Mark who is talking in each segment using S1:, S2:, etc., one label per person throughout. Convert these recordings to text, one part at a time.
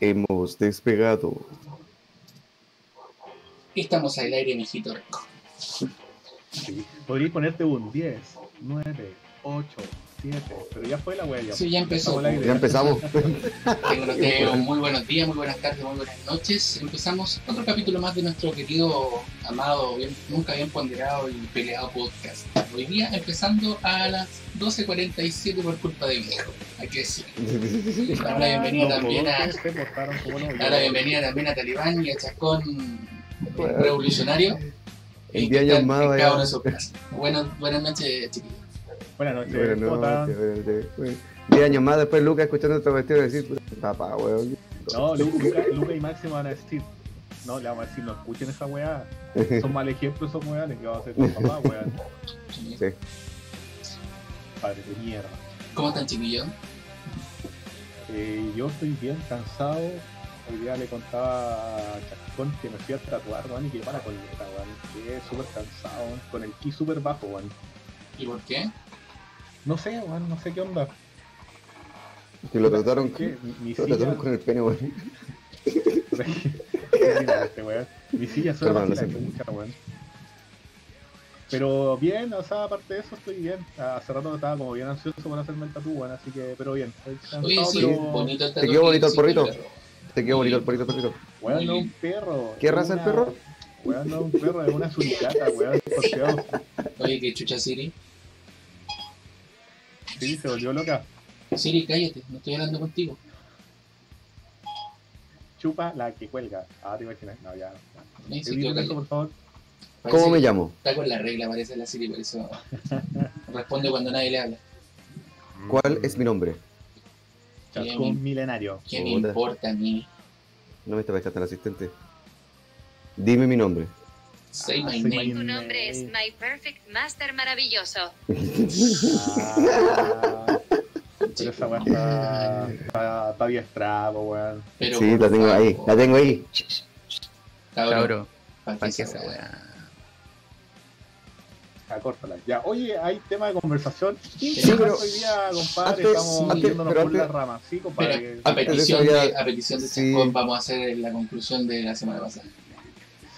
S1: Hemos despegado.
S2: Estamos al aire, mijito rico.
S3: Sí. Podría este ponerte un 10, 9, 8, 7, pero ya fue la huella.
S2: Sí, ya empezó.
S1: Ya empezamos.
S2: Tengo muy buenos días, muy buenas tardes, muy buenas noches. Empezamos otro capítulo más de nuestro querido, amado, bien- nunca bien ponderado y peleado podcast. Hoy día empezando a las 12.47 por culpa de viejo. Hay que decir. Dar la bienvenida también a,
S3: Se portaron como Ah, no,
S2: dar la bienvenida también a Talibán y a Chacón eh, Revolucionario.
S1: El
S2: y
S1: día
S2: que están
S1: llamado ya.
S2: en cada uno de sus casas. Buenas, buenas noches, chiquillos.
S3: Buenas noches,
S1: Buenas
S3: ¿cómo están?
S1: noches, buenas noches. Bueno, Diez años más después Lucas escuchando esta cuestión y decir, puta, papá, weón.
S3: No, Lu- Luca, Luca y Máximo van a decir. No, le vamos a decir, no escuchen esa weá. Son mal ejemplos esos weones que vamos a hacer con papá, weón. Padre de mierda.
S2: ¿Cómo están, chiquillos?
S3: Eh, yo estoy bien cansado. Hoy día le contaba a Chacón que me fui a tatuar, weón, y que para con neta, weón. Quedé súper cansado, weón, con el ki súper bajo, weón.
S2: ¿Y por qué?
S3: No sé, weón, no sé qué onda.
S1: Que lo trataron,
S3: ¿Qué?
S1: con-
S3: Mi
S1: lo
S3: silla-
S1: trataron con el pene, weón.
S3: Este weón. Mi silla suena
S1: Perdón,
S3: más que
S1: lo
S3: la chucha, weón. Pero bien, o sea, aparte de eso estoy bien. Ah, Hace rato estaba como bien ansioso por hacerme el tatu, weón, así que, pero bien. Estoy cansado,
S2: Oye, sí,
S3: pero-
S2: bonito el
S1: Te quedó bonito el
S2: tatuaje, sí,
S1: porrito.
S2: claro.
S1: Te quedó bonito el perrito, perrito.
S3: Weón, no es un perro.
S1: ¿Qué
S3: es
S1: raza el
S3: una-
S1: perro?
S3: Weón, no es un perro, es una suricata, weón. Porque,
S2: Oye, que chucha Siri.
S3: sí, se volvió loca.
S2: Siri, cállate, no estoy hablando contigo.
S3: Chupa la que cuelga. Ah, te imaginas. No, ya. ya.
S2: Eh, sí, creo
S3: Eviten eso,
S2: que-
S3: por favor.
S1: ¿Cómo me
S2: parece-
S1: llamo?
S2: Está con la regla, parece la Siri, por eso responde cuando nadie le habla.
S1: ¿Cuál es mi nombre?
S3: Chascón milenario.
S2: ¿Qué me
S1: Puta.
S2: importa a mí?
S1: No me estaba echando el asistente. Dime mi nombre.
S2: Say my
S3: Ah, say my
S2: name.
S4: Tu nombre es My Perfect Master Maravilloso.
S3: Ah,
S2: chico.
S3: pero esa weá está, está, está diestrada, po, weón.
S2: Pero,
S1: Sí,
S2: por
S1: la tengo ahí,
S2: favor,
S1: la tengo ahí.
S2: Cabrón,
S5: Cabro,
S2: ¿para
S5: ¿para
S2: qué
S5: qué
S2: se
S5: esa
S2: weá?
S5: weá?
S3: Ya, córtala. Ya, oye, hay tema de conversación. Sí,
S1: pero
S3: hoy día, compadre,
S1: antes-
S3: estamos
S1: antes-
S3: yéndonos
S1: pero
S3: por
S1: antes-
S3: las ramas, sí,
S2: Pero
S3: compadre.
S2: a
S1: antes de
S2: petición
S1: eso
S2: de,
S1: ya-
S2: a petición de
S1: sí.
S2: Chacón vamos a hacer la conclusión de la semana pasada.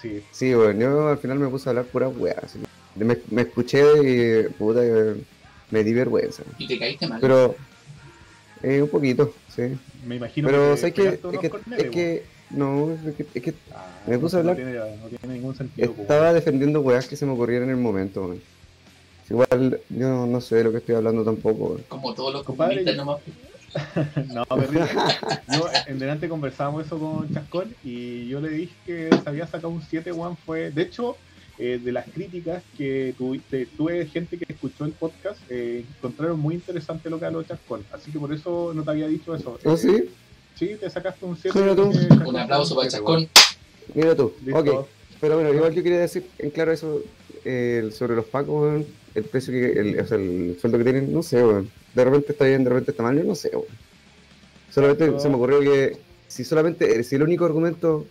S3: Sí,
S1: Sí, weón, yo al final me puse a hablar pura weá. así. Me, me escuché y puta, eh, me di vergüenza.
S2: Y te caíste mal.
S1: Pero, eh, un poquito, sí.
S3: me imagino
S1: Pero
S3: te
S1: sé que, es
S3: pegaste unos
S1: que,
S3: cornetes,
S1: es que, no, es que, es que
S3: po. Ah,
S1: me puse a hablar.
S3: No tiene, no tiene ningún sentido, po,
S1: estaba defendiendo weas que se me ocurrieron en el momento, weón. Igual, yo no, no sé de lo que estoy hablando tampoco, weón.
S2: Como todos los
S3: Compadre,
S2: comunistas nomás.
S3: No, perrito. Yo en delante conversábamos eso con Chascón y yo le dije que se había sacado un 7, Juan fue. De hecho, eh, de las críticas que tuvi- te- tuve de gente que escuchó el podcast, eh, encontraron muy interesante lo que habló Chascón. Así que por eso no te había dicho eso.
S1: ¿Ah,
S3: Eh,
S1: sí?
S3: sí, te sacaste un 7.
S1: Mira tú.
S2: Un aplauso para Chacón.
S1: Mira tú.
S3: Listo.
S1: Ok, pero bueno, igual yo quería decir en claro eso eh, sobre los pacos, weón. El precio que, el, o sea, el sueldo que tienen, no sé, weón. De repente está bien, de repente está mal, yo no sé, weón. Solamente
S3: Exacto.
S1: se me ocurrió que si solamente, eh, si el único argumento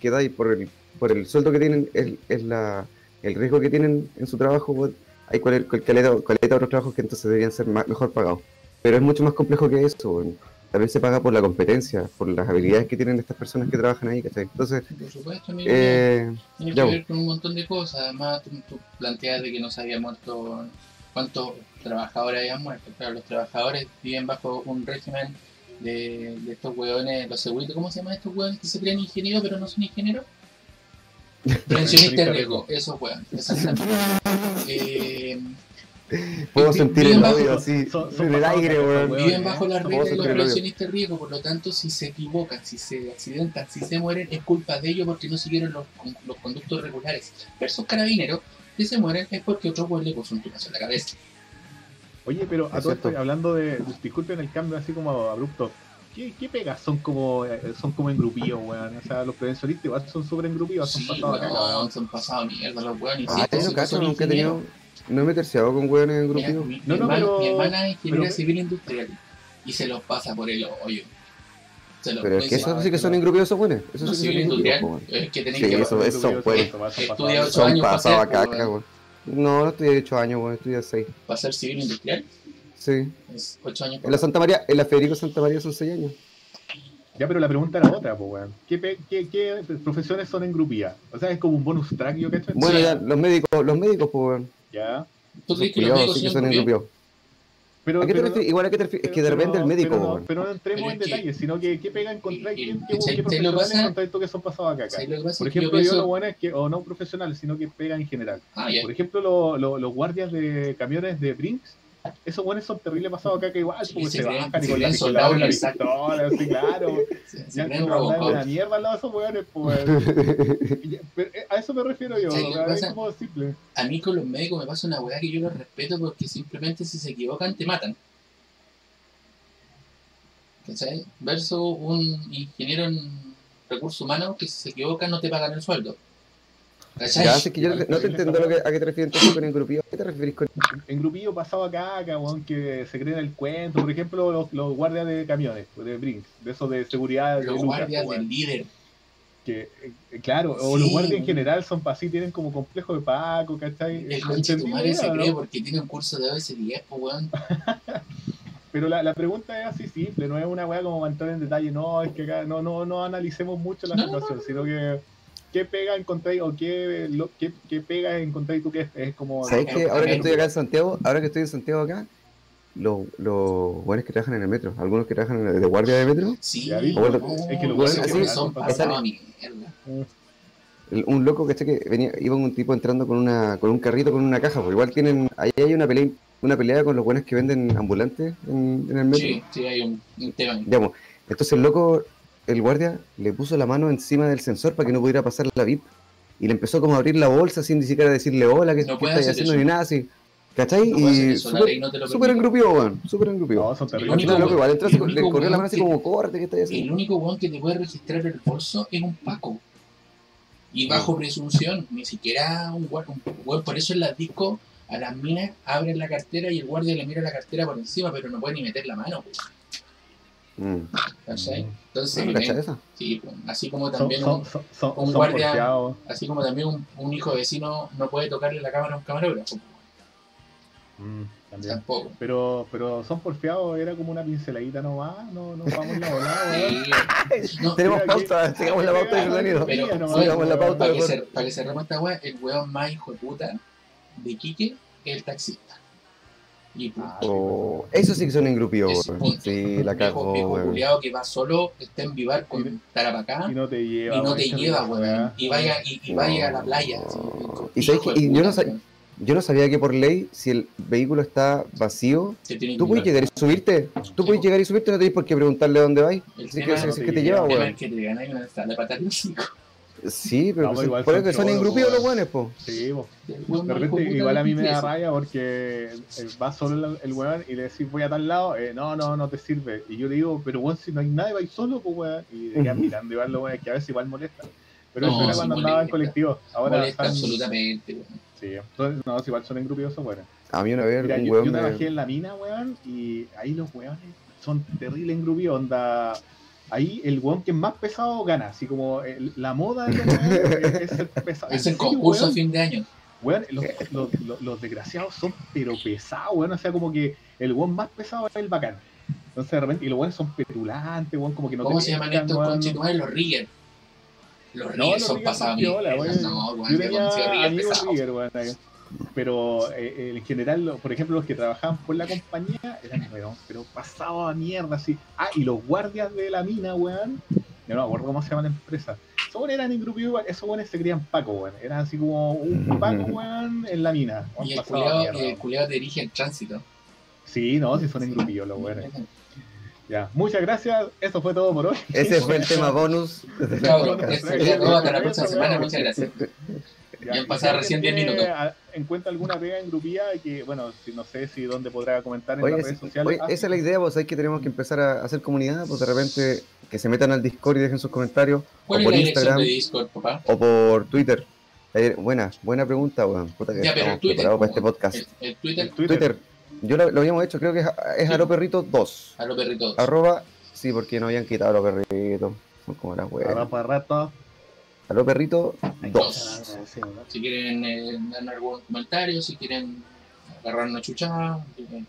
S1: que dais por el, por el sueldo que tienen es, es la, el riesgo que tienen en su trabajo, weón, hay cual, cual- caleta, caleta de otros trabajos que entonces deberían ser ma- mejor pagados. Pero es mucho más complejo que eso, weón. También se paga por la competencia, por las habilidades que tienen estas personas que trabajan ahí, ¿cachai? Entonces,
S2: Por supuesto, amigo.
S1: eh,
S2: Tiene
S1: Ya,
S2: que ver con un montón de cosas. Además, tú, tú planteas de que no se había muerto cuántos trabajadores habían muerto. Claro, los trabajadores viven bajo un régimen de, de estos hueones, los seguritos. ¿Cómo se llaman estos hueones que se creen ingenieros pero no son ingenieros? Pensionistas de riesgo, esos hueones, exactamente. Eh,
S1: Puedo
S2: vi-
S1: sentir
S2: vi
S1: el
S2: bajo-
S1: odio así
S3: son- son
S1: en el
S3: pasados
S1: aire,
S3: de
S1: weón.
S3: hueón.
S2: Viven bajo las
S1: Como
S2: reglas de los
S1: siempre lo digo.
S2: pensionistas de riesgo, por lo tanto, si se equivocan, si se accidentan, si se mueren, es culpa de ellos porque no siguieron los, con- los conductos regulares. Versus carabineros, si se mueren es porque otro güey le puso un tunazo en la cabeza.
S3: Oye, pero a
S1: Es
S3: todo
S1: cierto.
S3: esto, hablando de. Disculpen el cambio así como abrupto. ¿Qué, qué pegas? Son como, eh, son como engrupidos, weón. O sea, los prevencionistas igual son súper engrupidos, son
S2: Sí,
S3: pasados acá,
S2: weón, son pasados mierda los weones.
S1: Ah,
S2: insisto,
S1: yo
S2: si
S1: no
S2: no
S1: cacho,
S2: son
S1: nunca he tenido.
S2: ingenieros.
S1: No me he terciado con weones en
S2: Mira,
S1: grupillo.
S2: Mi, mi
S3: No, no,
S2: hermana,
S3: pero-
S2: mi hermana es ingeniera
S3: pero-
S2: civil industrial y se los pasa por el hoyo. Se los
S1: Pero es que
S2: puede-
S1: eso sí que son en grupillos esos weones. Eso
S2: no,
S1: sí que
S2: civil
S1: son en grupillos,
S2: industrial,
S1: po, weón.
S2: es que tenéis
S1: Sí,
S2: que
S1: eso
S3: weón.
S1: esos son
S3: Engrupidos,
S1: buenos.
S3: son pasados.
S2: Estudia ocho
S1: Son
S2: años para
S1: pasados
S2: hacer,
S1: acá,
S2: po,
S1: acá, weón. No, no estudié 8 años, weón. Estudié 6.
S2: para ser civil industrial.
S1: Sí.
S2: Es 8 años
S1: En la Santa María, en la Federico Santa María son 6 años.
S3: Ya, pero la pregunta era otra, pues, weón. ¿Qué, pe- qué, qué profesiones son engrupidas? O sea, es como un bonus track, yo cacho.
S1: Bueno,
S2: Sí.
S1: ya, los médicos, los médicos, pues, weón.
S3: Ya.
S2: ¿Tú crees que los
S1: Cuidado,
S2: médicos
S1: sí que
S2: son
S1: son
S2: engrupidos?
S1: engrupiados. ¿A
S3: Pero,
S1: qué te
S3: pero no-
S1: refieres? Igual a qué te refieres. Es que de
S3: pero
S1: repente
S3: no-
S1: el médico,
S3: Pero no,
S1: weón.
S3: pero no entremos
S2: Pero
S3: en
S2: es que-
S3: detalles, sino que qué pega encontrar
S2: y-
S3: qué,
S2: y-
S3: qué-
S2: ¿cachai?
S3: qué
S2: ¿Te lo
S3: profesionales
S2: pasa?
S3: encontráis tú que son pasados acá.
S2: ¿Sabes
S3: ¿cachai?
S2: lo que pasa?
S3: Por
S2: Es que yo
S3: ejemplo, yo, lo
S2: pienso-
S3: bueno es que, o no profesionales, sino que pega en general.
S2: Ah, ya.
S3: Por ejemplo, lo- lo- los guardias de camiones de Brinks, esos buenes son terribles pasados acá que igual
S2: Sí,
S3: porque
S2: se
S3: se
S2: creen-
S3: bajan y
S2: se
S3: con la
S2: creen
S3: pistola,
S2: soldados
S3: la
S2: en el saco.
S3: pistola, sí, claro.
S2: Se, se
S3: Ya
S2: creen
S3: no hablan de la
S2: Robocop.
S3: mierda al lado de esos hueones, pues. Y ya- pero, eh, a eso me refiero yo,
S2: Sí, lo que
S3: o sea, es
S2: pasa-
S3: como simple.
S2: A mí con los médicos me pasa una weá que yo los respeto porque simplemente si se equivocan te matan. ¿Cachai? Versus un ingeniero en recursos humanos que si se equivoca no te pagan el sueldo. ¿Cachai?
S1: Ya, si es que yo no te- no te entiendo lo que- a qué te refieres entonces con engrupido. ¿A qué te refieres con
S3: Engrupillo pasado acá, cabrón, que se creen el cuento. Por ejemplo, los, los guardias de camiones, pues, de Brinks, de esos de seguridad. de
S2: Los
S3: Lucas,
S2: guardias
S3: pues,
S2: del líder.
S3: que, eh, claro, o los
S2: Sí.
S3: guardias en general son pa- así, tienen como complejo de Paco, ¿cachai?
S2: El conche tu
S3: Entendible,
S2: madre se
S3: ¿no?
S2: cree porque tiene un curso de OS10, pues weón.
S3: Pero la, la pregunta es así simple, no es una weá como para entrar en detalle, no, es que acá no, no, no analicemos mucho la
S2: No,
S3: situación, sino que qué pega encontráis o qué, lo, qué, qué pega encontráis tú que es, es como...
S1: ¿Sabes
S2: Bueno,
S1: que ahora que
S2: también.
S1: estoy acá en Santiago, ahora que estoy en Santiago acá, los los buenos que trabajan en el metro, algunos que trabajan en el- de guardia de metro,
S2: Sí,
S3: Ya vi,
S2: no,
S3: es que los
S1: weones
S2: esos
S1: así
S2: son
S3: son
S2: pasados
S1: pasados.
S2: a mierda.
S1: el- un loco que que venía, iba un tipo entrando con una, con un carrito con una caja, porque igual tienen, ahí hay una pelea, una pelea con los buenos que venden ambulantes en, en el metro.
S2: Sí, sí, hay un, un tema. ahí.
S1: Digamos, entonces el loco, el guardia, le puso la mano encima del sensor para que no pudiera pasar la VIP y le empezó como a abrir la bolsa sin ni siquiera decirle hola, que,
S2: No
S1: que
S2: puede
S1: estáis
S2: hacer
S1: haciendo
S2: eso.
S1: ni nada así. ¿Cachai?
S2: No puede hacer
S1: y
S2: eso, la ley
S1: súper
S2: no te lo
S1: súper
S2: permite.
S1: engrupido, weón, súper engrupido.
S3: No, son
S1: Al
S3: terribles.
S2: único
S1: final, loco, igual entró así,
S2: el
S1: con- le
S2: único
S1: corrió la
S2: weón
S1: mano así
S2: que-
S1: como, córrate, ¿qué estás
S2: El
S1: haciendo?
S2: único weón que te puede registrar el bolso es un Paco. Y
S3: Ah.
S2: bajo presunción, ni siquiera un guardia. por eso en las discos, a las minas abren la cartera y el guardia le mira la cartera por encima, pero no puede ni meter la mano. pues,
S1: Mm.
S2: ¿Cachai? Entonces,
S1: ¿No
S2: ven,
S1: cachai esa?
S2: sí, pues, así como
S3: Son,
S2: también,
S3: son,
S2: un,
S3: son, son,
S2: un
S3: son
S2: guardia-
S3: porfiados.
S2: así como también un, un hijo vecino no puede tocarle la cámara a un camarógrafo. pues,
S3: Mm, también.
S2: Tampoco.
S3: Pero, pero son porfiados, era como una pinceladita nomás, no, no vamos en la volada, weón.
S2: Sí. No,
S1: Tenemos
S3: Mira,
S1: pauta, sigamos la pauta del sonido.
S2: Pero-
S1: Sigamos la pauta
S2: para,
S1: del
S2: que cer- para que cerremos esta weá, el weón más hijo de puta de Quique es el taxista. Y pues, punto.
S3: Ah,
S1: Oh, Eso sí que son engrupidos,
S2: Ese
S1: weón.
S2: punto.
S1: Sí, la
S2: viejo,
S1: cagó,
S2: viejo
S1: weón.
S2: culiao que va solo, está en vivar
S3: Y-
S2: con Tarapacá
S3: Y no te lleva.
S2: y no te
S3: weón,
S2: lleva,
S3: esa
S2: weón.
S3: weá.
S2: Y vaya, y, y vaya a la playa.
S1: No.
S2: así, con-
S1: Y sabes
S2: hijo
S1: que-
S2: de
S1: y yo no
S2: puta,
S1: sab-
S2: weón.
S1: Yo no sabía que por ley, si el vehículo está vacío,
S2: Te tiene que
S1: tú puedes
S2: llevar.
S1: llegar y subirte. Tú puedes llegar y subirte, no tenés por qué preguntarle dónde vais.
S2: El
S1: Así
S2: tema,
S1: que
S2: es-
S1: si
S3: no
S1: es
S3: te
S1: que te
S3: lleva,
S1: lleva,
S2: el tema
S1: weón.
S2: es que te ganáis una sala de patar los cinco.
S1: Sí, pero
S3: No,
S1: pues,
S3: igual
S1: por
S3: son
S1: eso que son
S3: choros,
S1: engrupidos los
S2: weón.
S1: buenos, po.
S3: Sí, po.
S2: El weón
S3: De
S2: más hijo
S3: repente,
S2: puta
S3: igual a mí me da
S2: Quique es
S3: rabia porque eh, va solo el, el weón y le decís voy a tal lado, eh, no, no, no te sirve. Y yo le digo, pero weón, si no hay nadie, vais solo, pues weón. Y te quedan mirando igual los weones, que a veces igual molesta. Pero
S2: No,
S3: eso era
S2: sí
S3: cuando andaba en
S2: molesta.
S3: colectivo.
S2: ese.
S3: Ahora
S2: Molesta
S3: están-
S2: absolutamente, weón.
S3: Sí, entonces, no, si igual son engrupidos esos weones.
S1: A mí una vez
S3: Mira,
S1: un
S3: yo,
S1: weón
S3: yo
S1: me-
S3: trabajé en la mina, weón, y ahí los weones son terrible engrupidos, onda. Ahí el weón que es más pesado gana, así como el- la moda de los weones es, es el pesado.
S2: Es
S3: ¿En
S2: el
S3: serio,
S2: concurso a
S3: weón?
S2: fin de año.
S3: Weón, los, los- los- los desgraciados son pero pesados, weón. O sea, como que el weón más pesado es el bacán. Entonces, de repente, y los weones son petulantes, weón, como que no
S2: ¿Cómo
S3: te
S2: se llaman
S3: pescan,
S2: estos
S3: weón.
S2: conchetumares? Los Rigger. Los
S3: No,
S2: Rigger
S3: los
S2: son
S3: Rigger son
S2: pasados a mí. eh,
S3: piola, weón.
S2: No, weón,
S3: Yo
S2: yo conocí a
S3: tenía
S2: Rigger
S3: amigos
S2: pesados.
S3: Rigger, weón, ahí. Pero eh, en general, lo- por ejemplo, los que trabajaban por la compañía eran, weón, pero pasados a mierda, así. Ah, y los guardias de la mina, weón. Yo no me acuerdo cómo se llama la empresa. Esos weones eran engrupidos igual, esos weones se creían Paco, weón. Eran así como un Paco, weón, en la mina. Weón,
S2: Y el
S3: pasado a
S2: culiao-
S3: mierda,
S2: y el
S3: weón.
S2: culiao dirige el tránsito.
S3: Sí, no, si son engrupillos los weones. Ya, muchas gracias. Eso fue todo por hoy.
S1: Ese fue el tema bonus.
S2: Cabros, eso sería todo. Hasta la próxima semana. Muchas gracias.
S3: Ya,
S2: Ya han
S3: y
S2: pasado
S3: si
S2: recién 10
S3: alguien tiene,
S2: minutos.
S3: a- Encuentra alguna pega en grupía y que, bueno, si, no sé si dónde podrá comentar en
S1: Oye,
S3: las redes
S1: sí,
S3: sociales.
S1: oye,
S3: Ah,
S1: esa es la idea, pues hay que tenemos que empezar a hacer comunidad, pues de repente que se metan al Discord y dejen sus comentarios, O
S2: ¿Cuál es
S1: por
S2: la dirección
S1: Instagram.
S2: de Discord, papá?
S1: o por Twitter. Eh, buena, buena pregunta, weón. Puta que
S2: Ya, pero
S1: estamos
S2: el Twitter,
S1: preparados Eh, para
S2: po,
S1: este podcast.
S2: El, el
S3: el
S2: Twitter,
S3: Twitter.
S1: Twitter. Yo lo, lo habíamos hecho, creo que es, es
S2: Sí.
S1: Aroperrito 2.
S2: a los perritos.
S1: Arroba, sí, porque no habían quitado Aroperrito. Son como las
S3: Ahora
S1: weas.
S3: para rato.
S1: Aroperrito 2.
S2: Dos. Si quieren eh, dar algún comentario, si quieren agarrar una chuchada, si quieren,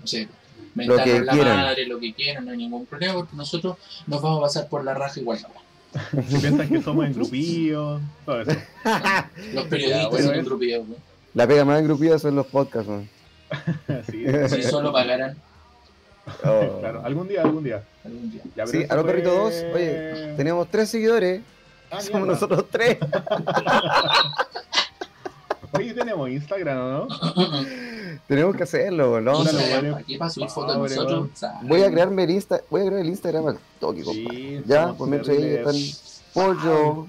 S2: no sé, Mentarnos
S1: que
S2: la
S1: quieran.
S2: madre, lo que quieran, no hay ningún problema, porque nosotros nos vamos a pasar por la raja igual.
S3: Si piensan que somos engrupidos, todo eso.
S2: Los periodistas
S1: Ya, bueno,
S2: son
S3: es-
S2: engrupidos, weón.
S1: La pega más engrupida son los podcasts, man.
S3: Sí,
S2: Si solo pagaran
S1: Oh.
S3: claro, algún día, algún día.
S2: algún día.
S3: Ya, pero
S1: Sí,
S3: eso
S1: Aló Perrito
S3: fue-
S1: 2, oye, Tenemos tres seguidores,
S3: Ah,
S1: somos
S3: mierda.
S1: nosotros tres.
S3: Oye, tenemos Instagram, ¿o ¿no?
S1: Tenemos que hacerlo, weón, lo vamos a
S3: Claro,
S1: hacer.
S2: Instagram,
S3: vale.
S2: aquí para subir fotos de
S3: Pobre,
S2: nosotros.
S3: weón.
S2: sale.
S1: Voy a crearme el Insta, voy a crear el Instagram al toque, compadre.
S3: Sí,
S1: Ya,
S3: somos
S1: pues mientras ahí están
S3: terribles.
S1: pollo,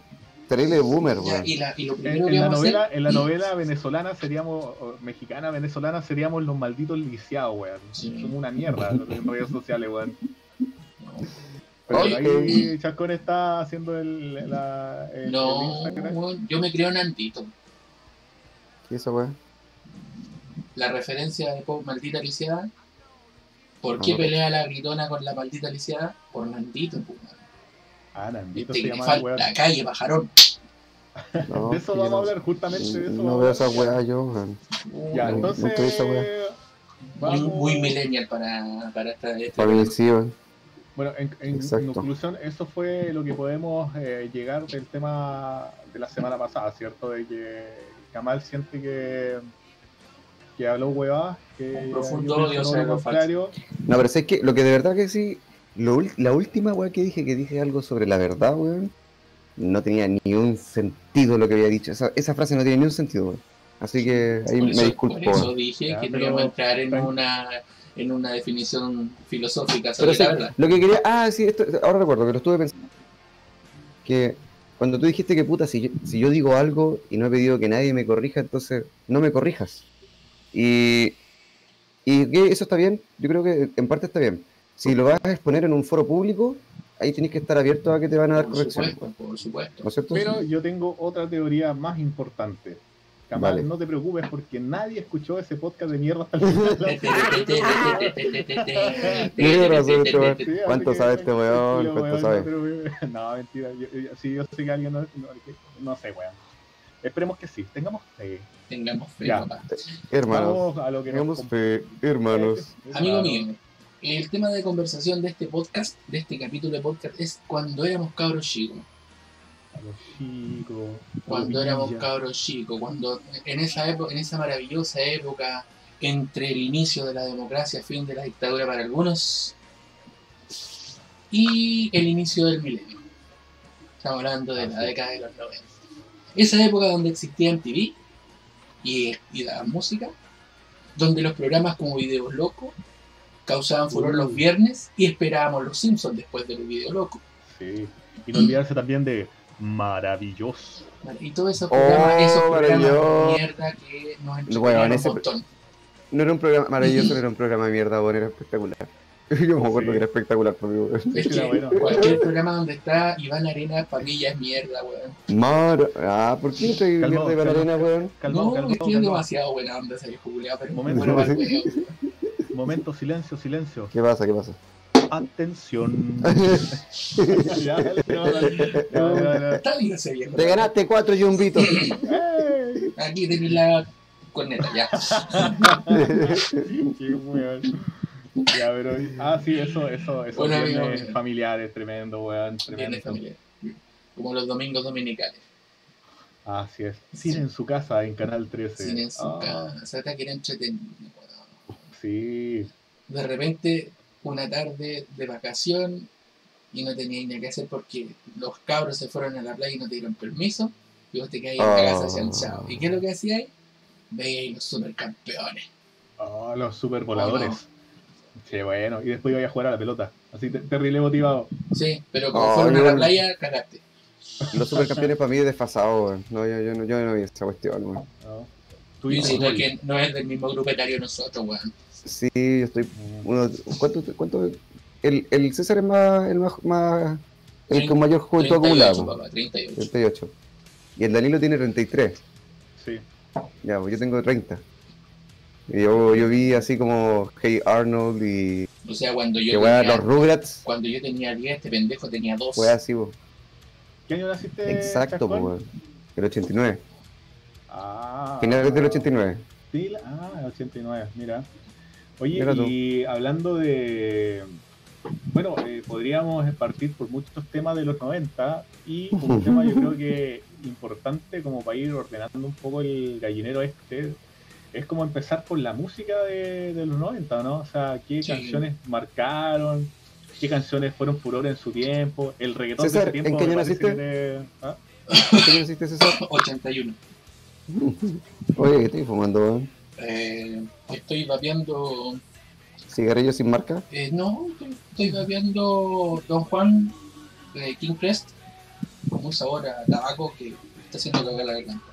S1: terrible boomer,
S2: Ya,
S1: weón.
S2: y, la- y lo primero
S3: En,
S2: que
S3: en la
S2: vamos a hacer-
S3: novela, en la novela venezolana seríamos, o mexicana, venezolana, seríamos los malditos lisiados, weón.
S2: Sí.
S3: Somos una mierda en redes sociales, weón. eh, Pero
S1: Oye.
S3: ahí Chascón está haciendo el, la, el- el
S2: No,
S3: Instagram.
S2: weón, yo me creo un antito.
S1: ¿Qué es esa weón?
S2: La referencia de po- maldita lisiada. ¿Por qué
S1: Ah.
S2: pelea la gritona con la maldita lisiada? Por Nandito, pues, weón.
S3: Ah, Nandito
S2: Viste
S3: se
S2: que te
S3: llama el
S2: falta
S3: weón.
S2: la calle, pajarón.
S1: No,
S3: De eso
S1: sí,
S3: vamos a
S1: no.
S3: hablar, justamente de eso.
S1: No
S3: vamos a
S1: veo esa
S3: hablar.
S1: weá yo, weón.
S3: Ya,
S1: No,
S3: entonces.
S1: nunca he visto weá.
S2: Muy,
S3: vamos-
S2: muy millennial para, para esta. este-
S1: Para mí sí, weón.
S3: Bueno, en, en
S1: Exacto.
S3: conclusión, eso fue lo que podemos eh, llegar del tema de la semana pasada, ¿cierto? De que Kamal siente que, que habló huevadas, que
S2: Un profundo
S3: yo
S2: odio
S3: pienso
S2: hacia
S3: lo
S2: los
S3: contrario.
S1: No, pero es que lo que de verdad que sí, lo ul- la última weá que dije, que dije algo sobre la verdad, weón, no tenía ni un sentido lo que había dicho. Esa, esa frase no tiene ni un sentido, weón. Así que ahí
S2: por
S1: me
S2: eso-
S1: disculpo.
S2: Por eso
S1: weón.
S2: dije
S3: Ya,
S2: que no
S3: pero-
S2: íbamos a entrar en
S3: Tran-
S2: una, en una definición filosófica
S1: Pero
S2: sobre
S1: sí,
S2: la verdad.
S1: lo que quería. Ah, sí, esto, ahora recuerdo que lo estuve pensando. Que cuando tú dijiste que puta, si yo, si yo digo algo y no he pedido que nadie me corrija, entonces no me corrijas. Y, y que eso está bien, yo creo que en parte está bien. Si lo vas a exponer en un foro público, ahí tienes que estar abierto a que te van a dar
S2: Por
S1: correcciones.
S2: supuesto, por supuesto.
S1: ¿No es cierto?
S3: Pero yo tengo otra teoría más importante. Kamal,
S1: Vale.
S3: no te preocupes porque nadie escuchó ese podcast de mierda hasta el final.
S1: Tiene razón este weón.
S3: Sí, así
S1: ¿Cuánto
S3: que
S1: sabe este weón?
S3: tranquilo,
S1: ¿Cuánto
S3: weón,
S1: sabe?
S3: No, te preocupes. No, mentira. Yo, yo- sí, yo sé que alguien no, no, que- no sé, weón. Esperemos que sí. Tengamos fe.
S2: Tengamos fe,
S3: Ya.
S2: papá.
S1: hermanos,
S3: Vamos a lo que nos
S1: tengamos
S3: compete.
S1: fe, hermanos.
S2: Amigo
S3: Claro.
S2: mío, el tema de conversación de este podcast, de este capítulo de podcast, es cuando éramos cabros chicos.
S3: A los chicos.
S2: cuando
S3: a los
S2: éramos
S3: niñas.
S2: cabros chicos, cuando en esa época, en esa maravillosa época entre el inicio de la democracia, fin de la dictadura para algunos y el inicio del milenio. Estamos hablando de la
S3: Así.
S2: década de los 90. Esa época donde existía MTV y, y la música, donde los programas como Videos Loco causaban furor
S3: Uh.
S2: los viernes y esperábamos los Simpsons después de los Videos Loco.
S3: Sí. Y no olvidarse también de maravilloso.
S2: Y todos esos
S1: Oh,
S2: programas, esos
S1: maravilloso.
S2: programas de mierda que nos
S1: Bueno, en
S2: entretenían un
S1: ese-
S2: montón.
S1: No era un programa maravilloso, no era un programa de mierda, bueno, era espectacular. Yo me acuerdo
S3: Sí.
S1: que era espectacular, por mí, weón.
S2: Es
S3: Era
S2: que
S3: bueno.
S2: cualquier programa donde está Iván Arena, para mí ya es mierda, weón.
S1: Mar... Ah, ¿por qué estoy
S3: Calmao,
S1: mierda de Ballerina,
S3: calmao.
S1: weón?
S3: Calmado,
S2: no,
S3: calmado,
S2: es que es
S3: calmado.
S2: demasiado buena onda ese viejo culiao, pero
S3: Momento.
S2: bueno, para el weón.
S3: Momento, silencio, silencio.
S1: ¿Qué pasa? ¿Qué pasa?
S3: Atención. Ya, dale, no, dale. No, no, no.
S2: Está bien ese viejo.
S1: Te ganaste cuatro yumbitos.
S3: ¡Ey!
S2: Aquí tenés la corneta, ya.
S3: Qué weón. Ya, pero. Ah, sí, eso, eso, eso.
S2: Bueno, amigo,
S3: viernes
S2: amigo.
S3: familiares, tremendo, weón.
S2: Bien de
S3: Tremendo.
S2: familia. Como los domingos dominicales.
S3: Así es. Cine en su casa, en Canal 13.
S2: Sin en su
S3: Ah,
S2: casa. Hasta que era entretenido, weón.
S3: Sí.
S2: de repente una tarde de vacación y no tenía nada que hacer porque los cabros se fueron a la playa y no te dieron permiso y vos te quedáis en la casa
S1: Oh.
S2: chanchado. ¿Y qué es lo que hacíais? Veíais los supercampeones.
S3: Ah, los super voladores.
S2: Oh,
S3: Sí, bueno. Y después iba a jugar a la pelota. Así, te- terrible motivado.
S2: Sí, pero como
S1: Oh,
S2: fueron
S1: qué
S2: a la
S1: bueno.
S2: playa, cagaste.
S1: Los supercampeones para mí es desfasado, weón. No, yo, yo, no, yo no vi esa cuestión, weón.
S3: ¿no? Tú
S2: Y
S3: dices,
S2: si no es
S3: "Oye".
S2: que no es del mismo grupo etario nosotros, weón.
S1: Sí, yo estoy...
S3: Mm,
S1: Uno... ¿Cuánto? cuánto... El, el César es más... El más... más... El con mayor juventud
S2: 38,
S1: acumulado.
S2: papá, 38.
S1: 38. Y el Danilo tiene 33.
S3: Sí.
S1: Ya, pues yo tengo 30. Y Yo, yo vi así como Hey Arnold y
S2: O sea, cuando
S1: que
S2: yo,
S1: weá,
S2: tenía,
S1: los Rugrats,
S2: cuando yo tenía 10, este pendejo tenía 2.
S1: fue así, po.
S3: ¿Qué año naciste?
S1: exacto, po,
S3: Chascón?
S1: weón. El 89,
S3: Ah.
S1: finales del 89.
S3: Sí, la- ah, 89, mira. Oye,
S1: Mira tú.
S3: y hablando de. Bueno, eh, podríamos partir por muchos temas de los 90 y un tema yo creo que importante como para ir ordenando un poco el gallinero este es como empezar por la música de, de los 90, ¿no? O sea, qué
S2: Sí.
S3: canciones marcaron, qué canciones fueron furor en su tiempo, el reggaetón
S1: César,
S3: de ese tiempo.
S1: ¿en qué
S3: me
S1: año
S3: parece
S1: naciste?
S3: que es de- ¿Ah?
S1: ¿Qué hiciste, César?
S2: 81.
S1: Oye, ¿qué estoy fumando, weón?
S2: Eh, estoy vapeando.
S1: ¿Cigarrillo sin marca?
S2: eh, no, estoy vapeando Don Juan de King Crest con un sabor a tabaco que está haciendo cagar la garganta.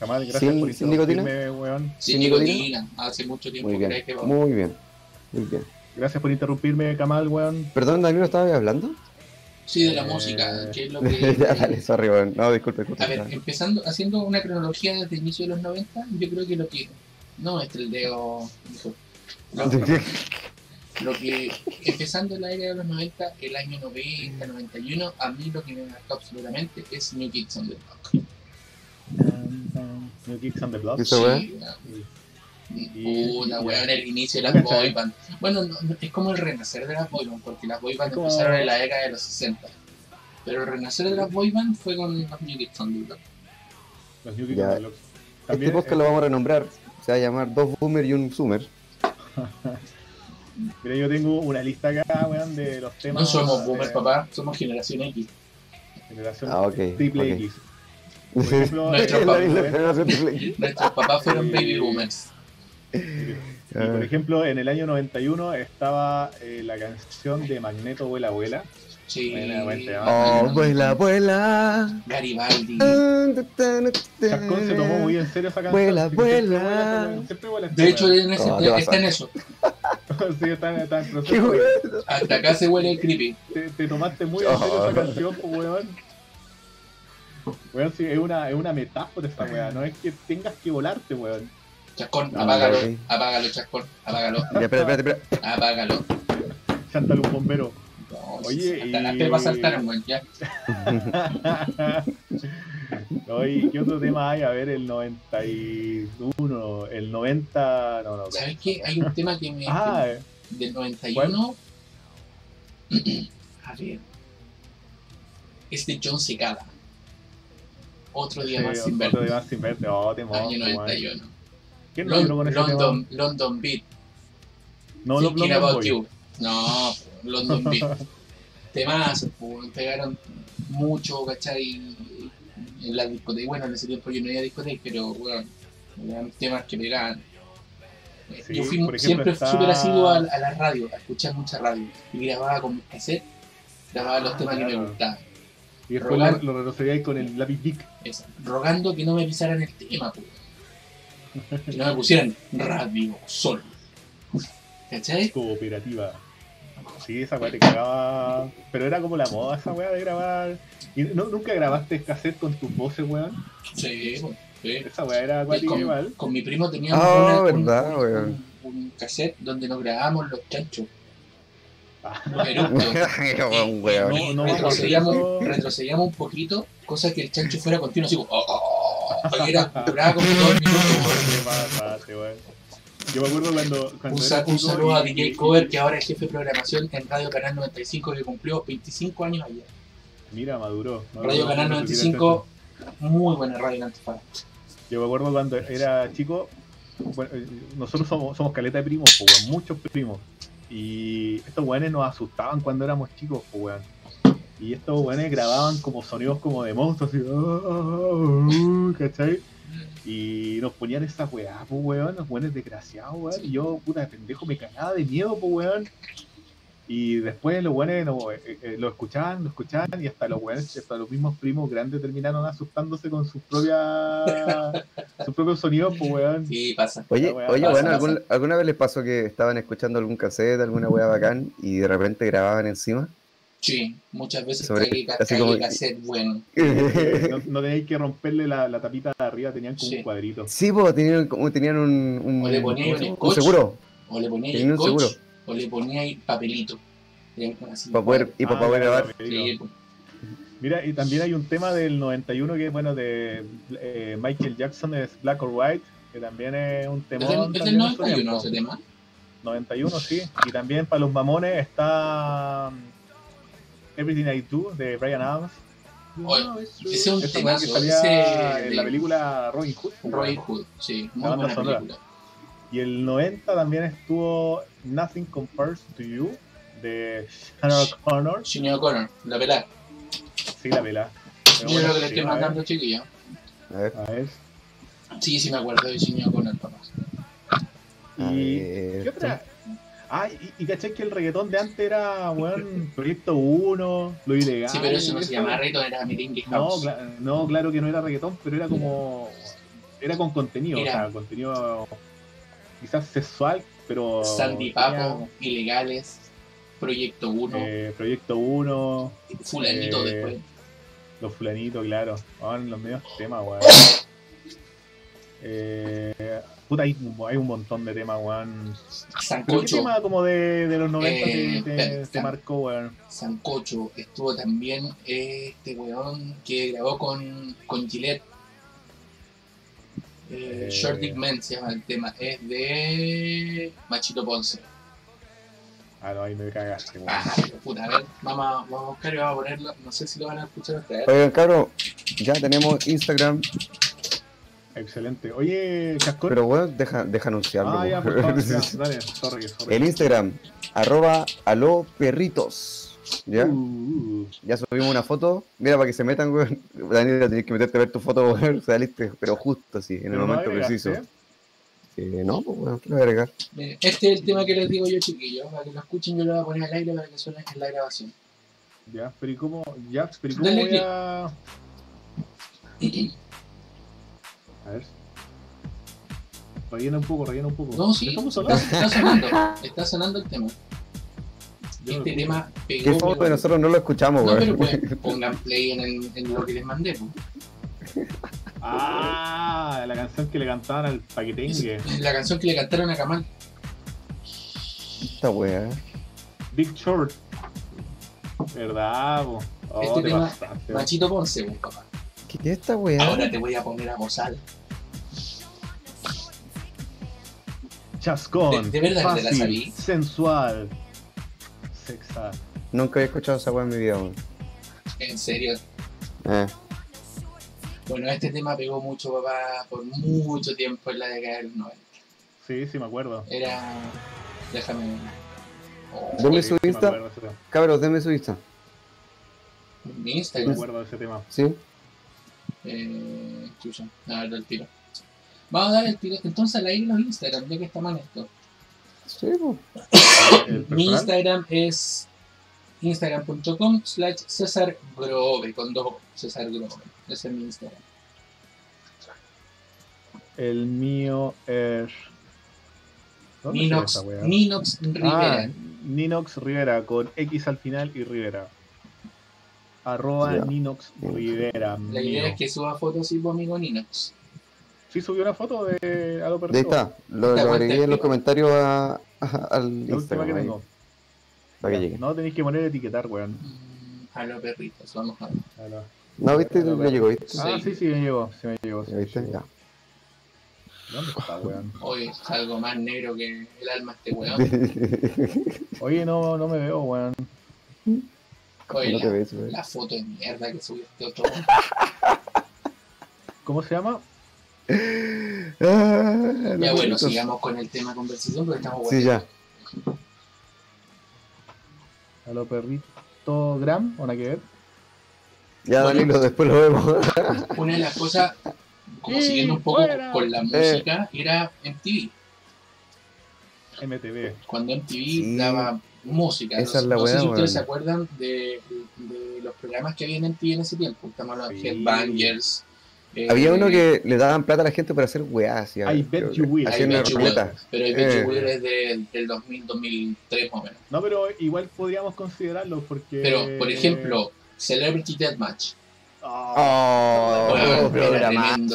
S3: Kamal, gracias
S1: ¿Sin-
S3: por
S1: sin nicotina?
S3: interrumpirme, weón.
S2: Sin
S1: ¿Sin nicotina?
S2: nicotina, hace mucho tiempo
S1: Muy bien,
S2: crees que va.
S1: muy bien. Muy bien.
S3: Gracias por interrumpirme, Kamal, weón.
S1: Perdón, Danilo, ¿estaba hablando?
S2: Sí, de la
S3: Eh,
S2: música, que es lo que. eh,
S1: ya, dale, sorry, weón. No, disculpe, disculpe.
S2: A ver, eh, empezando, haciendo una cronología desde el inicio de los 90, yo creo que lo que. No es el dedo, hijo. Lo, lo que. Empezando la era de los 90, el año 90, 91, a mí lo que me marcó absolutamente es New Kids on the Block.
S3: New Kicks on the Block.
S1: ¿Esa weá?
S2: Sí,
S3: Y-
S2: Puta,
S3: y-
S2: weón, el inicio de
S3: Ya
S2: las
S3: está.
S2: boy band. Bueno, no- no, es como el renacer de las boy band, porque las boy band
S3: Es como-
S2: empezaron en la década de los 60. Pero el renacer de las boy band fue con los New Kids on the Block.
S3: Los New Kids
S1: Ya.
S3: on the Block.
S1: Este
S3: También,
S1: podcast
S3: eh,
S1: lo vamos a renombrar. Se va a llamar Dos Boomer y un Zoomer.
S3: Mira, yo tengo una lista acá, weón, de los temas.
S2: No somos
S3: eh,
S2: boomers, papá, somos generación X.
S3: Generación
S1: Ah, ok,
S3: triple
S1: ok.
S3: X. Por ejemplo,
S2: Nuestro
S3: eh,
S1: la misma
S3: eh,
S1: generación de Play.
S2: Nuestros papás fueron baby boomers.
S3: y por ejemplo, en el año 91 estaba eh, la canción de Magneto Vuela Abuela.
S2: Sí. Ah,
S3: Buena, buen tema.
S1: Oh, Ah, vuela, vuela.
S2: Garibaldi.
S3: Chascón se tomó muy en serio esa canción.
S1: Vuela,
S3: Siempre
S1: vuela.
S3: weón, Siempre vuela.
S2: De hecho, en ese-
S1: Oh, te vas a-
S2: está en eso.
S3: sí, está, está en
S1: Qué
S3: proceso.
S1: bueno.
S3: weón.
S2: Hasta acá se huele el creepy.
S3: te, te tomaste muy en serio esa canción, pues, weón. Weón, sí, es una, es una metáfora esa weá, no es que tengas que volarte, weón.
S2: Chascón,
S1: Ah,
S2: apágalo.
S1: sí.
S2: Apágalo, Chascón. Apágalo.
S1: Ya, espérate, espérate, espérate.
S2: Apágalo.
S3: Chántale un bombero.
S2: No,
S3: Oye,
S2: hasta las
S3: y-
S2: pepas saltaron, weón. Ya.
S3: no, ¿y qué otro tema hay? A ver, el 91, el 90, no, no.
S2: ¿Sabes qué? Hay un tema que me.
S3: Ah,
S2: del 91. A ver. Es de John Cicada. Otro día más
S3: sí,
S2: sin
S3: otro
S2: ver.
S3: de más sin verte. Oh, No, te
S2: Año
S3: ¿Qué
S2: 91.
S3: eh. ¿Quién no
S2: Lon-
S3: lloró con ese tema?
S2: London, London Beat.
S3: No, los
S2: Thinking
S3: London
S2: About
S3: Boys.
S2: You. No, London Beat. Temas, pegaron mucho, ¿cachai? En la discoteca. Bueno, en ese tiempo yo no iba a discoteca, pero bueno, eran temas que pegaban. Eh,
S3: Sí,
S2: yo fui
S3: por ejemplo,
S2: siempre
S3: está-
S2: súper asiduo a, a la radio, a escuchar mucha radio. Y grababa con mis cassettes, grababa los
S3: Ah,
S2: temas que me
S3: claro.
S2: gustaban.
S3: Y después lo,
S2: Rogar.
S3: lo retrocedí ahí con el lápiz Vic.
S2: Esa, rogando que no me pisaran el tema, pues. Que no me pusieran radio, sol. ¿Cachai?
S3: cooperativa. Sí, esa weá te cagaba. Pero era como la moda esa weá de grabar. ¿Y no, ¿Nunca grabaste cassette con tus voces, weón?
S2: Sí, bueno, sí.
S3: Esa weá era
S2: Y
S3: acuática
S2: con,
S3: igual.
S2: con mi primo teníamos
S1: Ah,
S2: una- un-
S1: verdad,
S2: un,
S1: weón.
S2: un- un cassette donde nos grabábamos los chanchos,
S3: Ah,
S2: los eructos.
S1: Weón, weón.
S2: Y
S3: No, no,
S2: retrocedíamos,
S3: no.
S2: retrocedíamos un poquito, cosa que el chancho fuera continuo, así como, oh, oh, oh, y era, duraba como dos minutos.
S3: te mataste, weón. Yo me acuerdo cuando. cuando
S2: Un,
S3: era
S2: sa- un
S3: chico
S2: saludo a
S3: y-
S2: DJ Cover, que ahora es jefe de programación en Radio Canal 95, que cumplió 25 años ayer.
S3: Mira, maduró. maduró.
S2: Radio Canal 95, muy buena radio en Antofagasta.
S3: Yo me acuerdo cuando era chico, bueno, eh, nosotros somos, somos caleta de primos, po, weón, muchos primos. Y estos weones nos asustaban cuando éramos chicos, po, weón. Y estos weones grababan como sonidos como de monstruos, así, "Ah, ah, ah", ¿cachai? Y nos ponían esas weá, po, weón, los weones desgraciados, weón. Y yo, puta de pendejo, me cagaba de miedo, po, weón. Y después los weones no, eh, eh, lo escuchaban, lo escuchaban, y hasta los weones, hasta los mismos primos grandes terminaron asustándose con sus propias sus propios sonidos, pues weón.
S2: Sí, pasa.
S1: Oye,
S3: La weá
S1: oye,
S2: pasa,
S1: bueno,
S2: pasa.
S1: ¿algún- ¿alguna vez les pasó que estaban escuchando algún cassette, alguna weá bacán, y de repente grababan encima?
S2: Sí, muchas veces
S1: Sobre-
S2: cagué, ca-
S1: así
S2: cagué
S1: como-
S2: cassette bueno.
S3: No, no tenéis que romperle la, la tapita de arriba, tenían como
S2: Sí.
S3: un cuadrito.
S1: Sí, pues tenían, como- tenían un, un,
S2: O le ponían un
S1: un
S2: scotch.
S1: seguro
S2: O le ponía
S1: Tenía
S2: el
S1: un
S2: coche,
S1: seguro.
S2: o le ponía ahí papelito. Tenían que así.
S1: para poder, y pues, para
S3: Ah,
S1: poder
S3: ya,
S1: grabar.
S3: ya, ya.
S2: Sí, pues.
S3: Mira, y también hay un tema del 91 que es bueno de eh, Michael Jackson, es Black or White, que también es un
S2: ¿Es
S3: temón.
S2: del- es
S3: también
S2: del
S3: en su
S2: 91
S3: tiempo.
S2: ese tema?
S3: 91, sí. Y también para los mamones está mm, Everything I Do de Brian Adams.
S2: Oye,
S3: No, es
S2: ese es un
S3: Esta weá que
S2: temazo,
S3: salía
S2: ese-
S3: en la película Robin Hood. pues,
S2: Robin
S3: weón.
S2: Hood, sí,
S3: La
S2: muy
S3: banda
S2: buena
S3: sonora.
S2: película.
S3: Y el 90 también estuvo Nothing Compares to You de Sharon Connor.
S2: Junior O'Connor, la pelada.
S3: Sí, la vela. Pero
S2: Yo
S3: bueno,
S2: creo que le
S3: sí,
S2: estoy
S3: a ver,
S2: mandando, chiquillo.
S1: A ver.
S3: a ver.
S2: Sí, sí me acuerdo de Junior O'Connor, papá.
S1: A
S3: Y-
S1: ver.
S3: ¿Qué otra? Ah, y, y caché que el reggaetón de antes era, weón, Proyecto 1, lo ilegal.
S2: Sí, pero eso no se llamaba
S3: llamaba
S2: reto, era merengue
S3: No,
S2: house.
S3: cla- no, claro que no era reggaetón, pero era como. Era con contenido,
S2: Era.
S3: o sea, contenido quizás sexual, pero.
S2: Sandy Papo, Ilegales, Proyecto 1,
S3: eh, Proyecto 1,
S2: Fulanito
S3: eh,
S2: después.
S3: Los fulanitos, claro. Van los medios temas, weón. Eh, puta, hay, un- hay un montón de temas, weón. ¿Pero ¿Qué
S2: Sancocho,
S3: tema como de, de los 90 te-
S2: Eh,
S3: te,
S2: espera,
S3: te
S2: ah.
S3: marcó, weón?
S2: Sancocho, estuvo también este weón que grabó con, con Gillette. Eh,
S3: Eh.
S2: Short Dick Man se llama el tema, es de Machito Ponce.
S3: Ah, no, ahí me cagaste, weón.
S2: Ah, pero puta, a ver, vamos, a- vamos a buscar y vamos a ponerlo. No sé si lo van a escuchar hasta ahora.
S1: Oigan, cabro, ya tenemos Instagram,
S3: Excelente. Oye, Cascón.
S1: pero bueno, deja, deja anunciarlo.
S3: ah, ya,
S1: po.
S3: por favor, ya, dale, sorry, sorry.
S1: El Instagram, arroba alo perritos. ¿Ya?
S3: Uh, uh.
S1: Ya subimos una foto. Mira, para que se metan, weón. Daniela, tenés que meterte a ver tu foto, weón. Saliste, pero justo así, en el
S3: Pero no
S1: momento
S3: agregaste,
S1: preciso.
S3: ¿eh?
S1: Eh, no, pues, weón, quiero agregar.
S2: Miren, Este es el tema que les digo yo, chiquillos. Para que lo escuchen, yo lo voy a poner al aire para que suene en la grabación.
S3: Ya, pero ¿y cómo? Ya, pero ¿y cómo
S2: Dale
S3: voy
S2: click.
S3: a...? A ver. Rellena un poco, rellena un poco.
S2: No, sí,
S3: ¿Dejamos
S2: está,
S3: hablar?
S2: está sonando, está sonando el tema.
S3: Yo no
S2: Este
S3: lo-
S2: tema
S1: ¿Qué
S2: pegó.
S1: foto de
S2: pero-
S1: nosotros no lo escuchamos,
S2: No, pero
S1: weón?
S2: pues, pongan play en, el- en lo que les mandé. pues.
S3: Ah, la canción que le cantaban al paquetengue.
S2: Es La canción que le cantaron a Kamal.
S1: Esta weá.
S3: Big Short. ¿Verdad, po? Oh,
S2: Este
S3: te
S2: tema-
S3: pasaste.
S2: Machito Ponce, pues, papá.
S1: ¿Qué es esta eh? weá?
S2: Ahora te voy a poner a gozar. De-
S3: Chascón.
S2: de verdad que te la
S3: fácil,
S2: sabí.
S3: sensual. Sexal.
S1: Nunca había escuchado esa weá en mi vida, weón.
S2: En serio.
S1: Eh,
S2: Bueno, este tema pegó mucho, papá, por mucho tiempo en la década de los 90.
S3: Sí, sí, me acuerdo.
S2: Eh, Era. Déjame. ver. Oh,
S1: Denme
S3: Sí,
S1: su
S3: sí, Me
S1: Insta.
S3: acuerdo de ese tema.
S1: Cabros, denme su Insta.
S2: mi
S3: Me
S2: Instagram.
S3: acuerdo de ese tema.
S1: ¿Sí?
S2: Eh, chucha, a ver, el tiro. Vamos a dar el tiro. Entonces, al aire los Instagram, ya que está mal esto.
S1: Sí, pues. po.
S3: El
S2: Mi
S3: personal.
S2: Instagram es instagram.com slash César Grove, con dos O, César Grove. Ese es mi Instagram.
S3: El mío es. ¿Dónde se ve
S2: Ninox,
S3: esa wea?
S2: Ninox Rivera.
S3: Ah, Ninox Rivera, con X al final y Rivera. Arroba
S1: Ya.
S3: Ninox Rivera.
S2: La
S3: mío.
S2: idea es que suba fotos y tu amigo Ninox.
S3: Sí, subió una foto de Alo Perdido.
S1: Ahí está. Lo,
S2: Esta
S1: lo
S2: weá
S1: agregué
S2: está
S1: en los
S2: activa.
S1: comentarios a- a- al
S3: La última
S1: Instagram.
S3: que
S1: ahí,
S3: tengo.
S1: para que
S3: Ya,
S1: llegue.
S3: No tenéis que poner etiquetar, weón.
S2: Mm, A los perritos, vamos a ver.
S3: A la-
S1: No, viste,
S3: No,
S1: me llegó, ¿viste?
S3: Ah, sí, sí, me llegó. Sí, me llegó. sí
S1: ¿Ya
S3: me
S1: ¿Viste?
S3: llegó.
S1: Ya.
S3: ¿Dónde está, weón?
S2: Hoy es algo más negro que el alma este weón.
S1: ¿Cómo
S3: Oye, no, no me veo, weón.
S2: Oye,
S1: no te
S2: la,
S1: ves, weón?
S2: la foto de mierda que subió este otro.
S3: ¿Cómo se llama?
S1: Ah,
S2: Ya
S1: los
S2: bueno,
S1: chicos.
S2: sigamos con el tema de conversación porque estamos
S1: Sí,
S2: buenos.
S1: ya.
S3: Alo Perrito Gram, ¿o nada que ver?
S1: Ya,
S2: Bueno.
S1: Danilo, después lo vemos.
S2: Una de las cosas, como
S3: Y
S2: siguiendo un poco
S3: fuera.
S2: con
S1: Eh.
S2: la música, era MTV.
S3: MTV.
S2: cuando MTV
S1: Sí.
S2: daba música.
S1: Esa
S2: no,
S1: es la
S2: no sé
S1: weá,
S2: si ustedes
S1: weón.
S2: se acuerdan de, de los programas que había en MTV en ese tiempo. Estamos hablando
S3: Sí.
S2: de Headbangers. eh,
S1: Había uno que le daban plata a la gente para hacer weás. ya,
S3: I bet
S1: creo
S3: you
S1: que-
S3: will.
S1: Hacían
S2: I
S1: una
S2: bet you
S1: ruleta.
S2: Pero el Beach
S1: eh.
S2: Wheel es de- del 2000, 2003 más o menos.
S3: No, pero igual podríamos considerarlo porque.
S1: Eh.
S2: Pero, por ejemplo, Celebrity Deathmatch.
S3: Ah,
S1: Oh,
S2: Weón, era
S1: qué
S2: tremendo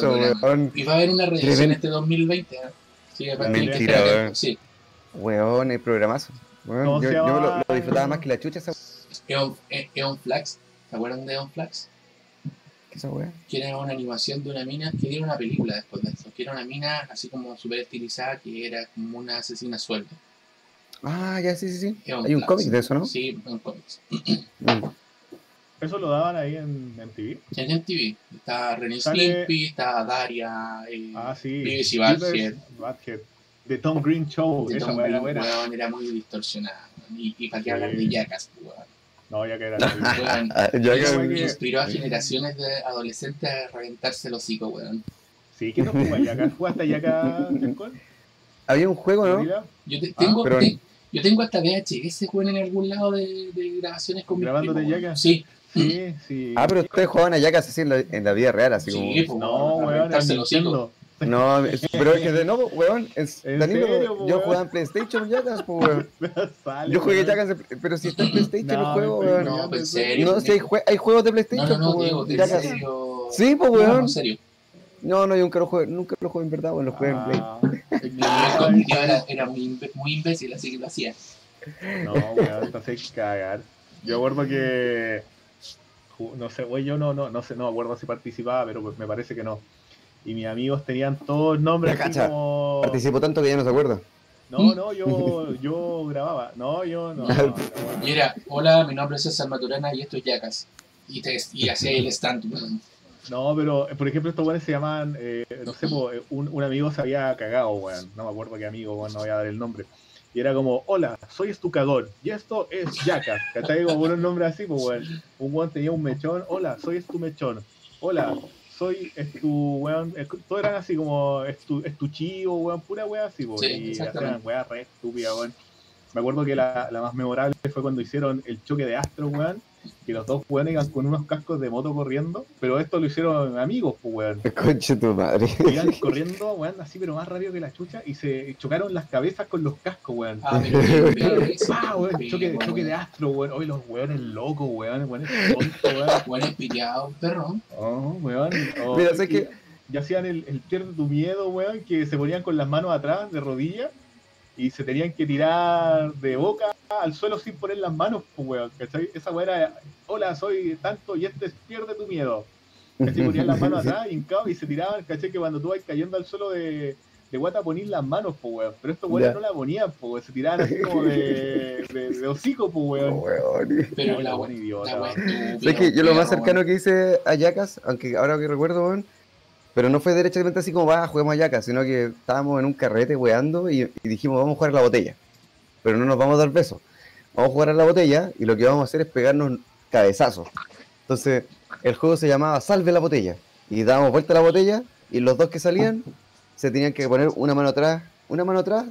S1: programazo,
S2: programa.
S1: weón.
S2: Y va a haber una reedición
S1: Tremendo.
S2: este 2020. ¿eh? Sí, a partir de-
S1: Mentira, eh.
S2: espérate,
S1: weón.
S2: Sí,
S1: Weón, el programazo. Weón,
S3: ¿Cómo
S1: yo
S3: se
S1: yo me lo,
S3: llama?
S1: lo disfrutaba más que la chucha esa,
S2: Eon, E- Eon Flax. ¿Se acuerdan de Eon Flax?
S1: esa weá.
S2: que era una animación de una mina, que era una película después de esto, que era una mina así como súper estilizada, que era como una asesina suelta.
S1: Ah, ya, sí, sí, sí.
S2: Es
S1: Hay un
S2: clásico.
S1: cómic de eso, ¿no?
S2: Sí, un cómics.
S1: Mm.
S3: Eso lo daban ahí en, en TV.
S2: Ya en TV. Está René
S3: Sale-
S2: Slimpy, está Daria. eh,
S3: Ah, sí.
S2: Beavis y
S3: Beavis, Butthead. The Tom Green Show.
S2: de
S3: esa
S2: Tom
S3: weá era
S2: Green,
S3: buena.
S2: weón, era muy distorsionada. weón. Y, y para qué hablar de
S3: Sí.
S2: yacas, weón.
S3: No, ya que era.
S2: Weón,
S1: Ah, ya
S3: Esa
S1: que-
S3: weá que-
S2: Inspiró a generaciones de adolescentes a reventarse el hocico, weón.
S3: Sí, que no juega Yaka. ¿Jugaste Yaka, Chascol?
S1: Había un juego, ¿no?
S3: Gorila,
S2: Yo te-
S3: Ah,
S2: tengo,
S1: pero-
S2: te- yo tengo hasta VHS, weón, en algún lado de, de grabaciones con mis
S3: ¿Grabándote
S2: primos, weón.
S3: Jackass?
S2: Sí,
S3: Sí, sí.
S1: Ah, pero ustedes jugaban a Jackass así en la, en la vida real, así
S2: Sí,
S1: como.
S2: po,
S3: No,
S2: weón, a
S3: weón, era
S2: reventarse el hocico.
S3: Nintendo.
S1: No, es- pero es que de nuevo, weón, es-
S3: ¿En
S1: Danilo,
S3: serio, po,
S1: yo
S3: weón?
S1: jugaba en PlayStation Jackass, po, weón.
S3: Sale,
S1: Yo jugué
S3: weón.
S1: Jackass, en- pero si está en PlayStation
S3: No,
S1: el juego,
S3: me estoy
S1: weón.
S2: No,
S3: weón.
S2: en serio.
S1: No, si hay, jue- hay juegos de
S2: No,
S1: PlayStation,
S2: no, no,
S1: po,
S2: Diego,
S1: weón.
S2: te- en
S1: Jackass.
S2: serio.
S1: Sí,
S3: pues,
S1: po,
S2: No, no,
S1: weón.
S2: en serio.
S1: No, no, yo nunca lo jugué, nunca lo jugué en verdad, weón, lo jugué en Play.
S3: Ah,
S2: Mi viejo, mi tío era, era muy, imbe- muy imbécil, así que lo hacía.
S3: No, weón, te hace cagar. Yo acuerdo que. ju- No sé, güey, yo no, no, no sé, no me acuerdo si participaba, pero me parece que no. Y mis amigos tenían todos nombres
S1: La
S3: así
S1: cacha.
S3: como.
S1: Participó tanto que ya no se acuerda.
S3: No, no, yo, yo grababa. No, yo no. no, no, weón.
S2: Y era, hola, mi nombre es César Maturana y esto es Yacas. Y, te- y hacía el stand, weón.
S3: No, pero eh, por ejemplo, estos weones se llamaban, eh, no sé, po, eh, un, un amigo se había cagado, weón. No me acuerdo qué amigo, weón, no voy a dar el nombre. Y era como, hola, soy Estucador. Y esto es Yacas. ¿Cachai? Como unos nombres así, pues, weón. Un weón tenía un mechón. Hola, soy Estumechón. Hola, soy Estu, weón. eh, Todos eran así como estu, Estuchivo, weón. Pura weón así, po.
S2: Sí,
S3: y
S2: exactamente.
S3: eran weas re estúpidas, weón. Me acuerdo que la, la más memorable fue cuando hicieron el choque de astros, weón. Que los dos weones iban con unos cascos de moto corriendo. Pero esto lo hicieron amigos, pues, weón.
S1: Conche tu madre.
S3: Iban corriendo, weón, así, pero más rápido que la chucha. Y se chocaron las cabezas con los cascos, weón.
S2: Ah, me quedé pegado de eso.
S3: ¡Pah, Ah, weón!
S2: Sí,
S3: Choque,
S2: weón.
S3: choque de astro, weón. Hoy los weones locos, weón. Weón, es tonto, weón.
S2: Bueno, es piteado, perro.
S3: Oh, weón. Oh,
S1: Mira, sé
S3: y-
S1: que-
S3: Y hacían el, el pierde tu miedo, weón, que se ponían con las manos atrás, de rodillas, y se tenían que tirar de boca al suelo sin poner las manos, pues, weón. ¿cachai? Esa weón era, hola, soy tanto y este es pierde tu miedo. ¿Cachai? Ponían las manos atrás, hincados y se tiraban, ¿cachai? Que cuando tú vas cayendo al suelo de, de guata ponías las manos, pues, weón. Pero estos weones
S1: Ya.
S3: no la ponían, pues, weón. Se tiraban así como de, de, de hocico, pues,
S1: Oh,
S3: weón.
S1: weón.
S2: Pero la
S3: Weón
S2: wea,
S3: idiota,
S2: la wea
S3: weón.
S2: estúpida,
S1: Sé que yo lo más
S2: perro,
S1: cercano
S2: weón.
S1: que hice a Jackass, aunque ahora que recuerdo, weón, pero no fue derechamente así como va, juguemos a Jackass, sino que estábamos en un carrete weando y, y dijimos, vamos a jugar a la botella, pero no nos vamos a dar besos. Vamos a jugar a la botella y lo que vamos a hacer es pegarnos cabezazos. Entonces, el juego se llamaba Salve la botella y dábamos vuelta a la botella y los dos que salían se tenían que poner una mano atrás, una mano atrás,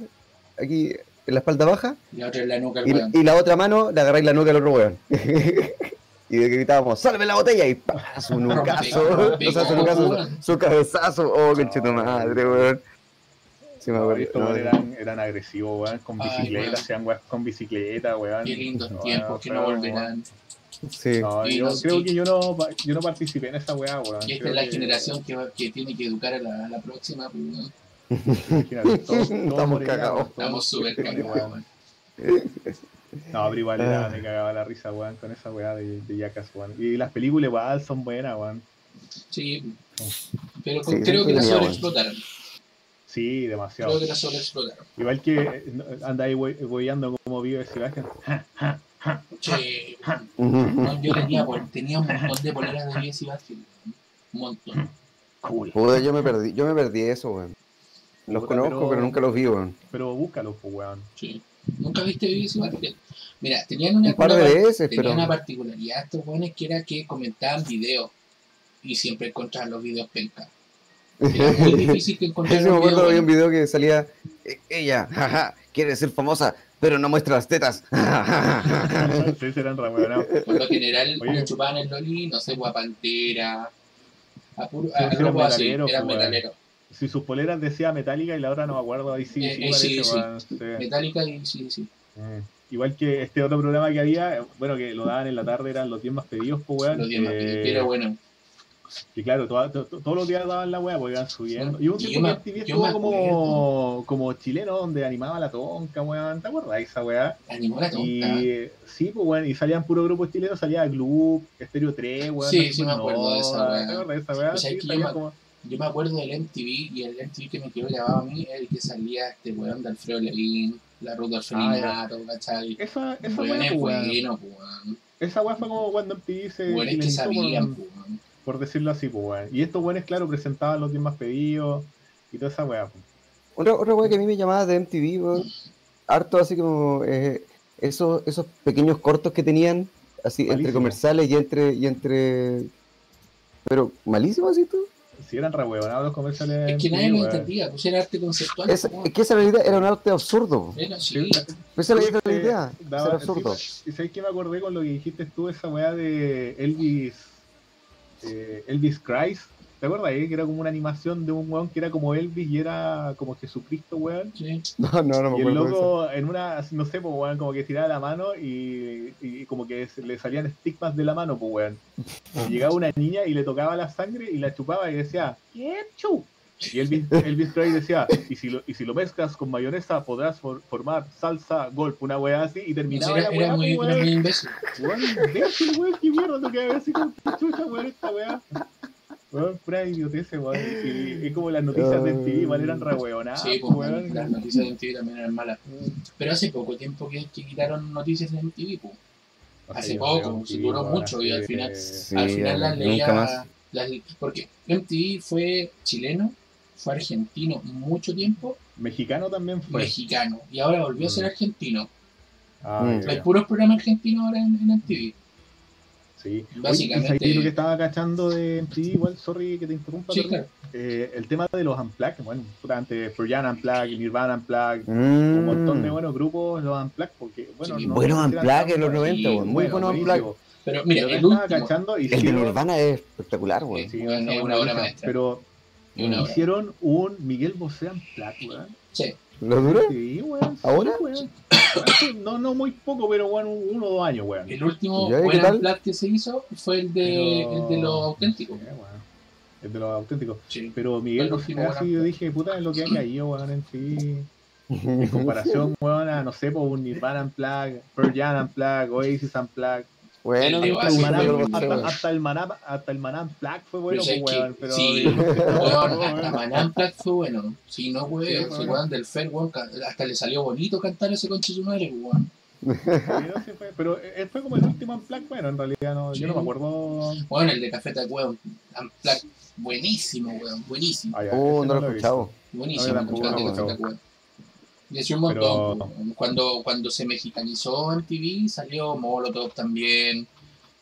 S1: aquí en la espalda baja
S2: La otra es la nuca, el weón.
S1: y, y la otra mano le agarráis la nuca al otro weón. y gritábamos, ¡salve la botella! Y ¡pah! Su nucazo.
S2: Rompe,
S1: o sea, su
S2: rompe,
S1: nucazo,
S2: weón.
S1: su cabezazo. ¡Oh, conche tu
S3: No.
S1: madre, weón! Sí, me
S3: No,
S1: acuerdo.
S3: estos
S1: No,
S3: weón
S1: no.
S3: eran, eran agresivos, weón, con
S2: Ay,
S3: bicicleta,
S2: weón.
S3: sean weón con bicicleta, weón.
S2: Qué lindos
S3: No,
S2: tiempos que no
S3: feo,
S2: volverán.
S1: Sí.
S3: No,
S2: Y
S3: yo
S2: los-
S3: creo
S2: y-
S3: que yo no, pa- yo no participé en esa weá, weón.
S2: Y esta
S3: Creo
S2: es la
S3: que-
S2: generación que, va- que tiene que educar a la, a la próxima, pues, weón.
S3: imagínate, todos- todos
S1: Estamos
S3: morenados,
S1: cagados.
S3: todos-
S2: Estamos súper cagados, weón.
S3: No, pero igual era-
S1: Ah.
S3: me cagaba la risa, weón, con esa weá de, de Jackass, weón. Y las películas igual son buenas, weón.
S2: Sí. Pero
S1: Sí,
S2: creo que la
S1: sí, weón.
S2: sobreexplotaron.
S3: Sí,
S2: Creo
S3: demasiado.
S2: que la sobreexplotaron.
S3: Igual que eh, no- anda ahí we- weyando como vive ese imagen.
S2: Che, weón, yo tenía, pol- tenía un montón de poleras de 10 y Basket. weón. Un montón.
S3: Cool.
S1: Puta, yo me perdí, yo me perdí eso, weón. Los
S3: Puta,
S1: conozco,
S3: pero-
S1: pero nunca los vi, weón.
S3: Pero búscalo, pues, weón.
S2: Sí. ¿Nunca viste Vives y Basket? Mira, tenían una,
S1: Un par
S2: una-
S1: de veces,
S2: Tenía
S1: pero.
S2: una particularidad estos buenos que era que comentaban videos y siempre encontraban los videos penca. Era muy difícil que
S1: Ese
S2: encontraran
S1: me
S2: un video
S1: acuerdo había un
S2: bueno.
S1: video que salía "E- ella, jaja, quiere ser famosa, pero no muestra las tetas.
S3: sí, serán rebuenados.
S2: Por lo general
S3: Oye.
S2: le chupaban el loli, no sé, guapantera, a puro,
S3: Sí,
S2: a
S3: eran
S2: grupos así,
S3: metaleros,
S2: eran
S3: pues,
S2: metaleros.
S3: Si sus poleras decía metálica y la otra no me acuerdo, ahí sí,
S2: Eh,
S3: sí,
S2: eh,
S3: parece,
S2: sí, Eh, sí.
S3: weón, sí.
S2: Metallica y sí, sí.
S3: Mm. Igual que este otro programa que había, eh, bueno, que lo daban en la tarde, eran los 10 más pedidos, pues, weón.
S2: Los días más
S3: eh,
S2: pedidos, pero bueno.
S3: Y claro, toda- to- to- todos los días daban la weá, pues iban subiendo. Y hubo un
S2: Yo
S3: tiempo
S2: me-
S3: que MTV
S2: yo
S3: estuvo
S2: me
S3: como, como chileno, donde animaba la tonca, weón. ¿Te acuerdas de esa weá?
S2: Animó la
S3: Y
S2: tonta.
S3: eh, sí, pues weón, y salían puros grupos chilenos, salía Club, Estéreo 3, weón.
S2: Sí,
S3: Así,
S2: sí me
S3: pues,
S2: acuerdo
S3: no,
S2: de esa weá.
S3: ¿Te acuerdas de esa weá?
S2: O sea,
S3: Sí,
S2: es que yo
S3: salía
S2: me-
S3: como-
S2: Yo me acuerdo del MTV y el MTV que me quedó grabado a mí, el que salía este weón de Alfredo Levin, la Rudolf Ninato, ¿cachai?
S3: Esa, Ah, E-, esa
S2: Weón
S3: weá,
S2: es
S3: weón.
S2: bueno, pues, weón.
S3: Esa weá fue como cuando MTV se
S2: Weón es que
S3: inventó
S2: sabían,
S3: por,
S2: pues, weón.
S3: por decirlo así, pues, weón. Y estos weones, claro, presentaban los 10 más pedidos y toda esa weá. pues.
S1: Otra, otra wea que a mí me llamaba de MTV, weón, harto así como eh, esos, esos pequeños cortos que tenían, así entre
S3: Malísimo.
S1: comerciales y entre, y entre. Pero malísimo así tú.
S3: Si eran re huevonados los comerciales.
S2: Es que
S3: MTV,
S2: nadie lo
S3: weón.
S2: entendía, pues era arte conceptual.
S1: Esa-
S2: pues,
S1: es que esa realidad era un arte absurdo.
S2: weón. Era sí,
S1: Pero esa era la
S3: Tuviste-
S1: idea,
S3: daba-
S1: era absurdo.
S3: sí, ¿Y sabes qué me acordé con lo que dijiste tú, esa weá de Elvis. eh, Elvis Christ? ¿Te acuerdas? eh? Que era como una animación de un weón que era como Elvis y era como Jesucristo, weón.
S2: sí.
S1: No, no, no me
S3: Y el
S1: acuerdo. de eso.
S3: loco en una, no sé, pues weón, como que tiraba la mano y, y como que se- le salían estigmas de la mano, pues weón. Y llegaba una niña y le tocaba la sangre y la chupaba y decía, ¡Quiechu! Y Elvis, Elvis Presley decía, y si, lo, y si lo mezclas con mayonesa podrás for- formar salsa golf, una weá así,
S2: No
S3: y terminaba
S2: sé, era,
S3: la weá,
S2: era muy,
S3: pues,
S2: era
S3: weón.
S2: muy imbécil.
S3: Weón, imbécil, weón, qué mierda, lo que había así con chucha, weón, esta weá. Weón, pura idiotez, weón. Y es como las noticias de MTV, igual eran re weonadas,
S2: Sí, pues,
S3: Ah, weón. Mm.
S2: las noticias de MTV también eran malas. Pero hace poco tiempo que, que quitaron noticias de MTV, pues. Hace poco, se duró mucho y al final-
S1: Sí,
S2: Al final las
S1: nunca
S2: leía.
S1: más.
S2: las- porque MTV fue chileno, fue argentino mucho tiempo,
S3: Mexicano también fue.
S2: mexicano. Y ahora volvió a ser
S3: Mm.
S2: argentino.
S3: Ah,
S1: Mm.
S3: ya,
S2: Hay
S3: ya.
S2: puros programas argentinos ahora en, en MTV.
S3: Sí.
S2: Básicamente-
S3: Básicamente. lo que estaba cachando de MTV, igual, sorry que te interrumpa,
S2: Sí,
S3: Torri.
S2: claro.
S3: Eh, el tema de los Unplugged, bueno, durante Florian Unplugged, Nirvana Unplugged, un
S1: Mm.
S3: montón de buenos grupos, los Unplugged, porque, bueno,
S2: Sí,
S1: buenos
S3: eran
S1: Unplugged
S3: tan
S1: en los
S3: buenos.
S1: 90,
S3: Sí,
S1: muy buenos
S3: buenísimo.
S2: Pero mira,
S3: Yo
S2: el
S3: estaba
S2: último.
S3: cachando y
S1: El de
S3: hicieron-
S1: Nirvana es espectacular, güey.
S2: Sí.
S3: Sí,
S2: Bueno,
S3: esa
S2: es una
S3: buena
S2: obra
S3: lista,
S2: maestra.
S3: Pero
S2: y una hora.
S3: hicieron un Miguel Bosé Unplugged, weón.
S2: Sí.
S1: ¿Lo dura?
S3: Sí, weón. sí,
S1: ¿Ahora?
S3: weón. No, no muy poco, pero weón, un- uno o dos años, weón.
S2: El último
S1: ¿Ya? ¿Y qué
S2: buen
S1: tal?
S2: unplugged que se hizo fue el de,
S3: Pero-
S2: el de lo auténtico.
S3: Sí, weón. El de los auténticos.
S2: Sí.
S3: Pero
S2: Fue
S3: Miguel
S2: el
S3: Bosé,
S2: último
S3: así
S2: gran-
S3: yo dije, puta, es lo que ha caído, weón, en sí. En comparación, weón, a, no sé, por un Nirvana Unplugged, Pearl Jam Unplugged, Oasis Unplugged.
S1: Bueno,
S2: Sí,
S1: viste,
S2: sí,
S1: un
S2: sí,
S3: Maná-
S1: Miguel Bosé,
S2: sí,
S3: hasta,
S1: güey.
S3: hasta el Maná, hasta el Maná Unplugged fue bueno,
S2: Pero sé
S3: pues, weón.
S2: que-
S3: Pero,
S2: sí, weón, hasta Maná Unplugged fue bueno. Si no, weón,
S3: Sí,
S2: ese
S3: weón.
S2: weón del Fer, weón, ca- hasta le salió bonito cantar ese conche su madre, weón.
S3: Pero, sí fue, pero eh, fue como el último Unplugged, bueno, en realidad no, yo no me acuerdo.
S2: Bueno, el de Café Tacuero, Unplugged, buenísimo, weón, buenísimo,
S3: Ah, ya,
S1: Oh,
S3: ese
S1: no lo he
S3: he visto.
S1: escuchado.
S2: buenísimo.
S3: No,
S2: el
S3: tampoco,
S2: de Café
S3: tampoco.
S2: Tacuero. Y así un
S3: Pero-
S2: montón. weón. Cuando, cuando se mexicanizó en TV, salió Molotov también.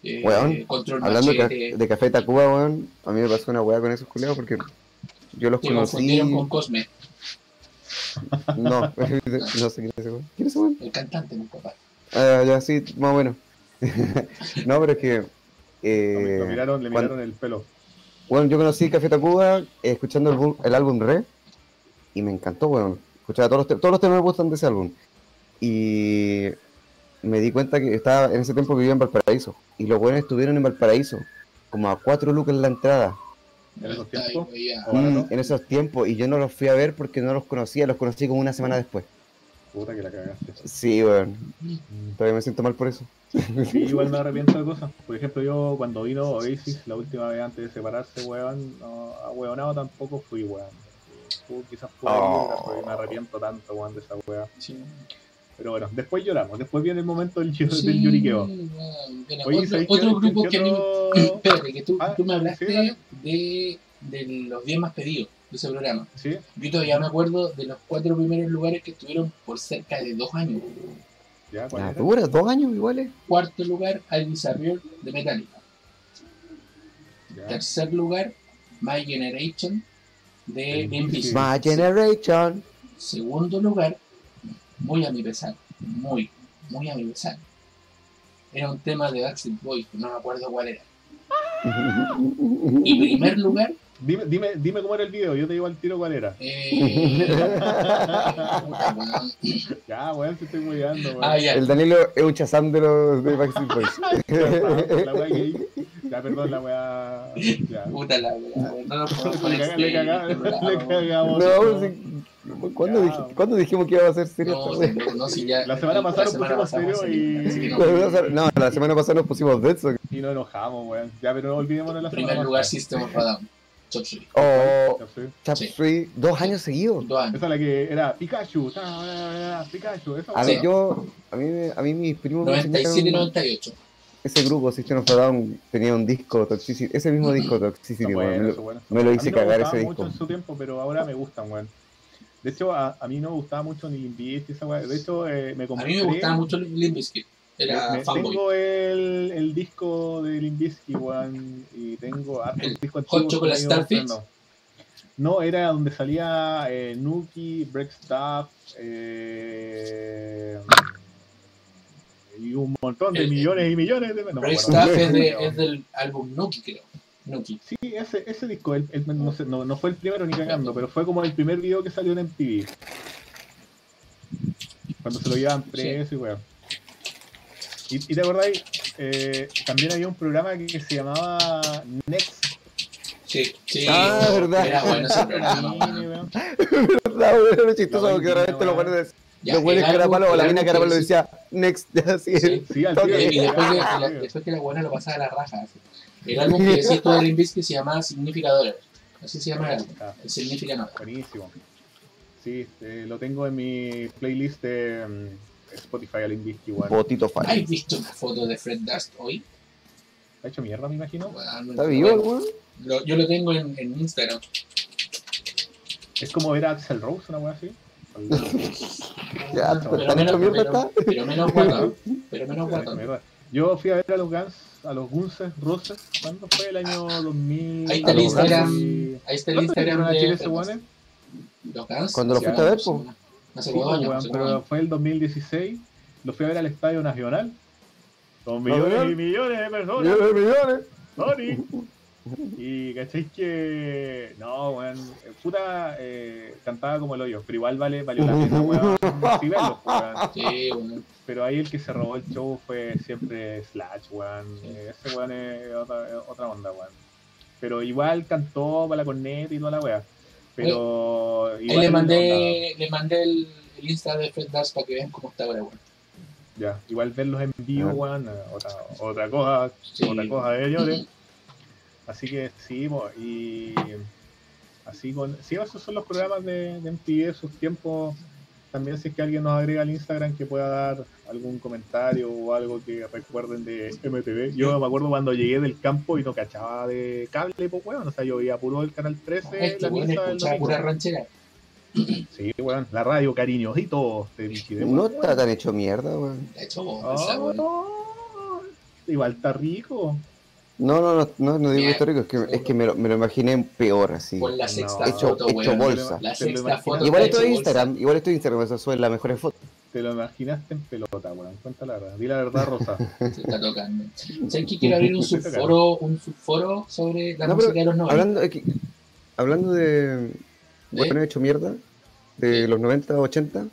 S2: eh,
S1: Weón,
S2: Control
S1: Hablando de,
S2: Machete.
S1: ca- de Café Tacuba, weón, a mí me pasó una weá con esos culeados porque yo los
S2: que
S1: conocí.
S2: confundieron con Cosme,
S1: No, no sé quién es ese weón. ¿Quién es ese weón?
S2: el cantante, mi papá.
S1: Ah, ya, sí, más o menos. no, pero es que.
S3: Lo
S1: Eh,
S3: miraron, le
S1: cuando-
S3: miraron el pelo.
S1: bueno, yo conocí Café Tacuba eh, escuchando el, bu- el álbum Re y me encantó, weón. Escuchaba todos los, te- todos los temas que me gustan de ese álbum. Y me di cuenta que estaba en ese tiempo vivía en Valparaíso y los buenos estuvieron en Valparaíso, como a cuatro lucas en la entrada.
S3: En esos
S2: Está ahí,
S3: tiempos.
S2: weón, ya.
S3: Ahora
S1: Mm,
S3: no.
S1: en esos tiempos y yo no los fui a ver porque no los conocía, los conocí como una
S3: Mm.
S1: semana después.
S3: Puta que la cagaste.
S1: Sí, weón. Todavía me siento mal por eso.
S3: Sí, igual me arrepiento de cosas. Por ejemplo, yo cuando vino Oasis la última vez antes de separarse, weón, no, a hueonado tampoco fui, weón. Tú quizás pude haber ido,
S1: Oh.
S3: pero me arrepiento tanto, weón, de esa weá.
S2: Sí.
S3: Pero bueno, después lloramos. Después viene el momento del, llor-
S2: Sí,
S3: del lloriqueo.
S2: weón, mira,
S3: Oye,
S2: otro,
S3: ¿sabes qué-
S2: otro grupo
S3: qué
S2: que a mí
S3: otro-
S2: Espérate, que tú,
S3: Ah,
S2: tú me hablaste
S3: sí, dale.
S2: de, de los 10 más pedidos de ese programa.
S3: Sí,
S2: Yo todavía me acuerdo de los cuatro primeros lugares que estuvieron por cerca de dos años.
S3: ya, ¿cuál
S1: Ah,
S3: era?
S1: dura, dos años eh. iguales.
S2: Cuarto lugar, Elvis Arriol de Metallica.
S3: Ya.
S2: Tercer lugar, My Generation de
S3: Sí,
S2: Invisible.
S1: My Generation.
S2: Segundo lugar, muy a mi pesar, muy, muy a mi pesar. Era un tema de Backstreet Boys, que no me acuerdo cuál era. Y primer lugar,
S3: Dime, dime, dime cómo era el video, yo te digo al tiro cuál era.
S2: eh, puta, weón.
S3: Ya, weón, te estoy cuidando, weón.
S2: Ah, ya.
S1: El Danilo es un chazán de los de Backstreet Boys.
S3: La weá gay. Ya, perdón, la weá. Ya.
S2: Puta la weá, weón. no este, nos podemos
S3: Le caga-
S2: poner
S3: le
S2: serio,
S3: caga- le
S2: weón.
S3: cagamos.
S1: no, sí, ¿cuándo,
S3: Ya.
S1: dij- ¿cuándo dijimos que iba a ser serio
S2: No,
S1: esta
S2: sí,
S1: wea?
S2: no, no, sí, ya-
S3: La semana pasada pues,
S2: semana
S3: nos pusimos
S2: pasada sí,
S3: serio y-
S2: sí,
S1: La
S2: no.
S1: semana pasada- No, la semana pasada nos pusimos denso.
S3: Y nos enojamos, weón. Ya, pero no olvidémonos la
S2: primer
S3: semana
S2: lugar
S3: pasada.
S2: System of a Down. Top three.
S1: O
S3: Top Three.
S1: Top
S2: Sí.
S1: 3, Oh, dos años seguidos.
S2: Dos años.
S3: Esa es la que era Pikachu, ta, ta, ta, Pikachu, esa
S1: A
S3: weá.
S1: ver, yo, a mí, me- a mí mis primos me
S2: 97 y
S1: enseñaron
S2: 98.
S1: ese grupo, System of a Down, tenía un disco Toxicity, ese mismo disco
S3: Mm. Está
S1: Toxicity,
S3: bueno,
S1: weón, me,
S3: eso,
S1: lo-
S3: bueno.
S1: me lo
S3: A mí
S1: hice
S3: no me
S1: cagar
S3: gustaba
S1: ese
S3: mucho
S1: disco.
S3: en su tiempo, pero ahora me gustan, weón. De hecho, a, a mí no me gustaba mucho ni Invist, esa weá. De hecho, eh, me
S2: A
S3: compré.
S2: mí me gustaba mucho Limp Bizkit. Era
S3: me-
S2: fanboy.
S3: tengo el, el disco de Limbisky, weón, y tengo
S2: El
S3: hartos discos
S2: Hot
S3: antiguos
S2: Chocolate
S3: que me iban
S2: Starfish.
S3: entrando. No, era donde salía eh, Nuki, Breakstaff, eh, y un montón de
S2: El-
S3: millones y millones de... no me
S2: Brave
S3: acuerdo.
S2: Staff eh, es, de-
S3: Pero-
S2: es del álbum Nuki, creo. Nuki.
S3: Sí, ese, ese disco, el- el- no, sé, no, no fue el primero ni cagando, pero fue como el primer video que salió en MTV. Cuando se lo llevaban preso y weón. Y, y te acordáis, eh, también había un programa que, que se llamaba Next.
S2: Sí, sí.
S1: Ah, verdad.
S2: Era bueno ese programa.
S3: Sí,
S2: weón.
S3: weón.
S1: La weá era chistoso
S3: La
S1: porque de
S3: vaina,
S1: repente los
S3: weón.
S1: buenos decían,
S2: Ya,
S1: los buenos
S2: el
S1: que era
S2: álbum-
S1: palo, o la
S2: el
S1: mina
S2: álbum
S1: que era palo
S2: sí.
S1: decía, next, así es.
S2: Sí.
S3: Sí, al
S1: Ok.
S2: Y,
S3: tiro,
S2: y después, que,
S3: ah,
S2: la,
S3: weón.
S2: después que la buena lo pasaba a la raja. así. El álbum que decís todo de Limp Bizkit se llamaba Significador. Así se llama el álbum.
S3: Ah,
S2: El Significa nada.
S3: Buenísimo. Sí, eh, lo tengo en mi playlist de mm, Spotify al Indisky, weón.
S1: Botito fallo.
S2: ¿Has visto una foto de Fred Dust hoy?
S3: ¿Ha hecho mierda, me imagino?
S2: Bueno,
S1: ¿Está
S2: no,
S1: vivo el
S2: bueno,
S1: weón?
S2: lo- yo lo tengo en, en Instagram.
S3: Es como ver a Axel Rose, una weá así.
S1: Ya,
S2: Ah,
S1: tanta mierda
S2: pero,
S1: está.
S2: pero menos guatón. Pero menos
S3: Puta,
S2: guatón.
S3: mierda. pues, Yo fui a ver a los Guns, a los Gunses Roses, ¿cuándo fue el año 2000?
S2: Ahí
S1: el
S2: está
S3: A los
S2: Instagram.
S3: Guns y-
S2: Ahí está el
S3: ¿Cuándo
S2: Instagram
S3: llegaron a
S2: de
S3: Chile
S2: Fred
S3: esos
S2: Dust.
S3: guanes?
S2: Los Guns.
S1: ¿Cuándo lo
S2: sí,
S1: fuiste a ver,
S2: hace
S1: po?
S2: una- Hace
S3: Sí,
S2: dos
S3: pues,
S2: años,
S3: weón,
S2: hace dos
S3: pero
S2: años.
S3: fue el 2016, lo fui a ver al Estadio Nacional. Con millones y
S1: Nacional.
S3: millones de personas,
S1: Millones, millones.
S3: Tony. Y cachéis que. No, weón. eh, Puta, eh, cantaba como el hoyo, pero igual vale, valió la pena, weón. Sí, verlo, weón.
S2: Sí, bueno.
S3: Pero ahí el que se robó el show fue siempre Slash, weón.
S2: Sí.
S3: Eh, Ese weón es otra, es otra onda, weón. Pero igual cantó para la corneta y toda la weá. Pero.
S2: Ahí
S3: igual
S2: le
S3: es otra
S2: mandé, le mandé el, el Insta de Fred Dust para que vean cómo está ahora, weón.
S3: onda. Ya, igual verlos en vivo,
S1: Ah.
S3: weón. eh, Otra, otra cosa,
S2: Sí.
S3: otra cosa de ellos. ¿eh? Así que sí, mo, y. Así con. Sí, esos son los programas de, de MTV, sus tiempos. También si es que alguien nos agrega al Instagram que pueda dar algún comentario o algo que recuerden de MTV. Yo me acuerdo cuando llegué del campo y no cachaba de cable, pues weón. O sea, yo veía puro el canal 13,
S2: Este
S3: la
S2: weón
S3: misa del
S2: escuchaba
S3: domingo.
S2: pura ranchera.
S3: Sí, weón, la radio, cariños y todo. de Michi de
S1: No
S3: weón.
S1: está tan hecho mierda, weón.
S2: La echó bomba esa,
S3: Oh,
S2: weón.
S3: Igual está rico.
S1: No, no, no, no, no digo
S2: Bien.
S1: que está rico, es que, es que me, lo, me lo imaginé peor así.
S2: Por la
S3: No,
S2: sexta
S1: hecho-
S2: foto,
S1: hecho
S2: weón.
S1: bolsa.
S2: La
S3: Te lo
S2: sexta
S3: imaginas-
S2: foto.
S1: Igual
S2: está
S1: esto es
S2: hecho
S1: Instagram, igual esto es Instagram, esas son las mejores fotos.
S3: Te lo imaginaste en pelota, weón. Cuenta la verdad. Di la verdad, Rosa.
S2: bolsa. Se está tocando. ¿Sabes que quiero abrir un subforo, un subforo sobre la
S1: No, pero
S2: música de los 90?
S1: Hablando, es que- hablando de bueno
S2: ¿Eh?
S1: hecho mierda, de los 90, 80,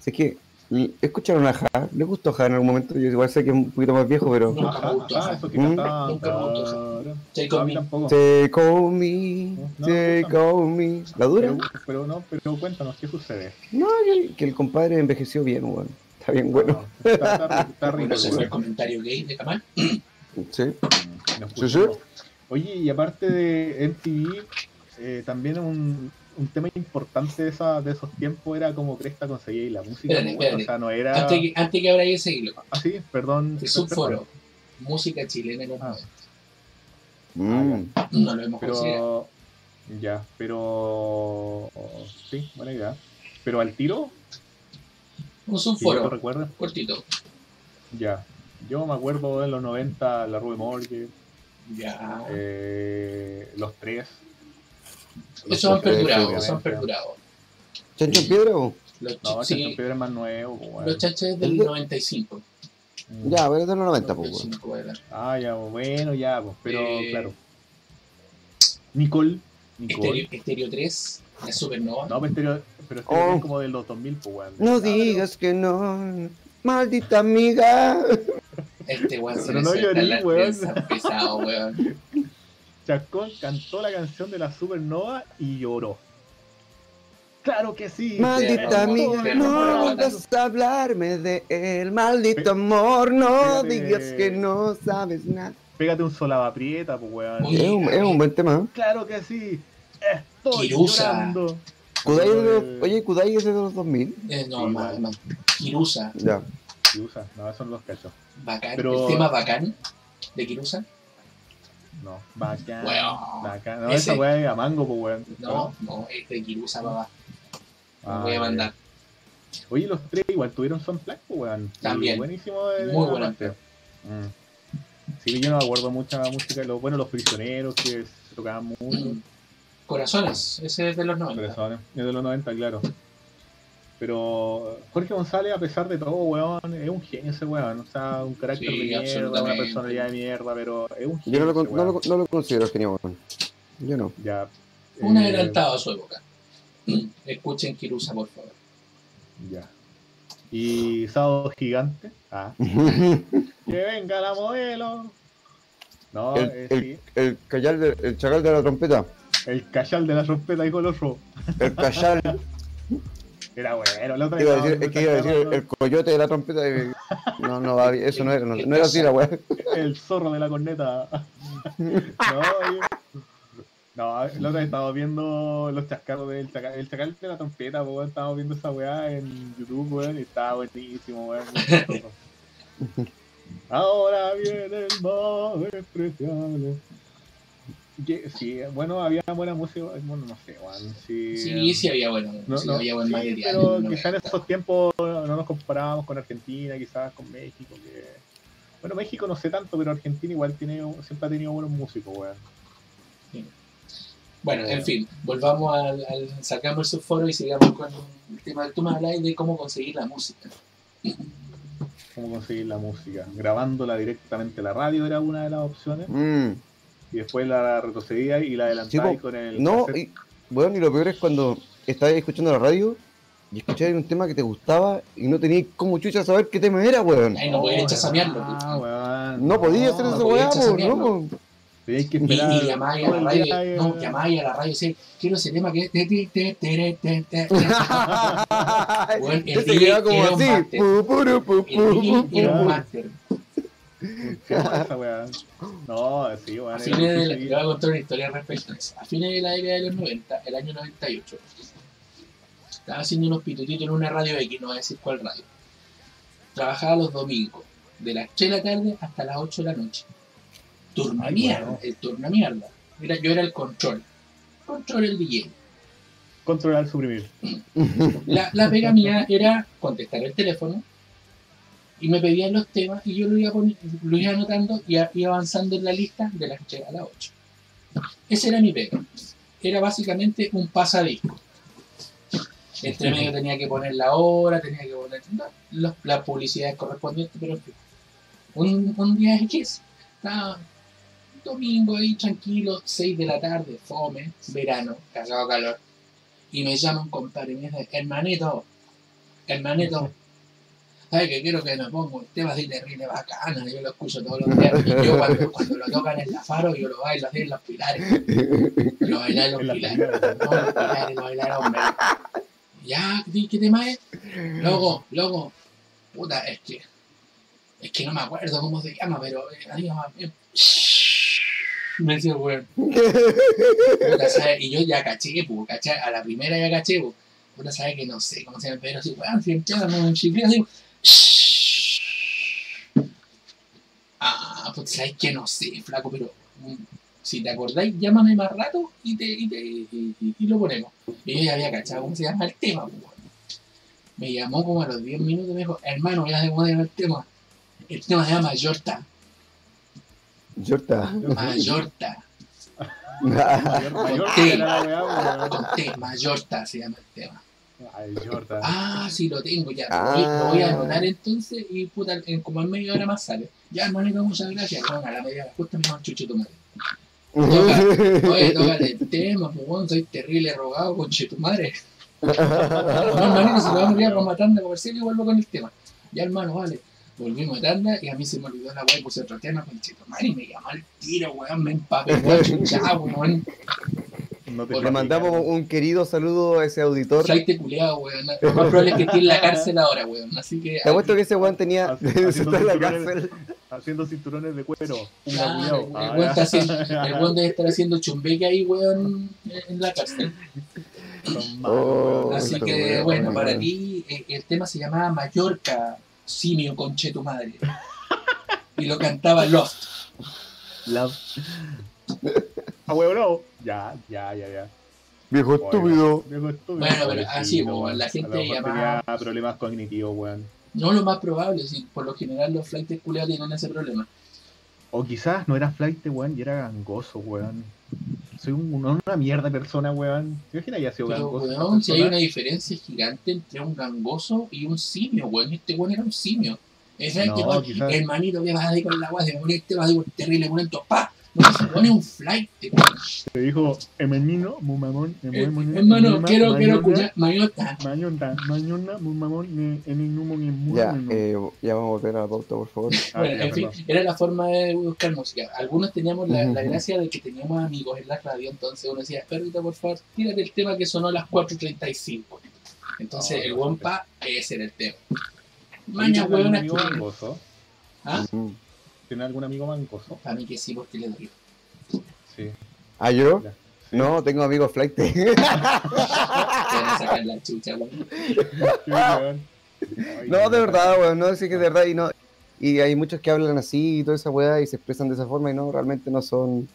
S1: si es que l- escucharon a Ja, les gustó Ja en algún momento, yo igual sé que es un poquito más viejo, pero...
S2: No. Nunca me gustó
S3: Ah,
S2: esa.
S3: eso que
S1: Mm.
S3: cantaba.
S2: Nunca me gustó esa.
S3: Claro.
S2: Take
S3: No, a
S2: on
S3: mí
S2: me.
S3: tampoco.
S1: Take on me,
S3: No,
S1: take on me. ¿La dura?
S3: Pero, pero no, pero cuéntanos, ¿qué sucede?
S1: No, que el, que el compadre envejeció bien, weón. Está bien, bueno.
S3: No, está, está- está rico.
S2: Bueno, se fue el
S3: weón.
S2: comentario gay de Kamal.
S3: Ah,
S1: Sí.
S3: Nos
S1: Sí, sí.
S3: pusimos. Oye, y aparte de MTV, eh, también un, un tema importante de, esa, de esos tiempos era como Cresta conseguía la música.
S2: Espérate,
S3: weón.
S2: espérate.
S3: O sea, no era.
S2: Antes que, antes que abra ese hilo,
S3: Ah, sí, perdón.
S2: el
S3: perfecto.
S2: subforo, música chilena en los
S3: Ah.
S2: 90.
S1: Mm.
S2: No lo hemos considerado.
S3: Pero. Ya, pero. Sí, buena idea. Pero al tiro,
S2: Un
S3: si yo lo
S2: subforo,
S3: recuerdo.
S2: cortito.
S3: Ya. Yo me acuerdo en los 90 la Rue Morgue,
S2: Ya.
S3: eh, los tres.
S2: Esos han
S1: Eso es
S2: perdurado,
S1: obviamente.
S2: esos han perdurado.
S1: ¿Chancho en piedra o?
S2: Los,
S3: No,
S2: ch- sí,
S3: Chacho Piedra es más nuevo. weón.
S2: los chanches
S1: El
S2: del
S1: de-
S2: 95.
S3: Mm.
S1: Ya, pero es de los 90, pues, weón.
S2: 95 era.
S3: Ah, ya, bueno, ya, pues, pero
S2: Eh.
S3: claro. Nicole. Nicole.
S2: Estéreo, Estéreo 3, la Supernova.
S3: No, pero Estéreo- pero Estéreo
S1: Oh.
S3: es como del 2000, pues, weón.
S1: No
S3: Ah,
S1: digas que no, maldita amiga.
S2: Este weón se
S3: Pero
S2: le
S3: no
S2: suelta
S3: llorí,
S2: la
S3: weón.
S2: trenza, pesado, weón.
S3: pero Chacón cantó la canción de la Supernova y lloró. Claro que sí.
S1: Maldita
S2: Te enamoró,
S1: amiga,
S2: te enamoró,
S1: no
S2: Batata.
S1: vas a hablarme de él. Maldito amor, no digas que no sabes nada.
S3: Pégate un solavaprieta, pues, weón.
S2: Uy.
S1: Es un, es un buen tema. ¿eh?
S3: Claro que sí. Estoy
S2: Kirusa.
S3: llorando.
S1: Kudai es de-
S3: Eh,
S1: oye, Kudai es de los 2000.
S2: Eh, no,
S3: Sí,
S2: más,
S3: bueno.
S2: más. Kirusa,
S1: Ya.
S3: Kirusa, no, esos son los cachos.
S2: bacán.
S3: Pero-
S2: El tema bacán de Kirusa.
S3: No, bacán.
S2: Weón.
S3: bacán. No,
S2: Ese.
S3: esa weá es a mango, pues, weón.
S2: No, no, es de Kirusa, papá.
S3: Ah,
S2: Lo voy a mandar.
S3: Oye, los tres igual tuvieron soundtrack, pues, weón. Y
S2: También.
S3: Buenísimo. el-
S2: Muy buen actor.
S3: Mm. Sí, yo no me acuerdo mucha música. Lo, bueno, los prisioneros que se tocaban mucho.
S2: Corazones, ese es de los 90.
S3: Mm. Corazones. Es de los 90, claro. Pero Jorge González, a pesar de todo, weón, es un genio ese weón. O sea, un carácter
S2: Sí,
S3: de mierda, una
S2: absolutamente.
S3: personalidad de mierda, pero es un genio.
S1: Yo no lo, con-
S3: ese
S1: no lo-
S3: weón.
S1: no lo considero genio, weón. Yo no.
S3: Ya.
S2: Un
S3: eh,
S2: adelantado a su época. Escuchen Kirusa, por favor.
S3: Ya. Y Sábado Gigante. Ah. Que venga la modelo. No,
S1: El-
S3: eh, sí.
S1: El, callal de- el chacal de la trompeta.
S3: El cachal de la trompeta, dijo el otro.
S1: El callal.
S3: Era bueno, la otra
S1: Iba a
S3: estaba
S1: decir, es que iba a decir el, el coyote de la trompeta. y- No, no, va bien, eso no era, no, no era así la weá.
S3: el zorro de la corneta. no, oye. no, la otra vez estábamos viendo los chascarros del chacal, el chacal de la trompeta, po, weón. Estábamos viendo esa weá en YouTube, weón, y estaba buenísimo, weón. Ahora viene el más despreciable. Que, sí, bueno, había buena música, bueno, no sé, weón. Sí,
S2: Sí, sí había bueno.
S3: No,
S2: sí
S3: no,
S2: había buen
S3: sí,
S2: material.
S3: pero
S2: no me
S3: quizás en
S2: gusta.
S3: esos tiempos no nos comparábamos con Argentina, quizás con México. que- Bueno, México no sé tanto, pero Argentina igual tiene, siempre ha tenido buenos músicos, weón.
S2: Bueno, en fin, volvamos al, al sacamos el subforo y sigamos con el tema del Tuma Live de cómo conseguir la música.
S3: Cómo conseguir la música. Grabándola directamente a la radio era una de las opciones.
S1: Mm.
S3: Y después la retrocedía y la adelantaba
S1: Sí, po.
S3: con el...
S1: No,
S3: cassette.
S1: y, bueno, y lo peor es cuando estabas escuchando la radio y escuchabas un tema que te gustaba y no tenías como chucha saber qué tema era, weón.
S2: Ay, no podía chasamearlo.
S3: Oh, Ah, weón.
S1: No podías hacer
S3: no,
S1: esa
S2: podía
S1: weá, po,
S2: chasamearlo.
S1: no, po.
S3: Tenías que
S2: Y,
S3: esperar
S2: y llamáis a la
S3: todo el
S2: radio,
S3: día, eh,
S2: no, llamáis a la radio y decís, quiero ese tema que es... te, te, te, te, te, te, te". Weón, el
S1: Yo te
S2: DJ
S1: quedaba como
S2: era un
S1: así.
S2: máster.
S1: pu, puru, pu,
S2: El
S1: pu,
S2: DJ
S1: pu, pu.
S2: era un máster.
S3: ¿qué pasa, weón? No, sí, weón.
S2: A
S3: era
S2: fines de la,
S3: difícil.
S2: le voy a contar una historia al respecto a eso. A fines de la década de los 90, el año 98, estaba haciendo unos pitutitos en una radio X, no voy a decir cuál radio. Trabajaba los domingos, de las 3 de la tarde hasta las 8 de la noche. Turna
S3: Ay,
S2: mierda,
S3: bueno.
S2: el turna mierda. Era, yo era el control. Control el DJ.
S3: Controlar, suprimir.
S2: La, la pega mía era contestar el teléfono y me pedían los temas y yo lo iba, poni- lo iba anotando y a- iba avanzando en la lista de las 3 a las 8. Ese era mi pega. Era básicamente un pasadisco. Entre medio tenía que poner la hora, tenía que poner no, los- las publicidades correspondientes, pero en fin. Un, un día X, estaba domingo ahí tranquilo, 6 de la tarde, fome, verano, cagado calor. Y me llama un compadre y me dice, hermanito, hermanito, ¿sabes que quiero que me ponga un tema así terrible bacana? Yo lo escucho todos los días. Y yo cuando, cuando lo tocan en la faro, yo lo bailo así en los pilares. Lo bailo en los
S3: En la
S2: pilares.
S3: primera.
S2: No, los pilares, lo bailaron, hombre. Ya, di, ¿qué tema es? Loco, loco. Puta, es que. Es que no me acuerdo cómo se llama, pero. eh, ahí va, eh, Me decía, weón. Puta, ¿sabes? Y yo ya caché, pues, caché. A la primera ya caché, pues. Puta, ¿sabes que no sé cómo se llama? Pero así, weón, si empieza con un chicle así. Ah, pues, ¿sabes que no sé, flaco? Pero. mm, Si te acordáis, llámame más rato y, te, y, te- y- y- y lo ponemos. Y yo ya había cachado cómo se llama el tema, pues, weón. Me llamó como a los 10 minutos y me dijo, hermano, ya sé cómo se llama el tema. El tema se llama Yorta.
S1: Yorta.
S2: Mayorta.
S3: Mayor, mayor
S2: Sí.
S3: que la weá, weón.
S2: Con T, Mayorta se llama el tema.
S3: Ay, Jordan.
S2: Ah, sí, lo tengo ya. Lo voy- Lo voy a anotar entonces y puta, en como en media hora más sale. Ya, hermanito, muchas gracias. Bueno, a la media hora justo me llaman chuchito madre. Oye, tócate el tema, pues bueno, soy terrible rogado con tu madre. No, hermanito, si lo vamos a ir vamos a tanda comercial y vuelvo con el tema. Ya, hermano, vale. Volvimos a tanda y a mí se me olvidó la web, puse otro tema con chito madre y me llamó al tiro, weón, me empapé, weón, chuchá, weón.
S3: No te
S1: Le mandamos un querido saludo a ese auditor. Te
S2: Flight culiado, weón. Lo más probable es que esté en la cárcel ahora, weón. Así que.
S1: apuesto que ese weón tenía.
S3: Haciendo
S1: está en la
S3: tutoriales.
S1: cárcel.
S3: haciendo cinturones de cuero. Un
S2: Ah,
S3: culiao.
S2: el-
S3: Ah,
S2: el weón está
S3: ya.
S2: haciendo- el weón debe estar haciendo chumbeque ahí, weón, en la cárcel.
S3: Ah, Son malos,
S1: Oh,
S3: weón.
S2: Así
S1: Puta,
S2: que,
S1: weón,
S2: bueno,
S1: weón.
S2: para ti eh, el tema se llamaba Mallorca, simio conche tu madre. Y lo cantaba Lost.
S3: Ah, weón, no. Ya, ya, ya, ya.
S1: Viejo estúpido.
S3: Viejo estúpido.
S2: Bueno, pero así,
S3: Pobrecito,
S2: weón, la
S3: A lo
S2: gente
S3: mejor
S2: llamaba-
S3: tenía problemas cognitivos, weón.
S2: No lo más probable, si por lo general los flights culiados tienen ese problema.
S3: O quizás no era flight, weón, y era gangoso, weón. Soy un- una, una mierda de persona, weón. ¿Te imaginas que haya sido
S2: Pero,
S3: gangoso? esa
S2: weón, si hay una
S3: persona?
S2: diferencia gigante entre un gangoso y un simio, weón. Este weón era un simio. Es el que,
S3: No,
S2: weón,
S3: quizás-
S2: hermanito, que vas a ir este con la guada, te morir, te vas a ir terrible, violento, pa. No, ese weón es un flight, weón.
S3: Te dijo, hermanino, muy mamón, me
S2: Eh,
S3: muy mamón,
S2: Hermano,
S3: mañona,
S2: quiero, quiero
S3: mañona,
S2: escuchar Mayota.
S3: Mañona, mañona, muy mamón, ne- en el numo, ni en mundo,
S1: Ya,
S3: ni en-
S1: eh, ya vamos a volver a la pauta, por favor.
S3: Ah,
S2: Bueno,
S3: ya,
S2: en fin,
S3: perdón.
S2: era la forma de buscar música. Algunos teníamos la, la
S1: Ujú.
S2: gracia de que teníamos amigos en la radio, entonces uno decía, perrito, por favor, tírate el tema que sonó a las 4.35. Entonces,
S3: Ah,
S2: el
S3: bastante.
S2: guampa, ese era el tema.
S3: ¿Tienes
S2: Maña,
S3: algún
S2: huevona,
S3: amigo
S2: que-
S3: gangoso?
S2: ¿Ah?
S1: Mm.
S3: ¿Tiene algún amigo bancoso?
S2: Para mí que sí, porque le doy.
S3: Sí.
S1: ¿Ah, yo?
S3: Ya.
S1: No, tengo amigos flight.
S2: Te van a sacar la chucha, weón.
S3: Sí, weón. Ay,
S1: No, de
S3: weón.
S1: verdad, weón, no, sí que de verdad, y no, y hay muchos que hablan así y toda esa weá y se expresan de esa forma y no, realmente no son,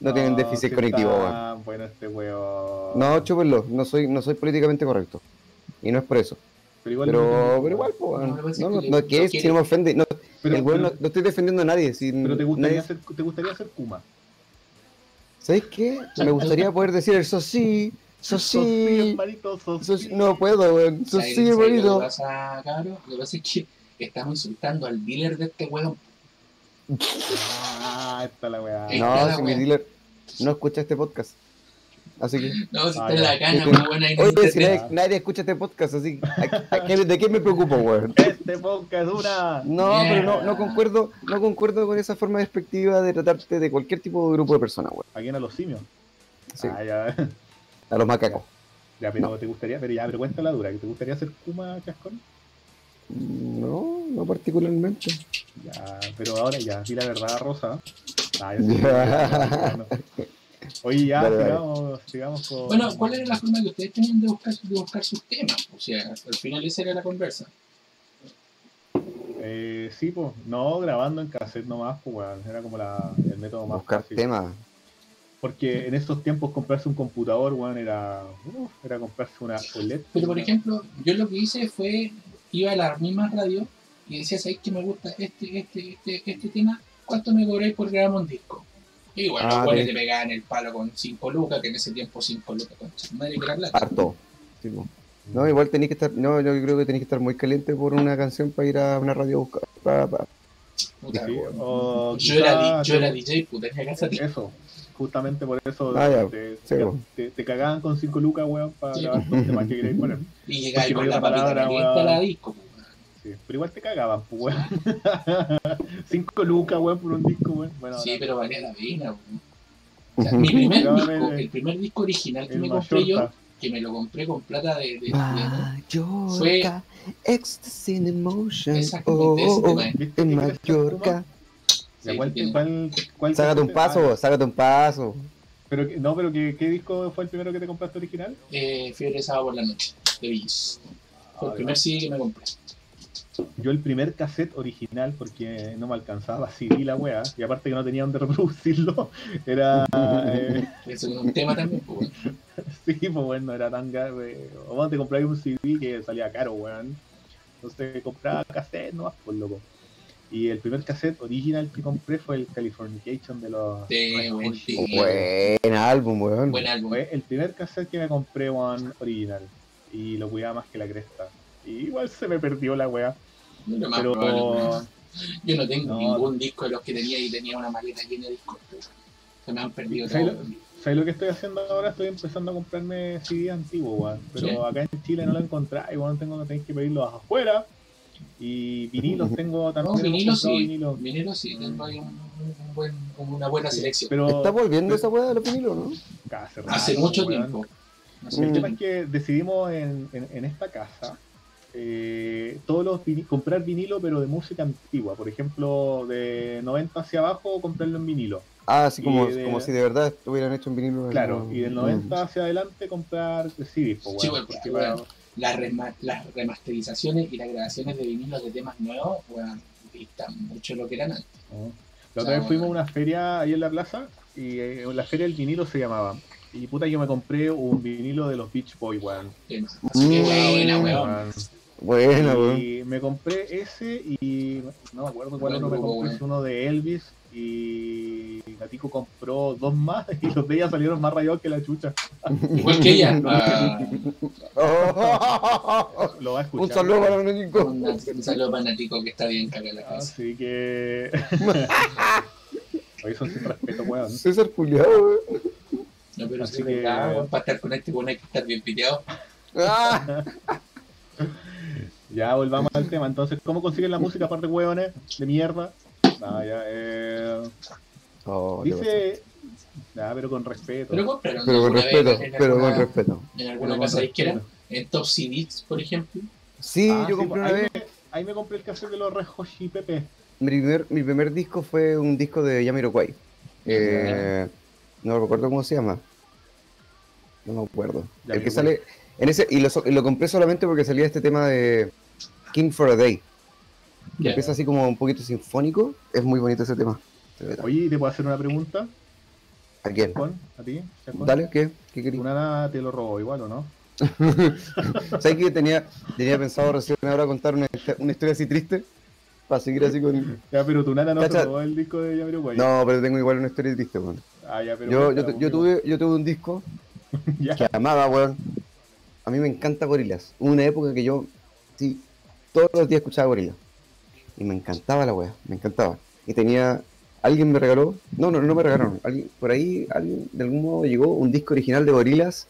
S1: no, tienen déficit
S3: Ah, sí
S1: cognitivo,
S3: está
S1: weón.
S3: Bueno, este weón.
S1: No, chúpenlo, no soy, no soy políticamente correcto. Y no es por eso.
S3: Pero igual.
S1: Pero, pero igual, po,
S2: No,
S1: weón.
S2: lo que pasa
S1: No,
S2: es
S1: no,
S2: que
S1: no,
S2: le-
S1: que
S2: no
S1: es, si
S2: quiere-
S1: no me ofende. No,
S3: Pero,
S1: el weón no,
S3: pero-
S1: no estoy defendiendo a nadie. Si
S3: pero te, gustaría
S1: nadie-
S3: ser, te gustaría ser Kuma.
S1: ¿Sabes qué? Me gustaría poder decir eso sí, eso
S3: Sofía,
S1: sí,
S3: hermanito,
S1: eso sí.
S3: Sofía.
S1: No puedo, weón. Eso sí,
S2: ¿Sabes- sabes Lo
S1: bonito.
S2: que pasa, cabrón? Lo que pasa es que estamos insultando al dealer de este weón.
S3: Ah, está la weá.
S2: Eh,
S1: No,
S2: Cada
S1: si mi
S2: weón.
S1: dealer no escucha este podcast. Así que.
S2: No, si
S3: Ah,
S2: está en
S3: ya.
S2: la cana,
S1: Sí,
S2: muy buena ahí en
S1: Oye, si
S2: internet.
S1: nadie, nadie escucha este podcast, así ¿a- a qué- ¿de qué me preocupo, weón?
S3: Este podcast dura.
S1: No,
S2: Mierda.
S1: pero no, no concuerdo, no concuerdo con esa forma despectiva de tratarte de cualquier tipo de grupo de personas, weón.
S3: ¿A quién a los simios?
S1: Sí,
S3: Ah, ya.
S1: a los macacos.
S3: Ya, pero te gustaría, pero ya, pero cuenta la dura, que te gustaría ser Kuma Cascón.
S1: No, no particularmente.
S3: Ya, pero ahora ya, di la verdad, Rosa. Ah, ya.
S1: Ya.
S3: Bueno. Oye, ya,
S1: Dale, dale.
S3: sigamos, sigamos con.
S2: Bueno, ¿cuál era la forma que ustedes tenían de buscar, de buscar sus temas? O sea, al final esa era la conversa.
S3: Eh, sí, pues, no grabando en cassette nomás, pues, weón, era como la, el método más
S1: Buscar
S3: fácil.
S1: temas.
S3: Porque en esos tiempos comprarse un computador, weón, era, uf, era comprarse una OLED.
S2: Pero por
S3: una-
S2: ejemplo, yo lo que hice fue, iba a las mismas radios y decía, ¿sabéis que me gusta este, este, este, este tema? ¿Cuánto me cobráis por grabar un disco? Y bueno,
S1: Ah,
S2: los cuales
S1: bien.
S2: te pegaban el palo con 5 lucas, que en ese tiempo 5 lucas, con su madre que era plata.
S1: Harto. Sí, po. no, igual tenéis que estar, no, yo creo que tenéis que estar muy caliente por una canción para ir a una radio a buscar. pa- pa-
S2: Puta,
S3: Sí, o
S2: yo, era,
S3: quizá-
S2: di- yo era DJ, puta, en la casa tenía-
S3: Eso, justamente por eso
S1: Ah, ya,
S3: te,
S1: sí,
S3: te-
S1: po.
S3: te- te cagaban con 5 lucas, weón, para
S2: Sí.
S3: grabar los temas que queréis poner.
S2: y llegaba
S3: Porque
S2: con
S3: no
S2: la
S3: había
S2: papita
S3: palabra,
S2: caliente a
S3: weón.
S2: la disco. puta.
S3: Sí, pero igual te cagaban, pues, weón. 5 lucas, weón, por un disco, weón. Bueno,
S2: Sí,
S3: ahora-
S2: pero valía la pena. weón. O sea, mi primer
S3: Ya,
S2: disco,
S3: eh,
S2: el primer disco original que
S3: el
S2: me compré yo,
S3: Mallorca.
S2: que me lo compré con plata de, de- de-
S1: Mallorca, ecstasy in emotion. Oh,
S2: Exactamente, ese
S1: oh, oh,
S2: tema.
S3: ¿Viste
S1: en
S3: que te cachas, Kuma?
S1: Mallorca.
S3: Ya,
S2: Sí,
S3: ¿Cuál,
S2: tiene-
S3: cuál, cuál-
S1: Ságate un paso,
S3: Ah,
S1: vos, ságate un paso.
S3: Pero, que- no, pero que, ¿qué disco fue el primero que te compraste original?
S2: eh, Fiebre de Sábado por la Noche, de Villis.
S3: Ah,
S2: Fue el primer CD que me compré.
S3: Yo el primer cassette original, porque no me alcanzaba CD la wea, y aparte que no tenía donde reproducirlo, era... eh,
S2: Eso era un tema también, pues, bueno.
S3: sí, pues bueno, era tan caro. eh, O bueno, te comprabas un CD que salía caro, weón. Entonces compraba cassette nomás, por loco. Y el primer cassette original que compré fue el Californication de los...
S2: De
S3: Red Hot
S2: un
S3: Chili
S2: sí,
S1: Buen álbum, weón.
S2: buen álbum.
S3: Fue el primer cassette que me compré, weón, original. Y lo cuidaba más que la cresta. Y igual se me perdió la weá.
S2: Lo más
S3: Pero
S2: probable, weón. Yo no tengo
S3: No.
S2: ningún disco de los que tenía y tenía una maleta llena de discos. pero Se me han perdido
S3: ¿Sabes
S2: todos.
S3: ¿Sabes lo que estoy haciendo ahora? Estoy empezando a comprarme CD antiguo, weón. Pero
S2: Sí.
S3: acá en Chile no lo encontráis, weón. Tengo, tenéis que pedirlos afuera. Y vinilos tengo también.
S2: No, vinilos
S3: comprado
S2: sí.
S3: vinilos. Mm.
S2: Vinilos sí, tengo ahí un, un buen, como una buena
S3: Sí,
S2: selección.
S3: Pero
S1: Está volviendo esa weá de los vinilos, ¿no?
S3: hace, rato,
S2: Hace mucho
S3: weón.
S2: tiempo.
S3: El
S1: Mm.
S3: tema es que decidimos en, en- en esta casa eh, todos los vini- comprar vinilo, pero de música antigua, por ejemplo, de 90 hacia abajo, comprarlo en vinilo.
S1: Ah, así
S3: Y
S1: como,
S3: de-
S1: como si de verdad hubieran hecho un vinilo. en-
S3: Claro, y del
S1: Mm.
S3: 90 hacia adelante, comprar CD. Pues,
S2: Sí,
S3: weón.
S2: güey, porque, weón, las, rema- las remasterizaciones y las grabaciones de vinilos de temas nuevos, weón, dictan mucho lo que eran antes.
S3: Oh. La otra vez fuimos a una feria ahí en la plaza y eh, la feria del vinilo se llamaba. Y puta, yo me compré un vinilo de los Beach Boys, weón.
S2: Temas. Así que
S1: Mm.
S2: buena, weón.
S3: Weón.
S1: Buena, Mm. weón.
S3: Y me compré ese y no me acuerdo
S2: Buen
S3: cuál otro me
S2: grupo,
S3: compré,
S2: weón.
S3: es uno de Elvis y Gatico compró dos más y los de ella salieron más rayados que la chucha.
S2: Igual que ella. ah,
S3: Lo va a escuchar.
S1: un saludo para los
S2: un,
S1: niños.
S2: un saludo para Natico que está bien caca en la casa.
S3: Así que... Oye, son sin respeto, weón.
S1: César Juliado, weón.
S2: No, pero
S3: Así
S2: sí,
S3: que-
S2: verdad, weón, para estar con este weón hay que estar bien piteado.
S1: Ah,
S3: Ya volvamos al tema. Entonces, ¿cómo consiguen la música aparte hueones de mierda? Ah, ya, eh,
S1: Oh, te
S3: dice, ah, pero con respeto.
S2: Pero compraron
S1: Pero con
S2: alguna vez
S1: respeto,
S2: en
S1: pero con
S2: alguna-
S1: respeto.
S2: En
S3: Pero
S2: alguna
S3: con
S2: casa de
S3: respeto.
S2: izquierda. En Top CDs, por ejemplo.
S1: Sí,
S3: Ah,
S1: yo
S3: sí,
S1: compré
S3: pues,
S1: una
S3: ahí
S1: vez.
S3: me- ahí me compré el cassette de los Rejos y Pepe.
S1: Mi primer, mi primer disco fue un disco de Yamiroquai. Eh, no recuerdo cómo se llama. No me acuerdo. El que
S3: Jamiroquai.
S1: sale. En ese, y, lo, so- y lo compré solamente porque salía este tema de King for a Day. Que
S2: Ya.
S1: empieza así como un poquito sinfónico. Es muy bonito ese tema.
S3: Oye, ¿te puedo hacer una pregunta,
S1: ¿A quién?
S3: Juan? ¿A ti? Juan?
S1: Dale, ¿qué? ¿Qué querí?
S3: Una nada te lo robó igual, ¿o no?
S1: ¿Sabes que tenía, tenía pensado recién ahora contar una, hist- una historia así triste? Para seguir así con.
S3: Ya, pero tu nana no
S1: Cacha-
S3: se robó el disco de Yamiroquai.
S1: No, pero tengo igual una historia triste, weón.
S3: Ah, ya, pero
S1: Yo, yo,
S3: cuéntala,
S1: yo
S3: porque-
S1: tuve, yo tuve un disco
S3: Ya.
S1: que amaba, weón. A mí me encanta Gorilas. Hubo una época que yo, sí, todos los días escuchaba Gorilas. Y me encantaba la weá, me encantaba. Y tenía, alguien me regaló, no, no, no me regalaron. Alguien, por ahí, alguien, de algún modo llegó un disco original de Gorilas,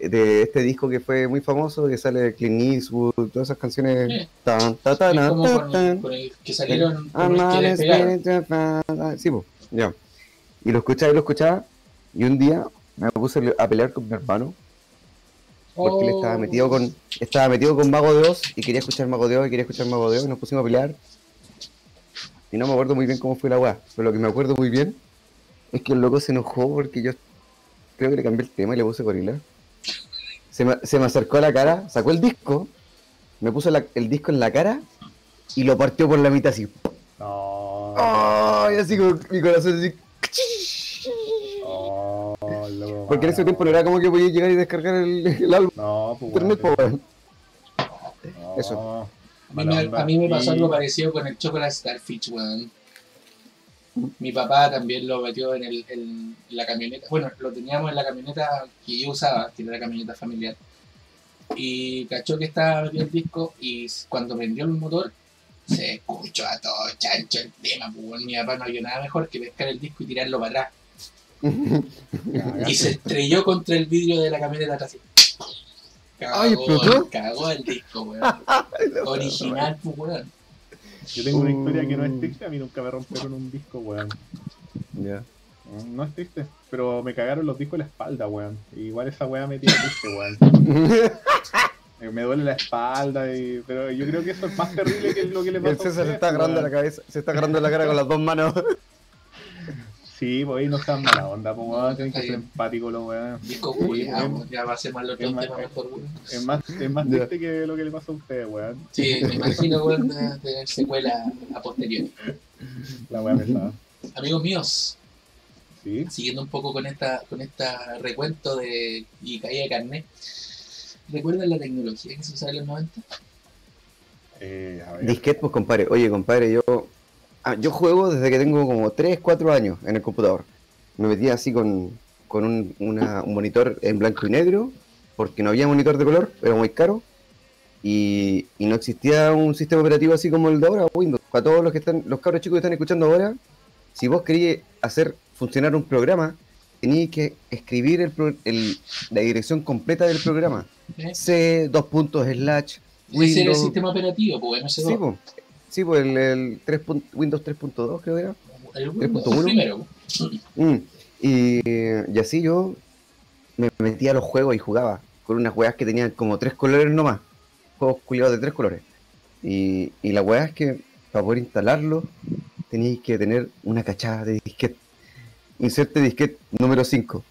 S1: de este disco que fue muy famoso, que sale de Clint Eastwood, todas esas canciones.
S2: Sí.
S1: Tan, ta, ta,
S2: Es
S1: na,
S2: como
S1: ta,
S2: con-
S1: tan.
S2: con el que salieron con el que
S1: Amar
S2: les pegaron.
S1: es penetrada. Sí, po, ya. Y lo escuchaba y lo escuchaba. Y un día me puse a pelear con mi hermano porque él estaba
S2: Oh.
S1: metido con estaba metido con Mago de Oz y quería escuchar Mago de Oz y quería escuchar Mago de Oz y nos pusimos a pelear. Y no me acuerdo muy bien cómo fue la weá, pero lo que me acuerdo muy bien es que el loco se enojó porque yo creo que le cambié el tema y le puse gorila. Se me, se me acercó a la cara, sacó el disco, me puso la- el disco en la cara y lo partió por la mitad así.
S3: No.
S1: ¡Ay! así como mi corazón así.
S3: no, lo
S1: Porque en ese
S3: malo.
S1: tiempo no era como que podía llegar y descargar el, el álbum
S3: No, pues
S1: internet, po,
S3: bueno,
S1: weón.
S3: no.
S1: Eso.
S2: A mí, me, a mí me pasó algo parecido con el Chocolate Starfish, weón. Mi papá también lo metió en, el, en la camioneta. Bueno, lo teníamos en la camioneta que yo usaba, que era la camioneta familiar. Y cachó que estaba metido el disco y s- cuando prendió el motor se escuchó a todo chancho el tema. pues, weón. Mi papá no vio nada mejor que pescar el disco y tirarlo para atrás.
S1: Ah,
S2: Y se estrelló contra el vidrio de la camioneta atrás. así. Cagó,
S1: Ay, ¿explotó?
S2: Cagó el disco, weón. Original, pues, weón.
S3: Yo tengo una historia que no es triste, a mí nunca me rompieron un disco, weón.
S1: Ya.
S3: Mm, No es triste, pero me cagaron los discos en la espalda, weón. Igual esa weá me tiene triste, weón. Eh, Me duele la espalda, y... pero yo creo que eso es más terrible que lo que le pasó
S1: El César se está agarrando
S3: grabando
S1: la cabeza, se está agarrando la cara con las dos manos.
S3: Sí, pues ahí no sean mala onda, pues weón, tienen que
S2: Está
S3: ser
S2: bien.
S3: empático los weón.
S2: Disco
S3: Sí,
S2: culiao, ya va a ser más lo que un
S3: Es
S2: tema
S3: más-
S2: mejor, weón.
S3: Es más, es más
S1: Ya.
S3: triste que lo que le pasó a ustedes, weón.
S2: Sí, me imagino, weón, de tener secuela a posteriori.
S3: La weá pesada.
S2: Amigos míos,
S3: Sí.
S2: siguiendo un poco con esta con esta recuento de y caída de carnet. ¿Recuerdan la tecnología que se usaba en los 90?
S3: Eh, a ver.
S1: Disquet, pues compadre. Oye, compadre, yo ah, yo juego desde que tengo como 3, 4 años en el computador. Me metía así con, con un, una- un monitor en blanco y negro, porque no había monitor de color, era muy caro. Y, y no existía un sistema operativo así como el de ahora, Windows. Para todos los que están, los cabros chicos que están escuchando ahora, si vos querías hacer funcionar un programa, tenías que escribir el pro- el- la dirección completa del programa.
S2: ¿Eh?
S1: C, dos puntos, slash,
S2: Ese era el
S1: Windows.
S2: sistema operativo, pues, no sé
S1: Sí, po. Sí, po, el, el 3 pun- Windows 3.2 creo que era.
S2: El Windows
S1: 3.1.
S2: primero.
S1: Mm. Y, y así yo me metía a los juegos y jugaba con unas weas que tenían como tres colores nomás. juegos culiados de tres colores. Y, y la weá es que para poder instalarlo tenéis que tener una cachada de disquete. Inserte disquete número 5.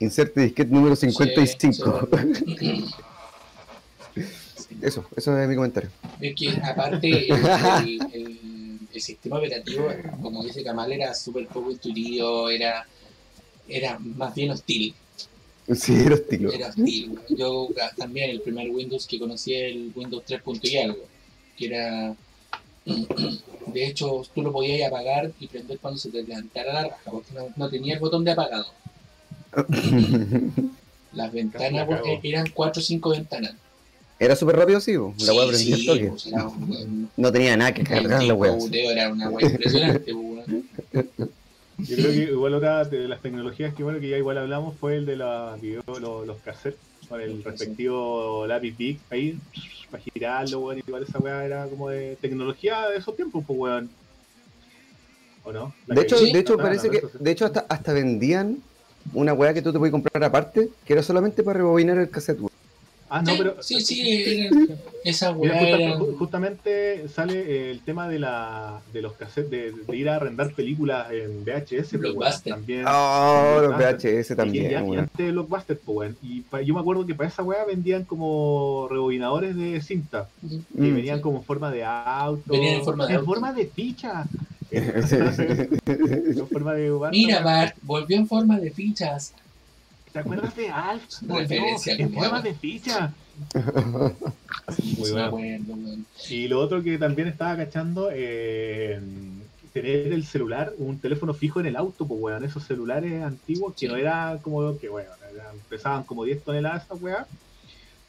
S1: Inserte disquete número 55. Eso, eso es mi comentario.
S2: Es que aparte el, el- el- el sistema operativo, como dice Kamal, era súper poco intuitivo, era, era más bien hostil.
S1: Sí, era hostil.
S2: Era hostil. Yo ah, también el primer Windows que conocí era el Windows 3. punto y algo, que era... De hecho, tú lo podías apagar y prender cuando se te levantara la raja, porque no, no tenía el botón de apagado. Las ventanas
S3: cagó.
S2: eh, eran cuatro o cinco ventanas.
S1: Era súper rápido, sí. bo. La weá
S2: sí,
S1: prendía
S2: sí,
S1: el toque.
S2: pues, era un-
S1: No tenía nada que cargar la weá.
S2: un boteo, Era una weá impresionante. weón.
S3: Yo creo que igual otra de las tecnologías que bueno que ya igual hablamos fue el de la video, lo- los cassettes con el respectivo lápiz big ahí para girarlo, weón, igual esa weá era como de tecnología de esos tiempos, pues weón. ¿O no? La
S1: De
S3: que-
S1: hecho,
S2: Sí.
S1: de hecho
S3: Ah,
S1: parece
S3: no,
S1: que,
S3: eso sí.
S1: de hecho hasta, hasta vendían una weá que tú te podías comprar aparte, que era solamente para rebobinar el cassette. weón.
S3: Ah, no,
S2: Sí,
S3: pero
S2: sí, sí, era- esa
S3: Mira,
S2: weá
S3: justa-
S2: era.
S3: ju- justamente sale el tema de la de los cassettes de, de ir a arrendar películas en VHS pues, weón,
S2: Blockbuster.
S3: también.
S1: Oh, los
S3: Bastante.
S1: VHS
S3: Y Ah, ya-
S1: también,
S3: y
S1: weón.
S3: antes de Blockbuster, pues, weón. Y pa- yo me acuerdo que para esa weá vendían como rebobinadores de cinta. Que
S1: Mm.
S3: venían como en forma de auto.
S2: Venían en forma de
S3: En
S2: auto.
S3: forma de picha. en
S1: Sí.
S3: forma de barco.
S2: Mira, Bart, volvió en forma de fichas.
S3: ¿Te acuerdas de Alf? weón?
S2: Referencia,
S3: en forma
S2: culiao.
S3: de picha.
S2: Sí,
S3: buena.
S2: me acuerdo, weón.
S3: Y lo otro que también estaba cachando, eh, tener el celular, un teléfono fijo en el auto, pues weón, esos celulares antiguos que no era como que weón, era- pesaban como 10 toneladas esa weá,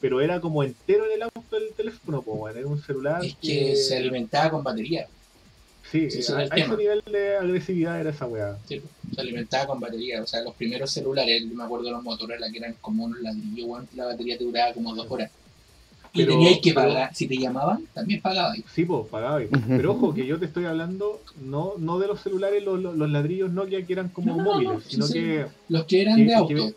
S3: pero era como entero en el auto el teléfono, pues weón, era un celular
S2: Es que se alimentaba con batería.
S3: sí,
S2: sí, ese
S3: a,
S2: era el
S3: a ese
S2: tema.
S3: nivel de agresividad era esa weá.
S2: sí, Se alimentaba con batería. O sea, los primeros celulares, yo me acuerdo de los Motorola que eran como un ladrillo, weón, la batería te duraba como dos horas. Y
S3: Pero-
S2: tenías que
S3: pero-
S2: pagar. Si te llamaban, también pagabas.
S3: Sí, pues pagaba. Pero ojo, que yo te estoy hablando no no de los celulares, los, los- los ladrillos Nokia que eran como
S2: No, no, no,
S3: móviles,
S2: no, sí,
S3: sino
S2: sí.
S3: que,
S2: Los que eran
S3: Que-
S2: de
S3: que-
S2: auto.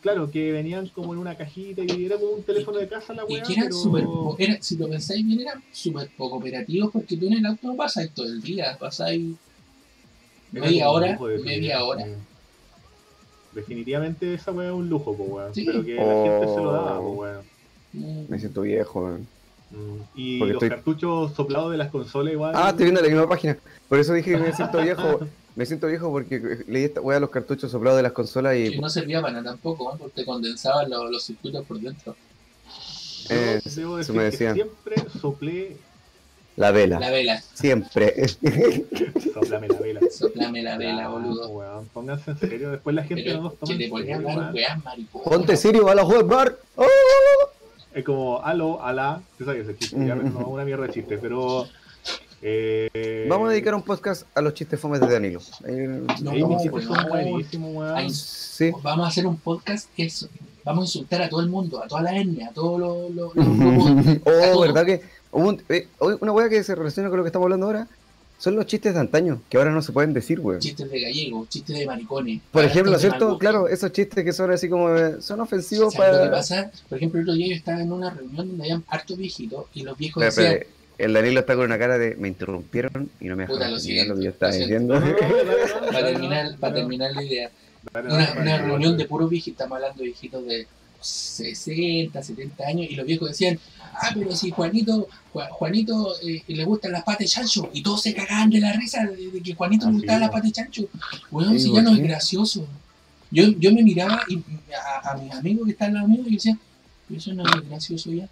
S3: claro, que venían como en una cajita y era como un teléfono de casa la
S2: Y
S3: weá.
S2: que eran
S3: pero-
S2: súper po- era- si lo pensáis bien, eran súper poco operativos porque tú en el auto no pasáis todo el día, pasáis
S3: Era
S2: Media
S3: como un
S2: hora,
S3: lujo, definitivamente.
S2: media hora.
S3: Definitivamente esa weá es un lujo, po, weón.
S2: Sí.
S3: Pero que
S1: Oh.
S3: la gente se lo daba, po, weón.
S2: mm,
S1: Me siento viejo, weón.
S3: Mm. Y
S1: Porque
S3: los
S1: estoy-
S3: cartuchos soplados de las consolas igual.
S1: Ah, estoy viendo la misma página. Por eso dije que me siento viejo. Me siento viejo porque leí esta weá los cartuchos soplados de las consolas
S2: que
S1: y.
S2: no servía para nada tampoco, ¿eh? porque condensaban lo- los circuitos por dentro.
S3: Yo
S1: eh,
S3: debo
S1: eso
S3: decir
S1: me
S3: que
S1: decían.
S3: siempre soplé.
S1: La
S2: La
S1: vela.
S2: vela,
S1: Siempre.
S3: Soplame la vela.
S2: soplame la vela,
S3: Ah,
S2: boludo.
S3: weón, Pónganse en serio. Después la gente no
S2: Pero
S3: nos
S2: que
S3: toma.
S2: te
S3: en
S2: ponía a
S3: serio,
S2: hablar
S3: weón.
S2: weas mariconas.
S1: Ponte Sirio a la web bar. ¡Oh!
S3: Es como, aló, alá. Tú sabes ese chiste. Ya me
S1: Mm.
S3: una mierda de chiste, pero. eh,
S1: Vamos a dedicar un podcast a los chistes fomes de Danilo. Eh,
S2: No,
S3: Ey, mis chistes
S2: weón.
S3: son buenísimos, weón.
S2: Ay,
S1: Sí.
S2: Vamos a hacer un podcast que es- vamos a insultar a todo el mundo, a toda la etnia, a todos los, los- los grupos.
S1: Oh, ¿verdad que? hubo un- eh, hoy una weá que se relaciona con lo que estamos hablando ahora son los chistes de antaño, que ahora no se pueden decir, weón.
S2: Chistes de gallegos, chistes de maricones.
S1: Por
S2: Ahora
S1: ejemplo,
S2: estos de mal
S1: ¿cierto?
S2: gusto.
S1: Claro, esos chistes que son así como. eh, son ofensivos
S2: ¿Sabes lo que
S1: para.
S2: pasa? Por ejemplo, el otro día yo estaba en una reunión donde habían hartos viejitos y los viejos
S1: Espera, espera,
S2: decían,
S1: el Danilo está con una cara de me interrumpieron y no me dejaron
S2: Puta, lo
S1: terminar
S2: siento,
S1: lo que yo
S2: lo
S1: estaba
S2: siento.
S1: diciendo.
S3: No, no, no, dale, dale, dale,
S2: para
S3: dale,
S2: terminar,
S3: dale,
S2: para
S3: dale,
S2: terminar la idea,
S3: dale,
S2: una,
S3: dale,
S2: una
S3: dale,
S2: reunión de
S3: dale.
S2: puros viejitos, estamos hablando de viejitos de 60, 70 años y los viejos decían, ah, pero si Juanito, Ju- Juanito eh, le gustan las patas de chancho y todos se cagaban de la risa de, de que Juanito
S3: Ah,
S2: le
S3: sí,
S2: gustaban las
S3: po.
S2: patas de chancho. Weón,
S1: Sí,
S2: si
S1: po,
S2: ya no es
S1: sí.
S2: gracioso. Yo, yo me miraba y a, a mis amigos que están al lado mío y decía, pero eso no es gracioso ya.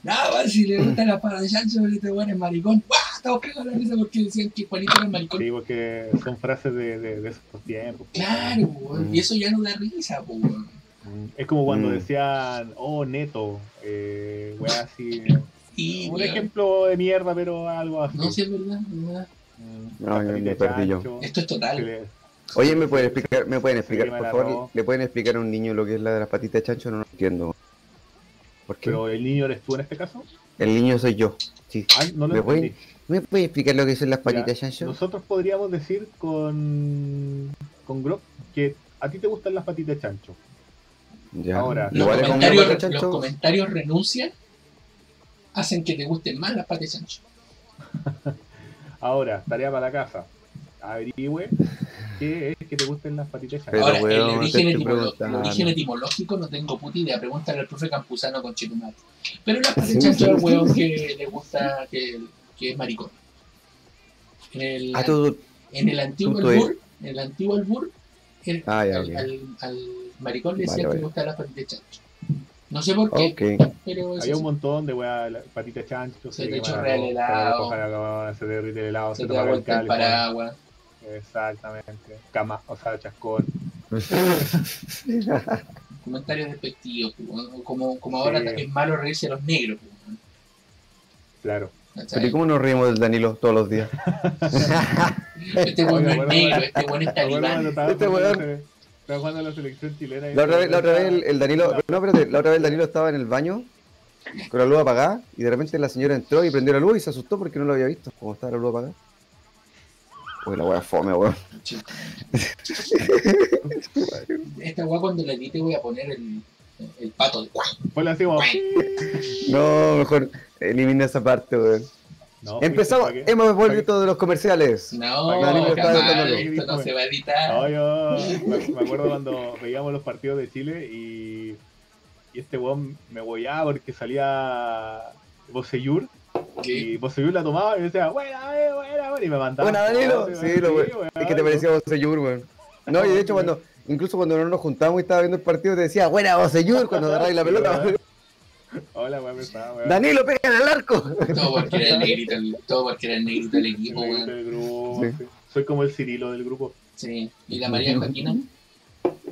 S2: Nada, si le gusta la patas de chancho, este weón es maricón. ¡Guau! Estamos cagados de la risa porque decían que Juanito era maricón.
S3: Sí, porque son frases de, de, de esos tiempos. po.
S2: Claro, weón. Y eso ya no da risa, po, weón.
S3: Mm. Es como cuando
S1: Mm.
S3: decían, oh, neto. Eh, weá, así.
S2: Sí,
S3: Un
S2: weón.
S3: ejemplo de mierda, pero algo así.
S2: No, si es verdad, es verdad.
S3: Mm.
S1: No, yo me
S3: Patita
S1: perdí yo.
S3: chancho,
S2: Esto es
S3: que
S2: total.
S3: le-
S1: Oye, ¿me pueden explicar, me pueden
S3: Sí,
S1: explicar
S3: me
S1: por
S3: la
S1: favor?
S3: robó.
S1: ¿Le pueden explicar a un niño lo que es la de las patitas de chancho? No lo entiendo. ¿Por qué?
S3: Pero el niño eres tú en este caso.
S1: El niño soy yo. Sí.
S3: Ay, no lo
S1: ¿Me pueden-
S3: entendí.
S1: ¿Me pueden explicar lo que son las patitas de
S3: Mira,
S1: chancho?
S3: Nosotros podríamos decir con, con Grok que a ti te gustan las patitas de chancho.
S1: Ya.
S3: ahora,
S2: Los
S1: Igual es como una
S2: comentarios,
S1: patita de
S2: los
S1: chancho.
S2: comentarios renuncian hacen que te gusten más las patas de chancho.
S3: Ahora, tarea para la casa. Averigüe qué es que te gusten las patitas. de chancho.
S1: Pero,
S2: Ahora,
S1: weón,
S2: el,
S1: te
S2: origen
S1: estoy
S2: etimolo- el
S1: preguntando.
S2: origen etimológico no tengo puta idea. Pregúntale al profe Campuzano con Chetumar. Pero las patas de chancho es el hueón que le gusta, que, que es maricón. En el,
S1: Ah, tú,
S2: en el antiguo
S1: tú
S2: albur, en el antiguo albur, el-
S1: Ah, ya,
S2: al,
S1: ok.
S2: al- al maricón le
S1: Vale,
S2: decían
S1: vale.
S2: que le gustaban las patitas de chancho. No sé por qué,
S1: ok.
S2: pero es
S3: Había un
S2: así.
S3: montón de weá, la- patita chancho,
S2: Se te
S3: quema
S2: chorrea el
S3: la ropa,
S2: helado.
S3: se te acaba- se te derrite el helado,
S2: se
S3: se,
S2: te
S3: te
S2: da
S3: apaga el
S2: vuelta el
S3: cáliz.
S2: paraguas.
S3: Exactamente. Cama, o sea, chascón.
S2: comentarios despectivos, como- como, como ahora
S3: Sí.
S2: es malo reírse a los negros. pues, ¿no?
S3: Claro.
S2: ¿Cachai?
S1: Pero ¿y cómo nos reímos del Danilo todos los días?
S2: Este buen no
S3: Oye,
S2: es negro,
S3: bueno, bueno.
S2: este buen es
S3: Bueno, cuando
S2: talibán.
S3: estaba
S1: Este
S3: jugando
S1: weón.
S3: la sele- estaba jugando la selección chilena. y-
S1: La otra vez, la otra vez el, el Danilo, no, espérate, la otra vez el Danilo estaba en el baño con la luz apagada y de repente la señora entró y prendió la luz y se asustó porque no lo había visto, como estaba la luz apagada. Uy, la wea fome, weón.
S2: Chico.
S1: eh,
S2: Esta weá cuando la edite voy a poner el, el pato de
S3: Ponle así como.
S1: No, mejor elimina esa parte, weón.
S3: No,
S1: Empezamos,
S3: ¿viste?
S1: hemos vuelto de los comerciales.
S2: No,
S3: Danilo
S1: está
S2: jamás,
S1: editando.
S2: esto no se va a editar.
S3: No, yo me, me acuerdo cuando veíamos los partidos de Chile y, y este weón me hueveaba porque salía Boseyur
S2: Que-
S3: y Boseyur la tomaba y me decía, buena, eh, buena, buena, y me mandaba.
S1: Bueno, Danilo,
S3: weón,
S1: sí, lo weón.
S3: weón,
S1: Es que te parecía José Yur, weón. No, y de hecho, cuando, incluso cuando no nos juntamos y estaba viendo el partido, te decía, buena José Yur, cuando agarráis la
S3: Sí,
S1: pelota.
S3: weón. Hola, weón, me estaba, weón.
S1: Danilo, pega en el arco.
S2: todo porque era el negrito, el- todo porque era el negrito del
S3: El
S2: equipo,
S3: negrito
S2: weón.
S3: del grupo,
S1: Sí.
S3: sí. Soy como el Cirilo del grupo.
S2: Sí. Y la María Joaquina.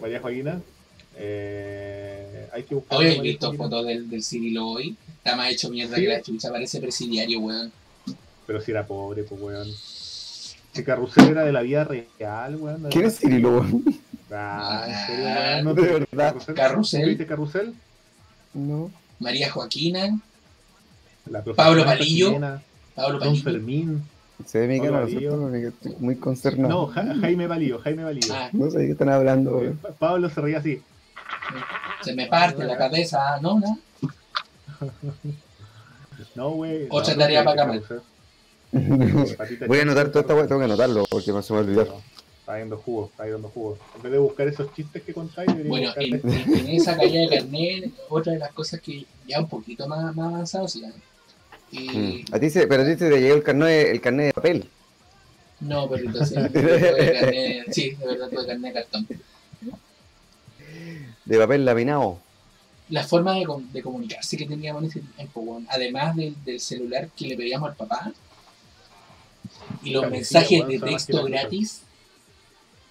S3: María Joaquina. Eh, hay que buscar.
S2: Hoy
S3: a
S2: he
S3: María
S2: visto
S3: Joaquina.
S2: fotos del, del Cirilo hoy. Está más hecho mierda que la chucha, parece presidiario, weón.
S3: Pero si era pobre, pues, weón. Que carrusel era de la vida real, weón. de
S1: ¿Quién es Cirilo, weón?
S3: Ah, en serio,
S2: Ah,
S3: weón, no
S1: de
S3: te-
S1: verdad.
S3: Carrusel.
S2: Carrusel.
S3: ¿Tú viste Carrusel?
S1: No.
S2: María Joaquina,
S3: La profesora
S2: Pablo Palillo.
S3: chilena,
S2: Pablo
S3: Don
S2: Palillo.
S3: Fermín.
S1: Se ve mi
S3: Hola,
S1: cara, ¿no es
S3: Darío.
S1: cierto? Porque Estoy muy
S3: No,
S1: concernado.
S3: Ja- Jaime Palillo, Jaime Palillo.
S2: Ah,
S1: No sé de qué están hablando,
S3: Eh,
S1: weón.
S3: Pa- Pablo se reía así.
S2: se me parte la cabeza, ah, ¿no? no?
S3: No, güey.
S2: Otra
S3: no,
S2: tarea
S3: no,
S2: para
S3: no, patita
S1: Voy a
S3: chica,
S1: anotar toda esta
S3: no,
S1: weá, tengo que anotarlo porque me se me olvidó.
S3: no, Está dando jugo, está dando jugo. En vez de buscar esos chistes que contáis, debería
S2: Bueno,
S3: buscar-
S2: en, en- en esa caída de carnet, otra de las cosas que ya un poquito más, más avanzado, o sea, y-
S1: Mm. A ti se, pero a ti se te llegó el carnet, el carnet de papel.
S2: No, pero entonces, tuve carnet- sí, de verdad tuve carnet de cartón.
S1: De papel laminado.
S2: La forma de, com- de comunicarse que teníamos en ese tiempo, weón, además del, del celular que le pedíamos al papá, y los
S3: Cabecilla,
S2: mensajes
S3: weón,
S2: de
S3: son más
S2: texto
S3: que la
S2: gratis,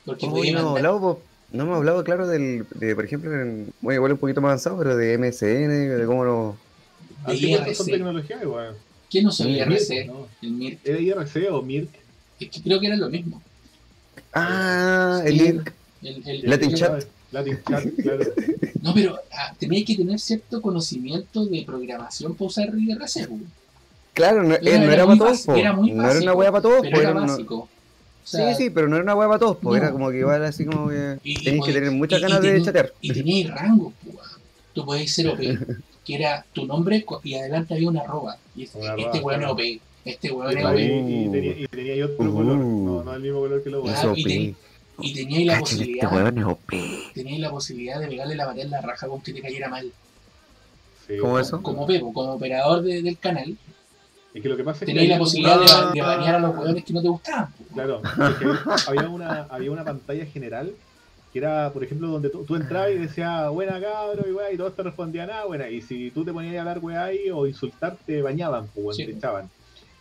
S2: porque
S1: Uy,
S2: podía
S1: no, hemos
S2: mandar-
S1: hablado, po- no hemos hablado, claro, del, de, por ejemplo, en- bueno, igual un poquito más avanzado, pero de MSN, de cómo nos...
S3: Ah, sí,
S2: de
S3: pues, son
S2: IRC.
S3: tecnologías, weón.
S2: ¿Quién no sabía
S1: Mirk,
S2: IRC?
S3: No,
S2: El MIR,
S3: Era IRC o Mirk.
S2: es que creo que era lo mismo.
S1: Ah, el
S2: Sí.
S1: link.
S2: El- el-
S1: Latin
S2: el-
S1: chat.
S3: Latin Chat, claro.
S2: No, pero ah, tenías que tener cierto conocimiento de programación para usar IRC, weón.
S1: Claro, no, eh, no
S2: Era-
S1: era,
S2: era muy
S1: para todos,
S2: básico,
S1: po.
S2: era muy
S1: no era
S2: básico,
S1: una hueá para todos, po,
S2: pero era
S1: era una-
S2: básico. O sea,
S1: Sí, sí, pero no era una hueá para todos, po,
S2: No.
S1: era como que igual así como que
S2: y- y
S1: tenías que
S2: podí-
S1: tener muchas
S2: y-
S1: ganas
S2: y
S1: de
S2: tení-
S1: chatear.
S2: Y tenías rangos, po, weón. Tú podías ser OP, que era tu nombre co- y adelante había una arroba. Y este,
S3: Una
S2: este
S3: arroba,
S2: weón es
S3: claro.
S2: OP, este
S3: Y,
S2: weón es
S1: vale.
S2: OP.
S3: y, tenía, y tenía yo otro color, no, no el mismo color que los
S2: Ah,
S3: weones.
S1: Eso,
S2: y
S1: pi.
S2: ten- Y tenías la
S1: Cachen, este
S2: posibilidad,
S1: hueón es OP.
S2: tenías la posibilidad de pegarle la batalla en la raja con que te cayera mal.
S3: Sí.
S1: ¿Cómo eso?
S2: Como Pepo, como operador de- del canal,
S3: Es que lo que pasa es que.
S2: tenías la posibilidad de, ba- de
S1: Ah.
S2: banear a los weones que no te gustaban. po.
S3: Claro, porque había una, había una pantalla general que era, por ejemplo, donde tú, tú entrabas y decías, buena cabro, y weá, y todos te respondían, ah, buena. Y si tú te ponías a hablar weá ahí o insultar, te bañaban, pues, weón,
S2: Sí.
S3: te echaban.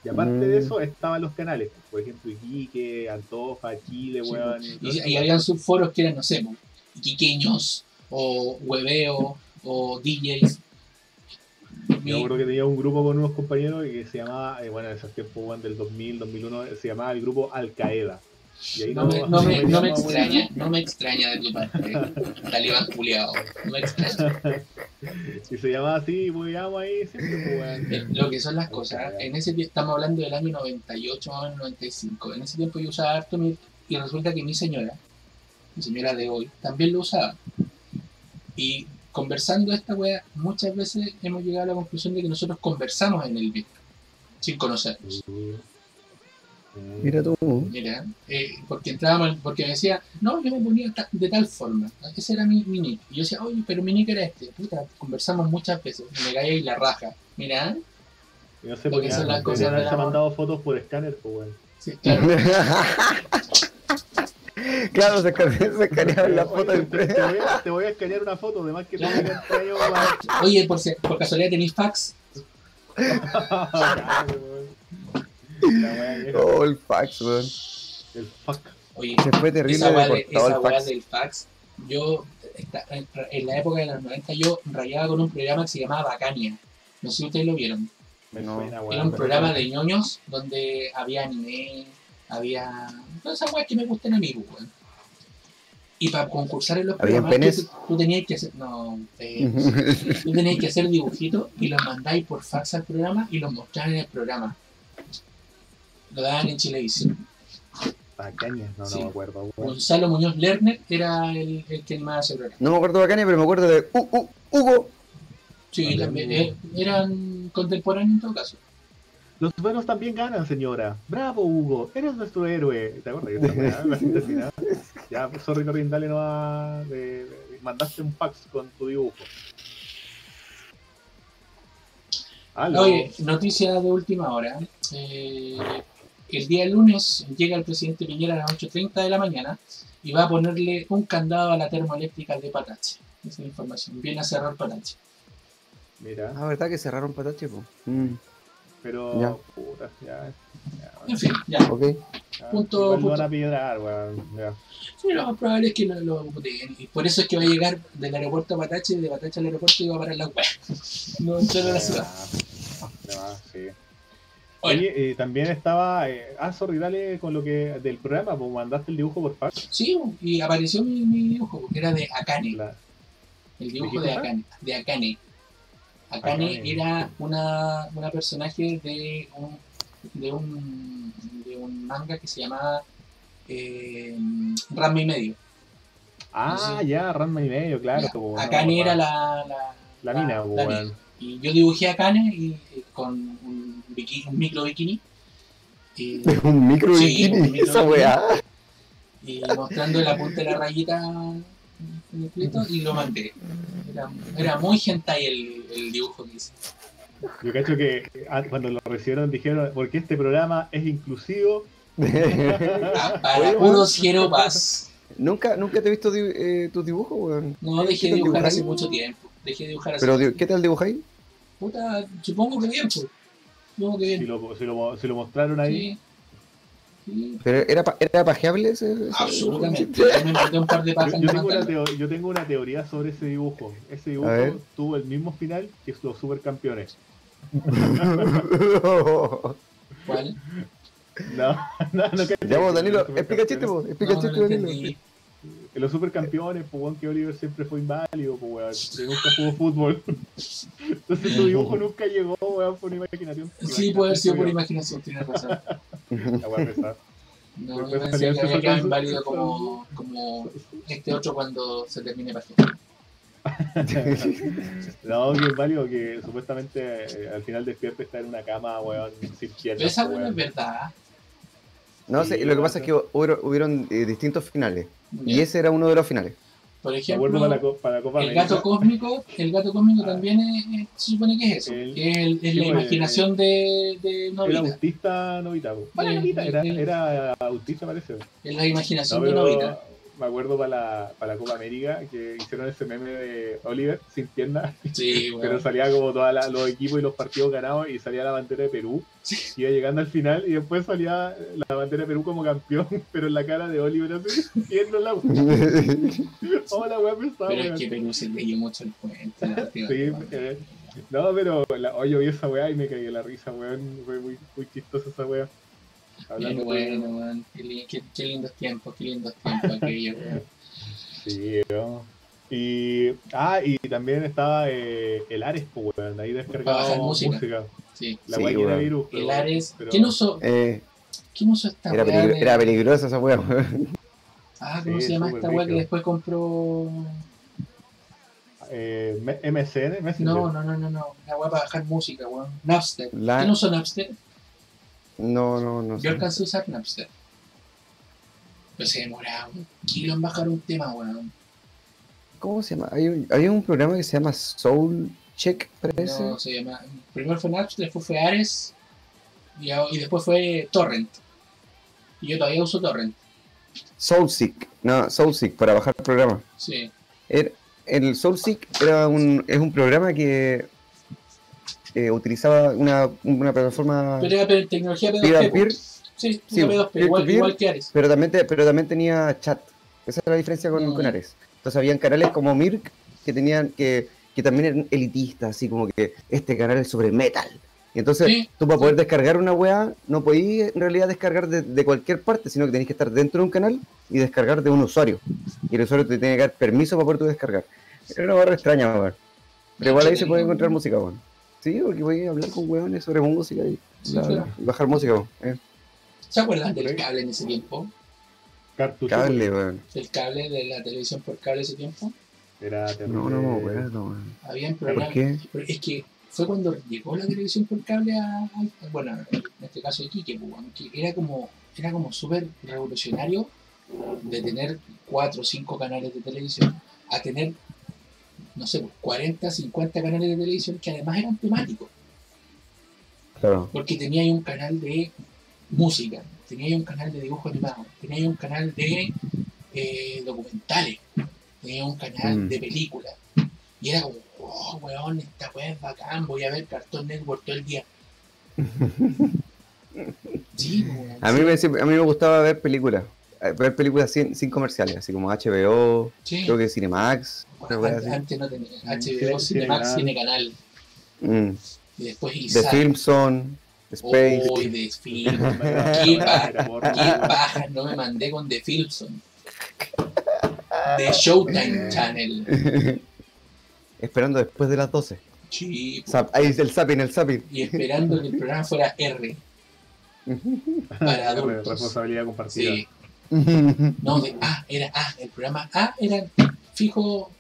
S3: Y aparte de
S1: Mm.
S3: eso estaban los canales, pues, por ejemplo, Iquique, Antofa, Chile,
S2: Sí, pues,
S3: weón.
S2: Y, y habían subforos que eran, no sé, po, iquiqueños, o hueveo, o DJs. Mi-
S3: Yo me acuerdo que tenía un grupo con unos compañeros y que se llamaba, eh, bueno, en esos tiempos weón, del 2000, 2001, se llamaba el grupo Al Qaeda. Y ahí
S2: no, me, no, me, no me
S3: veíamos, weón.
S2: extraña, no me extraña de tu parte, talibán culiao, no me extraña.
S3: Y se llamaba así, weón, ahí siempre, pues, weón.
S2: Eh, Lo que son las cosas, en ese tiempo, estamos hablando del año 98 o 95, en ese tiempo yo usaba harto Mirk, y resulta que mi señora, mi señora de hoy, también lo usaba. Y conversando esta weá, muchas veces hemos llegado a la conclusión de que nosotros conversamos en el beat, sin conocernos.
S5: Mira tú.
S2: Mira, eh, porque entrábamos, porque me decía, no, yo me ponía ta- de tal forma, ese era mi, mi nick. Y yo decía, oye, pero mi nick era este. Puta, conversamos muchas veces, y me caía ahí la raja. Mira, ¿eh?
S3: Yo
S2: Porque
S3: sé por qué.
S2: son las
S3: Deberían
S2: cosas del
S3: haberse
S2: amor.
S3: mandado fotos por escáner, pues, weón.
S2: sí, claro.
S1: claro, se escane- se escaneaban las
S3: Oye,
S1: fotos del
S3: te, te voy a, te voy a escanear una foto, además que te voy a traer
S2: Oye, por, si- por casualidad tenéis fax.
S1: Oh, el fax, weón.
S3: El fuck.
S2: Oye,
S1: Se fue terrible
S2: esa weá, de-
S1: deportado
S2: esa
S1: el
S2: weá
S1: fax.
S2: del fax, yo, esta- en, en la época de los 90, yo rayaba con un programa que se llamaba Bacania. No sé si ustedes lo vieron.
S3: Me
S1: No.
S3: suena, weón.
S2: Era un programa de ñoños donde había anime, había. Todas esas weas que me gustan a mí, pues, weón. Y para concursar en los
S1: ¿Habían
S2: programas,
S1: penes?
S2: tú, tú tenías que hacer. No, eh, tú tenías que hacer dibujitos y los mandáis por fax al programa y los mostráis en el programa. Lo daban en Chilevisión.
S3: Tacaña, no,
S2: Sí.
S3: no me acuerdo, weón.
S2: Gonzalo Muñoz Lerner era el, el que animaba ese programa.
S1: No me acuerdo bacán, pero me acuerdo de U- U- Hugo.
S2: Sí,
S3: Vale.
S2: también eh, eran contemporáneos en todo caso.
S3: Los buenos también ganan, señora. Bravo, Hugo. Eres nuestro héroe. ¿Te acuerdas? de esa weá? La gente así, ¿no? Ya, pues, sorry, Corin, dale nomás. de- de- mandaste un fax con tu dibujo. Aló.
S2: Oye, noticia de última hora. Eh, el día lunes llega el presidente Piñera a las 8.30 de la mañana y va a ponerle un candado a la termoeléctrica de Patache. Esa es la información. Viene a cerrar Patache.
S3: Mira,
S1: Ah, verdad que cerraron patache, po.
S3: pero.
S1: Ya.
S3: puta, ya, ya,
S2: En fin, ya.
S1: ok.
S3: ya.
S2: punto,
S3: Igual
S2: punto.
S3: Lo van a piedrar, weón. Ya.
S2: Sí, lo más probable es que lo, lo boteen. Y por eso es que va a llegar del aeropuerto a Patache, de Patache al aeropuerto y va a parar la web. No entrar a la ciudad.
S3: Ya, ya, sí.
S2: Oye.
S3: Oye, eh, también estaba. eh, ah, sorry, dale con lo que. del programa, pues mandaste el dibujo por fax.
S2: Sí, y apareció mi, mi dibujo, que era de Akane.
S3: La-
S2: El
S3: ¿De
S2: dibujo
S3: qué
S2: de
S3: cosa?
S2: Akane. De Akane. Akane,
S3: Akane.
S2: era una, una personaje de un, de un de un manga que se llamaba eh, Ranma y medio.
S3: Ah,
S2: Sí.
S3: ya, Ranma y medio, claro. pues,
S2: Akane
S3: no,
S2: era
S3: weón.
S2: la Ah, la,
S3: La mina, pues,
S2: mina.
S3: weón.
S2: Y yo dibujé a Akane y, eh, con un, bikini, un micro bikini. Y,
S1: Un micro
S2: Sí, un
S1: bikini,
S2: micro
S1: esa
S2: bikini.
S1: weá.
S2: y mostrando la punta de la rayita en el pleto y lo mandé. Era, era muy hentai el, el dibujo que hice.
S3: Yo cacho que ah, cuando lo recibieron dijeron, porque este programa es inclusivo.
S2: Ah,
S1: Oye,
S2: Para
S1: weón.
S2: puros jeropas.
S1: nunca, nunca te he visto dibu- eh, tus dibujos, weón.
S2: No, dejé
S1: ¿Qué
S2: de
S1: tal
S2: dibujar hace
S1: dibujáis?
S2: mucho tiempo. Dejé de dibujar hace
S1: Pero, di- ¿qué tal dibujáis?
S2: Puta, supongo que bien, pues. Supongo que
S3: Si
S2: bien.
S3: lo, si lo, si lo mostraron ahí.
S2: Sí. Sí,
S1: ¿Pero era, pa- era pajeable ese? ese-
S2: absolutamente. Yo me mandé un par de
S3: Yo,
S2: pajas en
S3: yo
S2: la
S3: tengo una
S2: pantalla.
S3: teo- yo tengo una teoría sobre ese dibujo. Ese
S1: A ver.
S3: dibujo tuvo el mismo final que los supercampeones.
S2: ¿Cuál?
S3: No, no, no caché.
S1: ya vos, Danilo,
S3: Los
S1: explica chiste, vos. Explica
S2: No, no
S1: chiste,
S2: lo
S1: Danilo.
S2: entendí.
S3: En los supercampeones, pues weón, que Oliver siempre fue inválido, pues weón, que nunca jugó fútbol. Entonces su dibujo nunca llegó, weón, por imaginación.
S2: Sí, puede haber sido por
S3: imaginación.
S2: imaginación, tienes razón.
S3: La weá pesada.
S2: No, yo
S3: Después
S2: pensé que
S3: salió
S2: había
S3: el
S2: quedado
S3: Superman.
S2: inválido como, como este otro cuando se termine página.
S3: No, que es válido que supuestamente eh, al final despierta está en una cama, weón, sin
S2: Pero
S3: piernas.
S2: esa
S3: weón.
S2: buena es verdad.
S1: No sé, lo que pasa es que hubo- hubieron eh, distintos finales. Y ese era uno de los finales.
S2: Por
S3: Me acuerdo para la,
S2: ejemplo,
S3: co- para la Copa
S2: el
S3: América.
S2: gato cósmico, el gato cósmico
S3: Ah.
S2: también es- es- se supone que es eso.
S3: El-
S2: que es, el- es
S3: sí,
S2: la
S3: pues,
S2: imaginación de, de
S3: Era
S2: Novita.
S3: autista Novita. po. Bueno,
S2: Sí,
S3: Novita, era,
S2: sí.
S3: era autista parece.
S2: Es la
S3: No,
S2: imaginación de
S3: pero
S2: Novita.
S3: me acuerdo para la, para la Copa América que hicieron ese meme de Oliver sin piernas,
S2: Sí, bueno.
S3: pero salía como todos los equipos y los partidos ganados y salía la bandera de Perú. Iba llegando al final y después salía la bandera de Perú como campeón, pero en la cara de Oliver así, viendo la Hola, weón, pesado,
S2: Pero
S3: weón.
S2: es que Perú se leyó mucho el cuento. la
S3: Sí,
S2: última vez.
S3: eh, no, pero la, hoy yo vi esa weá y me caí en la risa, weón. Fue muy, muy chistosa esa weá.
S2: Pero
S3: Hablando de-
S2: bueno, man, qué, li- qué- qué lindos tiempos, qué lindos tiempos aquellos. weón.
S3: Sí, weón. Y, ah, y también estaba eh, el Ares, po, weón. Ahí descargado
S2: Para bajar música.
S3: música.
S2: Sí.
S3: La
S1: Sí,
S3: weá que era
S1: weón.
S3: virus. pero-
S2: El Ares.
S3: pero-
S2: ¿Quién usó,
S1: Eh,
S2: quién usó esta
S1: era,
S2: weá
S1: peligro-
S2: de-
S1: era peligrosa esa weá, weón.
S2: Ah, ¿cómo
S3: Sí,
S2: se llama
S3: súper
S2: esta weá que
S3: brígido.
S2: después compró
S3: eh, me- MSN, Messenger.
S2: No, no, no, no, no. La weá para bajar música, weón. Napster.
S1: La-
S2: ¿Quién usó Napster?
S1: No, no, no.
S2: Yo
S1: sé.
S2: alcancé a usar Napster. Pero se demoraba un kilo en bajar un tema, weón.
S1: ¿Cómo se llama? Hay un, había un programa que se llama Soul Check, parece.
S2: No, se llama. Primero fue Napster, después fue Ares y, a- y después fue Torrent. Y yo todavía uso Torrent.
S1: Soulseek. No, Soulseek, para bajar programas.
S2: Sí.
S1: Era- Er, el SoulSeek era un, es un programa que eh, utilizaba una, una plataforma,
S2: Pero era pe- tecnología
S1: Peer
S2: P2P.
S1: a Ah. peer.
S2: po. pues. Sí,
S1: Sí,
S2: una P2P,
S1: peer to
S2: igual,
S1: peer.
S2: igual que Ares.
S1: pero también, te- pero también tenía chat. Esa era la diferencia con,
S2: Mm.
S1: con Ares. Entonces habían canales como Mirk que tenían que, que también eran elitistas, así como que este canal es sobre metal. Y entonces
S2: Sí,
S1: tú para poder descargar una weá no podías en realidad descargar de, de cualquier parte, sino que tenías que estar dentro de un canal y descargar de un usuario. Y el usuario te tiene que dar permiso para poder tú descargar. Era una barra extraña, weón. Pero igual ahí se puede encontrar música, weón. Sí, porque voy a hablar con weones sobre música y
S2: Sí,
S1: la-
S2: claro.
S1: y bajar música, weón. Eh,
S2: ¿Se acuerdan del cable en ese tiempo?
S3: Cartucho.
S1: cable, weón.
S2: ¿Del cable de la televisión por cable ese tiempo?
S3: Era terrible.
S1: No, no, weón, no, weón.
S2: Habían
S1: ¿Por
S2: programas.
S1: qué?
S2: Pero es que fue cuando llegó la televisión por cable a, a- bueno, en este caso Iquique, pues, weón, que era como, era como súper revolucionario de tener cuatro o cinco canales de televisión a tener, no sé, pues, 40, 50 canales de televisión que además eran temáticos,
S1: Claro.
S2: porque tenía ahí un canal de música, tenía ahí un canal de dibujo animado, tenía ahí un canal de eh, documentales, tenía un canal
S1: Mm.
S2: de películas. Y era como, oh, weón, esta weá es bacán, voy a ver Cartoon Network todo el día. sí, weón.
S1: A mí, me, siempre- a mí me gustaba ver películas. eh, Ver películas sin, sin comerciales, así como HBO,
S2: sí.
S1: creo que Cinemax. otra wea
S2: Bueno, antes,
S1: así.
S2: antes no tenía
S3: tiene-
S2: HBO, Cinemax,
S3: tiene
S2: tiene canal.
S1: Mm.
S2: Y después
S1: The
S2: Isaac.
S1: Film Zone, Space.
S2: Uy, The Film.
S3: Qué
S2: Qué paja, no me mandé con The Filmson. The Showtime Channel.
S1: Esperando después de las 12.
S2: Sí, po.
S1: Zap- ahí es el zapping, el zapping.
S2: y esperando que el programa fuera R para adultos.
S3: Responsabilidad compartida.
S2: Sí. No, de A, era A. El programa A era fijo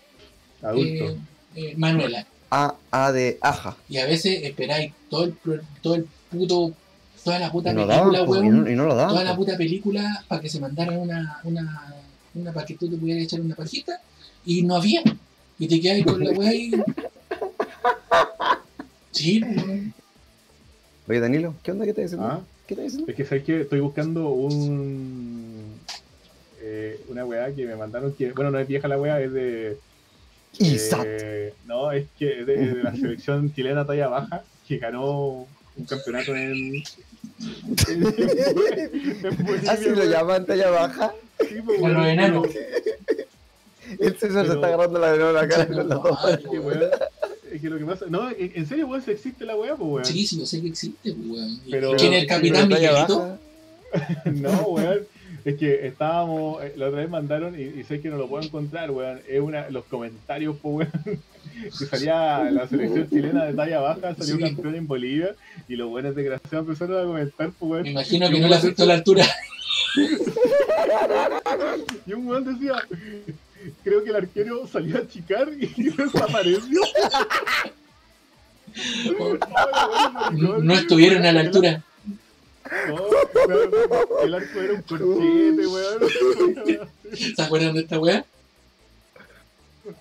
S3: Adulto.
S2: eh, eh, Manuela.
S1: A, A de Aja.
S2: Y a veces esperáis todo el, pro- todo el puto, toda la puta
S1: Y no, pues, daban,
S2: película,
S1: po, y,
S2: weón.
S1: no, y no lo daban.
S2: toda la
S1: Ah, po.
S2: puta película para que se mandaran una, una, una para que tú te pudieras echar una pajita. Y no había. Y te quedas con la weá y. Sí, weón.
S1: Oye, Danilo, ¿qué onda? ¿Qué te diciendo?
S3: Ah,
S1: ¿Qué te diciendo?
S3: Es que sabes que estoy buscando un. eh, una weá que me mandaron que. Bueno, no es vieja la weá, es de.
S1: Isaac.
S3: eh, no, es que es de, de la selección chilena talla baja que ganó un campeonato en. en Bolivia,
S1: Así lo
S3: weón.
S1: llaman talla baja.
S3: Sí, pues,
S2: A los
S3: weón,
S2: enanos.
S3: pero-
S1: El César
S3: Pero-
S1: se está agarrando la de la cara
S2: Sí,
S1: con la
S2: no,
S1: toma.
S2: madre,
S3: que,
S2: weón.
S3: weón, es que lo que pasa. No, en en serio, weón, se existe la weá, pues, weón.
S2: Sí, sí, yo sé que existe, weón. ¿Y
S3: Pero-
S2: ¿Quién es el
S3: pero
S2: capitán
S1: Pero talla
S2: Miguelito?
S1: baja.
S3: No, weón. Es que estábamos, eh, la otra vez mandaron y, y sé que no lo puedo encontrar, weón. Es una, los comentarios, pues, weón. Que salía la selección chilena de talla baja, salió
S2: Sí.
S3: campeón en Bolivia y los buenos desgraciados empezaron a comentar, pues,
S2: Me
S3: weón.
S2: imagino que no le afectó la altura.
S3: Y un weón decía, creo que el arquero salió a chicar y desapareció.
S2: Oh. No estuvieron a la altura.
S3: No, no, el arco era un corchete, weón.
S2: ¿Se acuerdan de esta weá?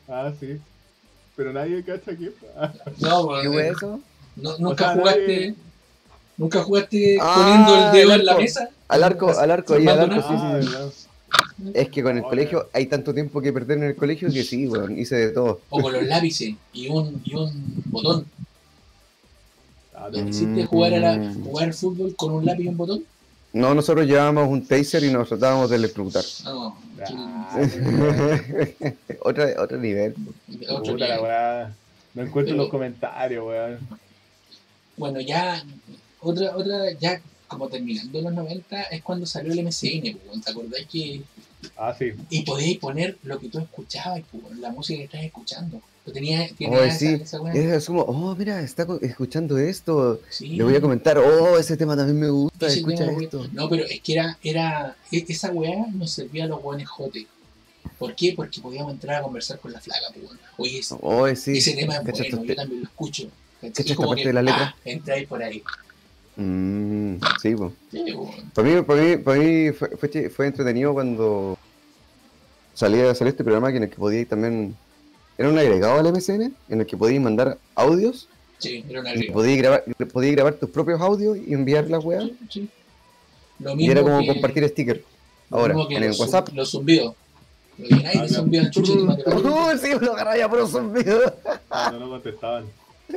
S3: Ah, sí. Pero nadie cacha que. Ah,
S2: No,
S1: ¿Qué
S2: weón.
S1: fue eso?
S2: No- nunca
S3: O sea,
S2: jugaste.
S3: nadie-
S2: Nunca jugaste
S1: Ah,
S2: poniendo el dedo
S1: el
S2: en la
S1: arco.
S2: mesa.
S1: Al arco, al arco, ahí, al arco, sí,
S3: Ah,
S1: sí, sí.
S3: verdad.
S1: Es que con el
S3: Ahora.
S1: colegio hay tanto tiempo que perder en el colegio que sí, weón, hice de todo.
S2: O con los lápices y un, y un botón.
S3: Ah,
S2: ¿No
S3: no.
S2: existe jugar, a la,
S1: Mm.
S2: jugar fútbol con un lápiz y un botón?
S1: No, nosotros llevábamos un taser y nos tratábamos de electrocutar.
S2: No.
S3: Ah,
S1: Otra, otro nivel.
S2: que-
S3: puta
S2: otro
S3: la
S2: nivel.
S3: weá. No encuentro
S2: Pero-
S3: los comentarios, weón.
S2: bueno, ya, otra, otra, ya como terminando los 90 es cuando salió el MCN, pues, ¿te acordás que
S3: Ah, sí.
S2: y podías poner lo que tú escuchabas, pues, la música que estás escuchando? Lo tenías, tenías
S1: Oye, sí,
S2: esa, esa weá.
S1: es asumo, oh, mira, está co- escuchando esto.
S2: Sí.
S1: Le voy a comentar, oh, ese tema también me gusta,
S2: Ese
S1: escucha
S2: tema,
S1: esto.
S2: No, pero es que era, era, e- esa weá nos servía a los buenos jotes. ¿Por qué? Porque podíamos entrar a conversar con la flaca, pues, weón. Oye, ese,
S1: Oye, Oh, sí.
S2: ese tema es
S1: ¿cachaste
S2: bueno,
S1: usted?
S2: yo también lo escucho. ¿cachai?
S1: ¿Cachaste
S2: Es
S1: esta
S2: como
S1: parte
S2: que,
S1: de la letra?
S2: ah, entra ahí por ahí.
S1: Mm, sí, po.
S2: Sí, weón.
S1: Para mí, para mí, para mí fue, fue, chi- fue entretenido cuando salía, salió este programa que en el que podíais también. Era un agregado al MSN en el que podíais mandar audios
S2: Ah, Sí, era una
S1: y
S2: agrega.
S1: podíais grabar, podíais grabar tus propios audios y enviar las weas.
S2: Sí, sí. Lo
S1: Y era como
S2: que-
S1: compartir stickers.
S2: lo
S1: Ahora,
S2: mismo que
S1: en el
S2: los
S1: WhatsApp.
S2: zum- Los zumbidos. Lo que nadie
S3: Ah,
S2: te
S3: claro.
S2: zumbía, chucha, tu madre, weón.
S1: ¡Uh, sí, lo agarraba ya por un zumbido!
S3: Cuando Ah, no contestaban.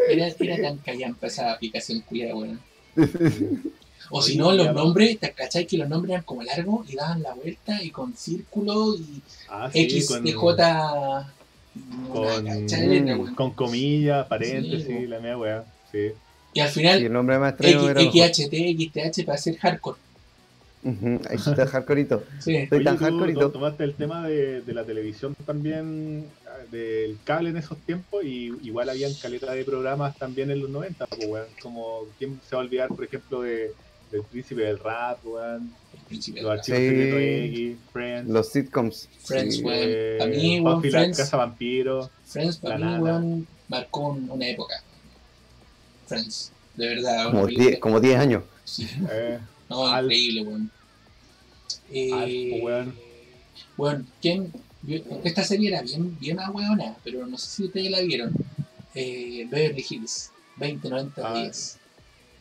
S2: Era, era tan callampa esa aplicación culiada, weón.
S3: Sí.
S2: O
S3: Oye,
S2: si no, los
S3: ya va.
S2: nombres, ¿te cachai que los nombres eran como largos y daban la vuelta y con círculo y
S3: Ah, sí,
S2: X,
S3: con-
S2: y J. no, cachai, era,
S3: con,
S2: weón.
S3: con comillas, paréntesis,
S2: Sí.
S3: la media weá. Sí.
S2: Y al
S1: Y
S2: final,
S1: el nombre más
S2: X,
S1: extraño era.
S2: XHT, XTH para hacer hardcore.
S1: Ujú, Ahí está hardcoreito.
S2: Sí.
S1: Estoy tan
S3: tú
S1: hardcoreito.
S3: to- tomaste el tema de, de la televisión también, ah, del cable en esos tiempos, y igual habían caleta de programas también en los 90, pues, weón. Como, ¿quién se va a olvidar, por ejemplo, de, del Príncipe del Rap, weón?
S2: al principio.
S3: Los archivos
S1: Sí.
S3: secretos X, Friends,
S1: Los sitcoms.
S2: Friends,
S1: Sí.
S2: weón.
S3: eh,
S2: A mí, weón,
S3: Buffy la
S2: Friends.
S3: Casa Vampiro.
S2: Friends para
S3: La
S2: mí,
S3: nana.
S2: weón, marcó un- una época. Friends, de verdad. una
S1: Como
S2: película-
S1: 10 como 10 años.
S2: Sí.
S3: eh,
S2: No,
S3: Alf.
S2: increíble, weón. Eh,
S3: Alf, weón.
S2: weón, ¿quién? vio- Esta serie era bien, bien ahueona, pero no sé si ustedes la vieron. Eh, Beverly Hills, 20, 90
S3: Ah,
S2: días.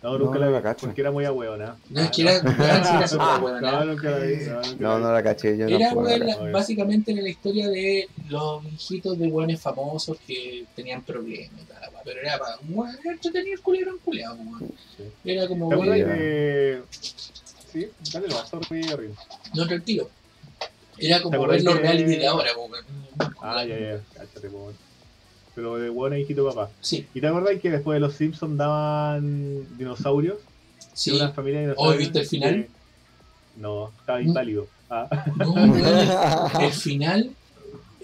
S3: no, nunca
S1: No,
S3: la
S1: no la
S3: vi,
S1: cacho.
S3: porque era muy ahueona.
S2: No, es
S3: Ah,
S2: que era,
S3: no.
S2: weón, sí era súper
S3: No,
S2: ahueona.
S3: nunca la vi. No, nunca
S1: No,
S3: la vi.
S1: no la caché, yo
S2: Era,
S1: no puedo.
S2: weón, la-
S3: obvio.
S2: básicamente era la historia de los hijitos de weones famosos que tenían problemas y tal, la weá, pero era para un weón entretenido, el culero, un culeado, weón.
S3: Sí.
S2: Era como,
S3: ¿Te acuerdas
S1: Ya.
S2: weón,
S3: de- Sí, dale lo vas a reír.
S2: no tranquilo. Era como
S3: acordás
S2: ver los
S3: que-
S2: reality de ahora, weón.
S3: Ah, ya, ya, cáchate, po, weón. Pero eh, de buena hijito papá.
S2: Sí,
S3: ¿Y te acuerdas que después de los Simpsons daban dinosaurios?
S2: sí.
S3: Una familia de dinosaurios.
S2: Oh, ¿viste el final?
S3: Eh, No, estaba
S2: ¿Mm?
S3: inválido. Ah,
S2: No, weón, el final,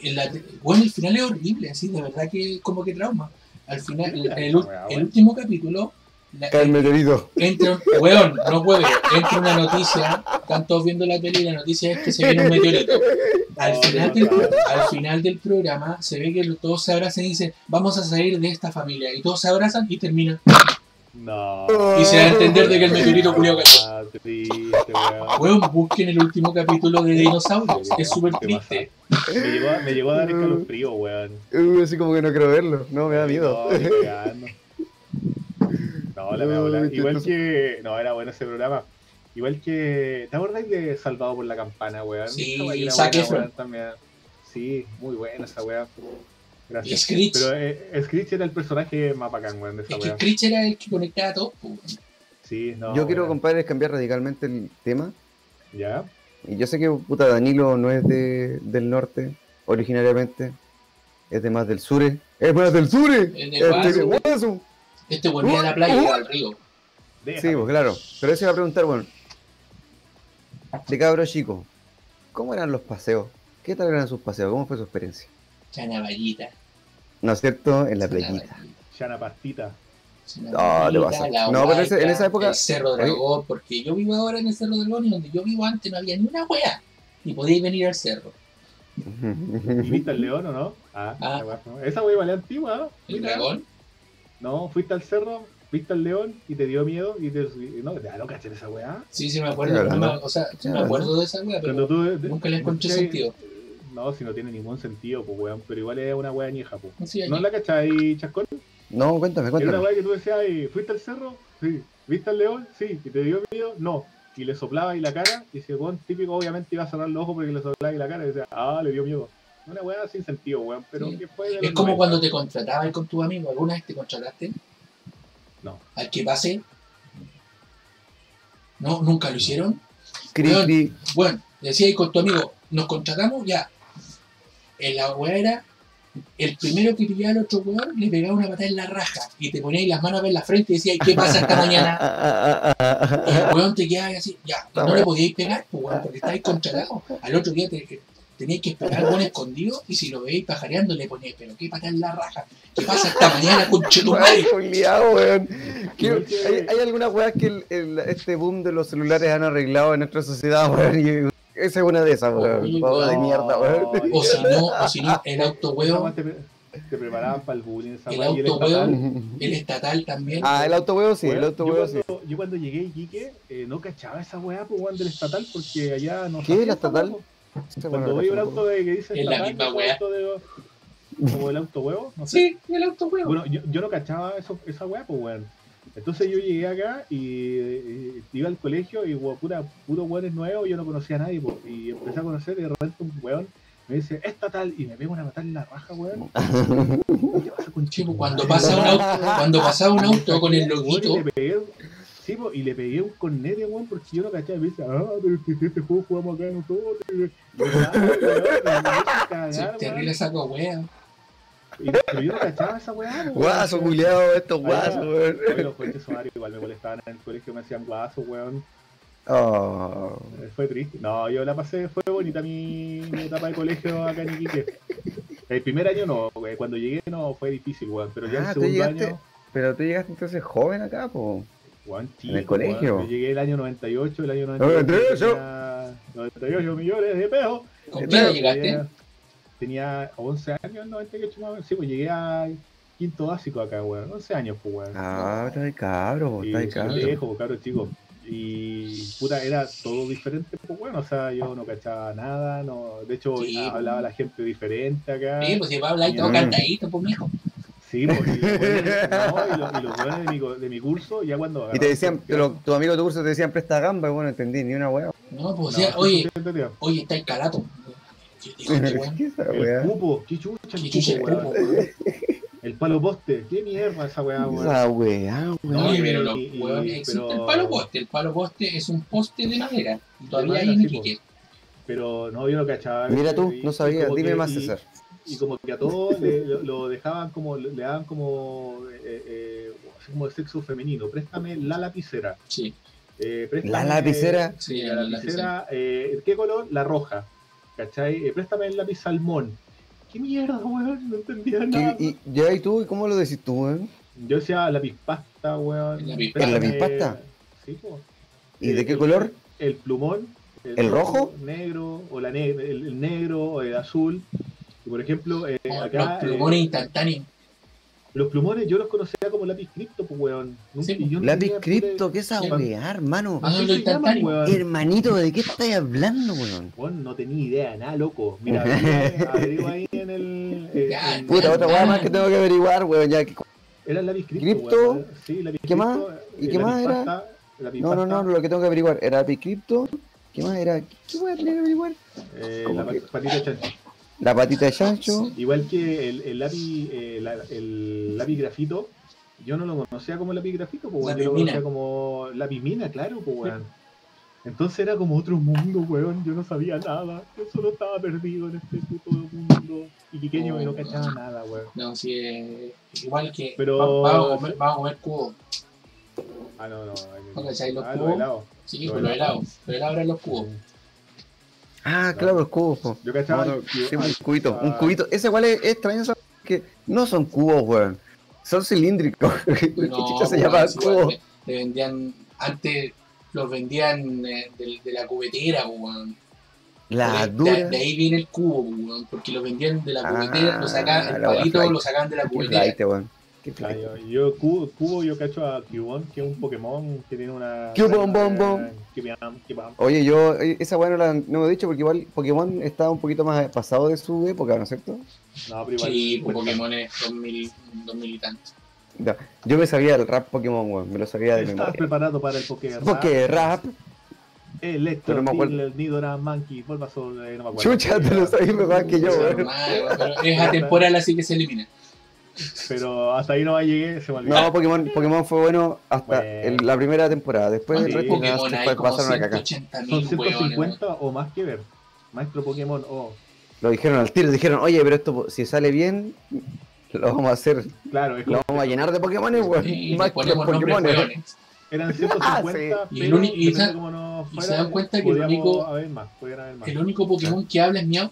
S2: el, bueno, el final es horrible, así, de verdad que como que trauma. Al final, el, el ul- el último capítulo, la-
S1: Cae el meteorito.
S2: entra, un- weón, no hueve, entra una noticia, están todos viendo la tele y la noticia es que se viene un meteorito. Al,
S3: Oh,
S2: final,
S3: qué
S2: del,
S3: bacán.
S2: al final del programa se ve que lo- todos se abrazan y dicen, vamos a salir de esta familia. Y todos se abrazan y termina.
S3: no.
S2: Y
S1: Oh.
S2: se da a entender de que el meteorito culiao cayó.
S3: Ah, triste, weón.
S2: Weón, busquen el último capítulo de Dinosaurios, es súper
S3: Te pasa.
S2: triste.
S3: Me llegó, a- me llegó a dar escalofrío, weón.
S1: Uh, así como que no quiero verlo. No, me da miedo.
S3: No, ni cagando. No, la
S1: No,
S3: me volar.
S1: viste,
S3: Igual
S1: esto-
S3: que. No, era bueno ese programa. Igual que. ¿Te acordáis de Salvado por la Campana, weón?
S2: Sí,
S3: Esa weá que era
S2: Zac
S3: buena,
S2: Efron.
S3: weón, también. Sí, muy buena esa weá.
S2: Y
S3: Gracias.
S2: Screech,
S3: Pero eh, Screech era el personaje más bacán, weón, de esa
S2: es que
S3: weá.
S2: Screech era el que conectaba todo. pues, weón.
S3: Sí, no.
S1: Yo quiero,
S3: weón.
S1: compadres, cambiar radicalmente el tema.
S3: ¿Ya?
S1: Y yo sé que, puta, Danilo no es de, del norte originariamente. Es de más del sure. ¡Es más del sure!
S2: En el
S1: ¡Es de
S2: vaso.
S1: Guaso!
S2: Este volvía a la playa y iba al río.
S1: Sí, pues claro. Pero eso iba a preguntar, bueno. De cabro chico, ¿cómo eran los paseos? ¿Qué tal eran sus paseos? ¿Cómo fue su experiencia?
S2: Chanavallita.
S1: ¿No es cierto? En la playita.
S3: Chana Pastita.
S1: Ah, te vas a- No, pero ese- en esa época-
S2: El Cerro Dragón, porque yo vivo ahora en el Cerro Dragón y donde yo vivo antes no había ni una wea. Y podíais venir al cerro.
S3: ¿Y ¿Viste el león o no? Ah,
S2: Ah.
S3: esa weá fue- esa weá vale antigua. ¿eh?
S2: El
S3: Mira.
S2: dragón.
S3: No, fuiste al cerro, viste al león y te dio miedo y te subí- No, ya no caché esa weá.
S2: Sí, sí me acuerdo.
S1: Estoy
S2: no me-
S1: hablando.
S2: o sea, sí me
S1: hablando.
S2: acuerdo de esa wea,
S3: Cuando
S2: pero
S3: tú,
S2: nunca le encontré
S3: ¿cachai?
S2: sentido.
S3: No, si no tiene ningún sentido, pues weón, pero igual es una weá añeja, pues.
S2: no sé,
S3: ¿No la cachai, Chascón?
S1: No, cuéntame,
S3: Era una
S1: cuéntame.
S3: weá que tú decías, y, ¿fuiste al cerro? Sí. ¿Viste al león? Sí. ¿Y te dio miedo? No. Y le soplaba y la cara, y ese weón típico obviamente iba a cerrar los ojos porque le soplaba y la cara y decía, ah, le dio miedo. Una weá sin sentido, weón, pero
S2: Sí.
S3: que fue de
S2: Es
S3: los
S2: como
S3: 90.
S2: cuando te contratabas con tus amigos. ¿Alguna vez te contrataste?
S3: No.
S2: ¿Al que pase? No, nunca lo hicieron.
S1: Cri, cri.
S2: Bueno, decía ahí con tu amigo, nos contratamos ya. En la weá era, el primero que pillaba al otro weón le pegaba una patada en la raja y te ponías las manos en la frente y decías, ¿qué pasa esta mañana? Y el weón te quedaba así, ya, y no le podíais pegar, pues, weón, porque estáis contratados. Al otro día te- teníais que esperar al weón escondido y si lo veíais pajareando le poníais, pero qué patada en la raja, ¿qué pasa esta mañana con
S1: Ay,
S2: Chetumare?
S1: culiao, weón. Quiero-
S3: Igual que-
S1: ¿Hay, hay algunas weas que el- el- este boom de los celulares han arreglado en nuestra sociedad, weón? Y Esa es una de esas, weón.
S2: Oye,
S1: Pavo de
S2: weón.
S1: mierda, weón.
S2: O si no, o si no, el auto
S3: Esa
S2: huevo,
S3: te, te preparaban para el bullying. Esa
S2: El
S3: weá, y era
S2: auto, weón.
S3: estatal.
S2: el estatal también.
S1: Ah, el auto huevo sí, el
S3: Weón,
S1: auto
S3: yo,
S1: huevo sí.
S3: cuando, yo cuando llegué a Iquique eh, no cachaba esa weá pues, weón, del estatal porque allá no.
S1: ¿Qué? ¿La
S3: hacía esa
S1: estatal?
S3: weá, pues.
S1: Esa es buena
S3: Cuando voy a un
S1: razón,
S3: auto de, que dice
S2: Es la misma
S3: ese
S2: weá.
S3: auto de- como el auto huevo, no sé.
S2: Sí, el auto huevo.
S3: Bueno, yo, yo no cachaba eso, esa weá, pues weón. Entonces yo llegué acá y, eh, iba al colegio y weón, pura, puro weones nuevos, yo no conocía a nadie, pues, y empecé a conocer y de repente un weón me dice, esta tal, y me pega una patada en la raja, weón. ¿Qué te pasa con
S2: Sí,
S3: chico?
S2: pues, cuando pasa un auto, cuando pasaba un auto con el loguito,
S3: Y le pegué, sí, po, y le pegué un cornete, weón, porque yo no cachaba. Y me dice, ah, pero es que este juego jugamos acá nosotros. Y yo, "Ah, weón, me hizo cagar,
S2: sí,
S3: weón".
S2: terrible saco wea.
S3: Y- Pero yo no cachaba esa weá, po,
S1: weón.
S3: weón.
S1: Guaso, culiado, estos guasos, weón.
S3: Oye, los coches sonoros igual me molestaban en el colegio, me hacían guaso, weón.
S1: Oh.
S3: Eh, Fue triste. No, yo la pasé, fue bonita mi, mi etapa de colegio acá en Iquique. El primer año no, güey, cuando llegué no fue difícil, weón, pero ya
S1: Ah,
S3: el
S1: ¿tú
S3: segundo
S1: llegaste?
S3: año,
S1: Pero tú llegaste entonces joven acá, po.
S3: weón, chico,
S1: ¿En el colegio?
S3: weón, yo llegué el año 98, el año 98.
S1: 98.
S3: tenía 98 millones de pesos.
S2: ¿Con
S1: Claro,
S2: quién llegaste?
S3: Tenía, tenía 11 años, 98 más o menos. Sí, pues llegué a quinto básico acá, weón. 11 años, pues, weón.
S1: Ah, está de cabro,
S3: Y
S1: está de
S3: soy
S1: cabro.
S3: viejo, cabro chico. Y puta, era todo diferente, pues bueno, o sea, yo no cachaba nada, no, de hecho
S2: Sí.
S3: hablaba la gente diferente acá.
S2: Sí, pues si va a hablar y todo
S1: Mm.
S2: cantadito, pues mijo.
S3: Sí, pues, y los buenos- no, y los- y los buenos de mi, co- de mi curso, ya cuando...
S1: Y te decían, te lo- tu amigo de tu curso te decían presta gamba, y bueno, entendí, ni una weá.
S2: No, pues
S3: No,
S2: o sea, oye,
S3: sí, sí, sí, sí.
S2: oye, está el calato. ¿Qué dijo este weón?
S1: ¿Qué es esa
S3: El
S1: weá?
S3: cupo, qué chucha, el
S2: ¿Qué chucha pues, el
S3: cupo, weón.
S2: cupo, weón?
S3: El palo poste, qué mierda esa weá,
S1: ¿Qué es
S3: weón.
S1: Esa weá,
S2: No,
S1: weón.
S2: oye, pero los
S3: Y-
S2: weones, existe
S3: pero-
S2: el palo poste. El palo poste es un poste de madera. Y todavía
S3: madera,
S2: hay en
S3: sí, pues.
S2: Iquique.
S3: Pero no, yo no cachaba.
S1: Mira tú,
S3: Y-
S1: no
S3: y
S1: sabía,
S3: como
S1: dime
S3: que-
S1: más,
S3: y-
S1: César.
S3: y como que a todos le- lo, lo dejaban como, le daban como, eh, eh, así como de sexo femenino, préstame la lapicera.
S2: Sí,
S3: eh, préstame- eh,
S1: La lapicera.
S2: sí,
S3: la
S2: la lapicera.
S3: lapicera, eh, ¿qué color? La roja, ¿cachai? Eh, préstame el lápiz salmón. ¿Qué mierda, weón? No entendía nada.
S1: ¿Y, y, ya, ¿y tú? ¿Y cómo lo decís tú, eh? weón?
S3: Yo decía "Ah, lápiz pasta, weón.
S2: ¿El lápiz
S1: pasta? ¿El
S3: Préstame-
S1: lápiz pasta?
S3: Sí, po.
S1: ¿Y de
S3: Eh,
S1: qué color?
S3: El plumón. ¿El,
S1: rojo?
S3: Negro, o la ne- el, el negro, o el azul. Y por ejemplo, eh,
S2: Como
S3: acá...
S2: Oh, Los
S3: eh,
S2: plumones instantáneos.
S3: Los plumones yo los conocía como lápiz cripto, pues, weón. Nunca-
S2: Sí,
S3: y yo no
S1: Lápiz
S3: tenía
S1: cripto, ¿qué es esa
S2: Sí.
S1: weá, hermano?
S2: Ah,
S3: Así
S2: lo
S3: se
S2: instantáneo.
S3: llaman, weón.
S1: Hermanito, ¿de qué estás hablando, weón?
S3: Weón, no tenía idea, nada, loco. Mira, abrigo ahí en el... eh,
S2: Ya,
S3: en-
S1: Puta, otra weá más que tengo que averiguar, weón, ya. que-
S3: Era el lápiz cripto,
S1: Cripto.
S3: weón. Sí, lápiz
S1: ¿Qué más?
S3: cripto,
S1: ¿Y
S3: el
S1: qué más
S3: lápiz
S1: era?
S3: pasta, el lápiz
S1: No, no, no,
S3: pasta,
S1: lo que tengo que averiguar era lápiz cripto. ¿Qué más era? ¿Qué weá tenía que averiguar?
S3: eh,
S1: ¿Cómo
S3: la
S1: que?
S3: pat- patita chancho.
S1: La patita de chancho.
S3: Igual que el, el lápiz, eh, la- el lápiz grafito, yo no lo conocía como lápiz grafito, pues, weón.
S2: Lápiz
S3: Yo lo
S2: mina.
S3: conocía como lápiz mina, claro, pues, weón. Entonces era como otro mundo, weón. Yo no sabía nada. Yo solo estaba perdido en este puto mundo. Y
S2: Oh,
S3: quiqueño que no cachaba nada, weón.
S2: No, sí, eh, igual que
S3: Pero-
S2: va- va a comer- va a comer cubo.
S3: Ah, no, no.
S2: No cacháis los
S3: ah, lo
S2: cubos.
S3: helado.
S2: Sí, con los helados. Los helados eran los cubos.
S1: Ah, claro, los cubos, po.
S3: Yo cachaba.
S1: No, no,
S3: que-
S1: sí,
S3: ah,
S1: un cubito, un
S3: ah,
S1: cubito. Ese igual es, es extraño, ¿sabes? que no son cubos, weón. Son cilíndricos. ¿Qué
S2: No,
S1: chucha se
S2: pues,
S1: llama
S2: sí,
S1: cubo?
S2: igual, Te, te vendían, antes los vendían eh, de, de la cubetera, pues, weón.
S1: La
S2: de,
S1: dura.
S2: de- de ahí viene el cubo, pues, weón, porque lo vendían de la
S1: Ah,
S2: cubetera, lo sacaban, el
S1: la
S2: palito
S1: guaflaita.
S2: lo sacaban de la
S1: Qué
S2: cubetera.
S1: flaite, weón. Qué
S3: ah,
S1: flaite.
S3: yo, yo cubo, cubo, yo cacho a Cubón, que es un Pokémon que tiene una.
S1: Cubón, bom, bom.
S3: Que me am- que me am-
S1: Oye, yo, eh, esa weá no la no me he dicho porque igual Pokémon está un poquito más pasado de su época, ¿no es cierto?
S3: No, pero igual.
S2: Sí, pues, Pokémon es 2000, 2000 y tanto.
S1: No, Yo me sabía el rap Pokémon, weón, me lo sabía de
S3: Estás
S1: memoria.
S3: preparado para el Pokémon.
S1: Porque rap,
S3: Electro,
S1: Pero no me acuerdo.
S3: Diglett, Nidoran, Monkey, Bulbasaur, eh, no me acuerdo.
S1: chucha, te lo sabía mejor que yo, eh.
S2: O sea,
S1: weón.
S2: normal, weón, pero es atemporal, así que se elimina.
S3: Pero hasta ahí no llegué, se me olvidó.
S1: No, Pokémon, Pokémon fue bueno hasta
S3: Bueno.
S1: el- la primera temporada. Después del
S3: Sí.
S1: resto ya
S2: Pokémon
S1: se
S2: hay
S1: fue-
S2: como
S1: pasaron a cagar.
S2: 180
S3: Son
S2: mil weones. weón.
S3: 150 o más que ver. Maestro Pokémon, oh.
S1: Lo dijeron al tiro, dijeron, oye, pero esto po- si sale bien, lo vamos a hacer,
S3: Claro, es como-
S1: lo vamos a llenar de Pokémones, weón.
S2: Y
S1: Más
S2: le
S1: que ¿eh?
S2: ponemos nombres
S1: Pokémones.
S2: weones.
S3: eran
S1: Ah,
S3: 150,
S2: Sí. Y el
S3: pero
S2: único- y
S3: depende
S2: se-
S3: cómo nos
S2: y
S3: fuera,
S2: se dan cuenta que el
S3: podíamos
S2: único-
S3: haber más, podían haber más.
S2: El único Pokémon que habla es Miau.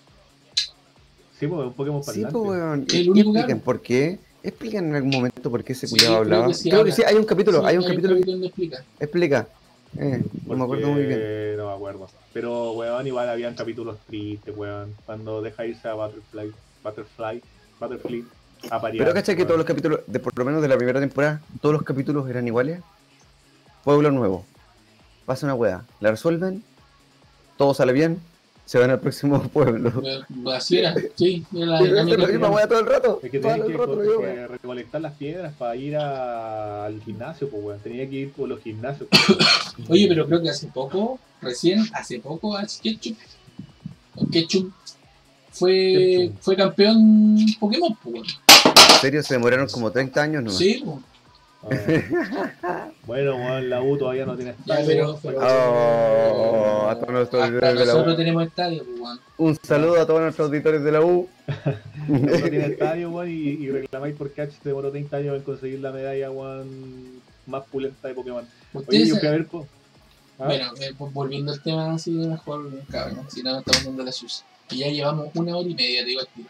S3: Sí, porque un Pokémon
S1: Sí,
S3: parlante.
S1: po, weón.
S2: El único
S1: Expliquen
S2: que habla.
S1: por qué. Expliquen en algún momento por qué ese
S2: Sí,
S1: culiado
S2: creo
S1: hablaba.
S2: que sí
S1: creo que
S2: habla.
S1: sí, hay un capítulo,
S2: Sí,
S1: hay un capítulo que
S2: donde explica.
S1: explica. Eh, no me acuerdo muy bien.
S3: Porque No me acuerdo. Pero, weón, igual habían capítulos tristes, weón. Cuando deja irse a Butterfly, Butterfly, Butterfly, a parir.
S1: Pero cacha que todos los capítulos, de, por lo menos de la primera temporada, todos los capítulos eran iguales. Pueblo nuevo. Pasa una weá. La resuelven. Todo sale bien. Se van al próximo pueblo.
S2: Bueno, Pues, Así era, sí, era la
S1: Y es la
S2: dinámica.
S1: misma weá todo el rato.
S3: Es que
S1: Todo
S3: tenés
S1: el
S3: que,
S1: rato lo
S3: co-
S1: mismo.
S3: que recolectar las piedras para ir a- al gimnasio, pues, weón. Tenía que ir por los gimnasios. pues, weón.
S2: Oye, pero creo que hace poco, recién, hace poco, Ash Ketchum, o Ketchum fue,
S3: Ketchum.
S2: fue campeón Pokémon, pues, weón.
S1: En serio, se demoraron como 30 años nomás.
S2: Sí, pues.
S3: Ah, bueno, weón, la U todavía no tiene
S2: Ya,
S3: estadio,
S2: pero-
S3: weón.
S1: Oh, a todos nuestros
S2: Hasta
S1: auditores de la
S2: nosotros
S1: U.
S2: tenemos estadio, pues, weón.
S1: Un saludo a todos nuestros auditores de la U.
S3: no tiene estadio, weón, y, y reclamáis por qué H se demoró 30 años en conseguir la medalla, weón, más pulenta de Pokémon. Oye,
S2: Ustedes,
S3: yo fui a ver, po. Ah,
S2: bueno, eh, pues, volviendo al tema así de mejor, cabrón, si no, no estamos viendo la sus. Y ya llevamos una hora y media, te digo al tiro.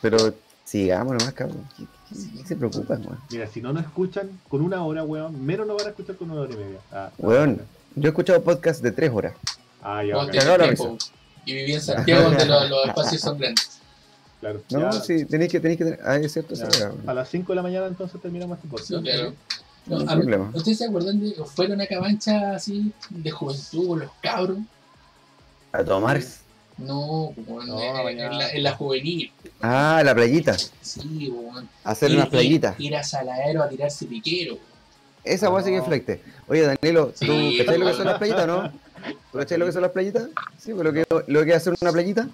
S1: Pero sigamos nomás, cabrón. ¿Qué, qué- qué se preocupan, weón?
S3: Mira, si no nos escuchan con una hora, weón, menos nos van a escuchar con una hora y media. Ah, ah,
S1: Weón. Yo he escuchado podcasts de 3 horas.
S3: Ah, ya,
S2: Vos
S3: bacán,
S2: tenés
S1: Cagado la
S2: tiempo, Y viví en Santiago, donde los, los espacios son grandes.
S3: claro.
S1: No,
S3: ya,
S1: sí, tenéis que, tenéis que tener. Ah, es cierto,
S3: ya.
S1: esa weá, weón.
S3: A las 5 de la mañana entonces terminamos este podcast.
S2: Sí, claro. No,
S1: No hay
S2: a mí-
S1: problema.
S2: ¿Ustedes se acuerdan de fueron a cabancha así de juventud, los cabros?
S1: A tomar.
S2: No, como en, en-
S3: No,
S2: en
S3: ya.
S2: la, en la juvenil.
S1: Ah, la playita.
S2: Sí, weón.
S1: Hacer
S2: Ir-
S1: unas
S2: ir-
S1: playitas.
S2: Ir a Saladero a tirarse piquero.
S1: Esa weá sí que es
S3: No.
S1: fleite. Oye, Danilo, ¿tú
S2: Sí.
S1: cachai lo que son las playitas, no? ¿Tú cachai lo que son las playitas? Sí, pues lo que, lo que es hacer una playita.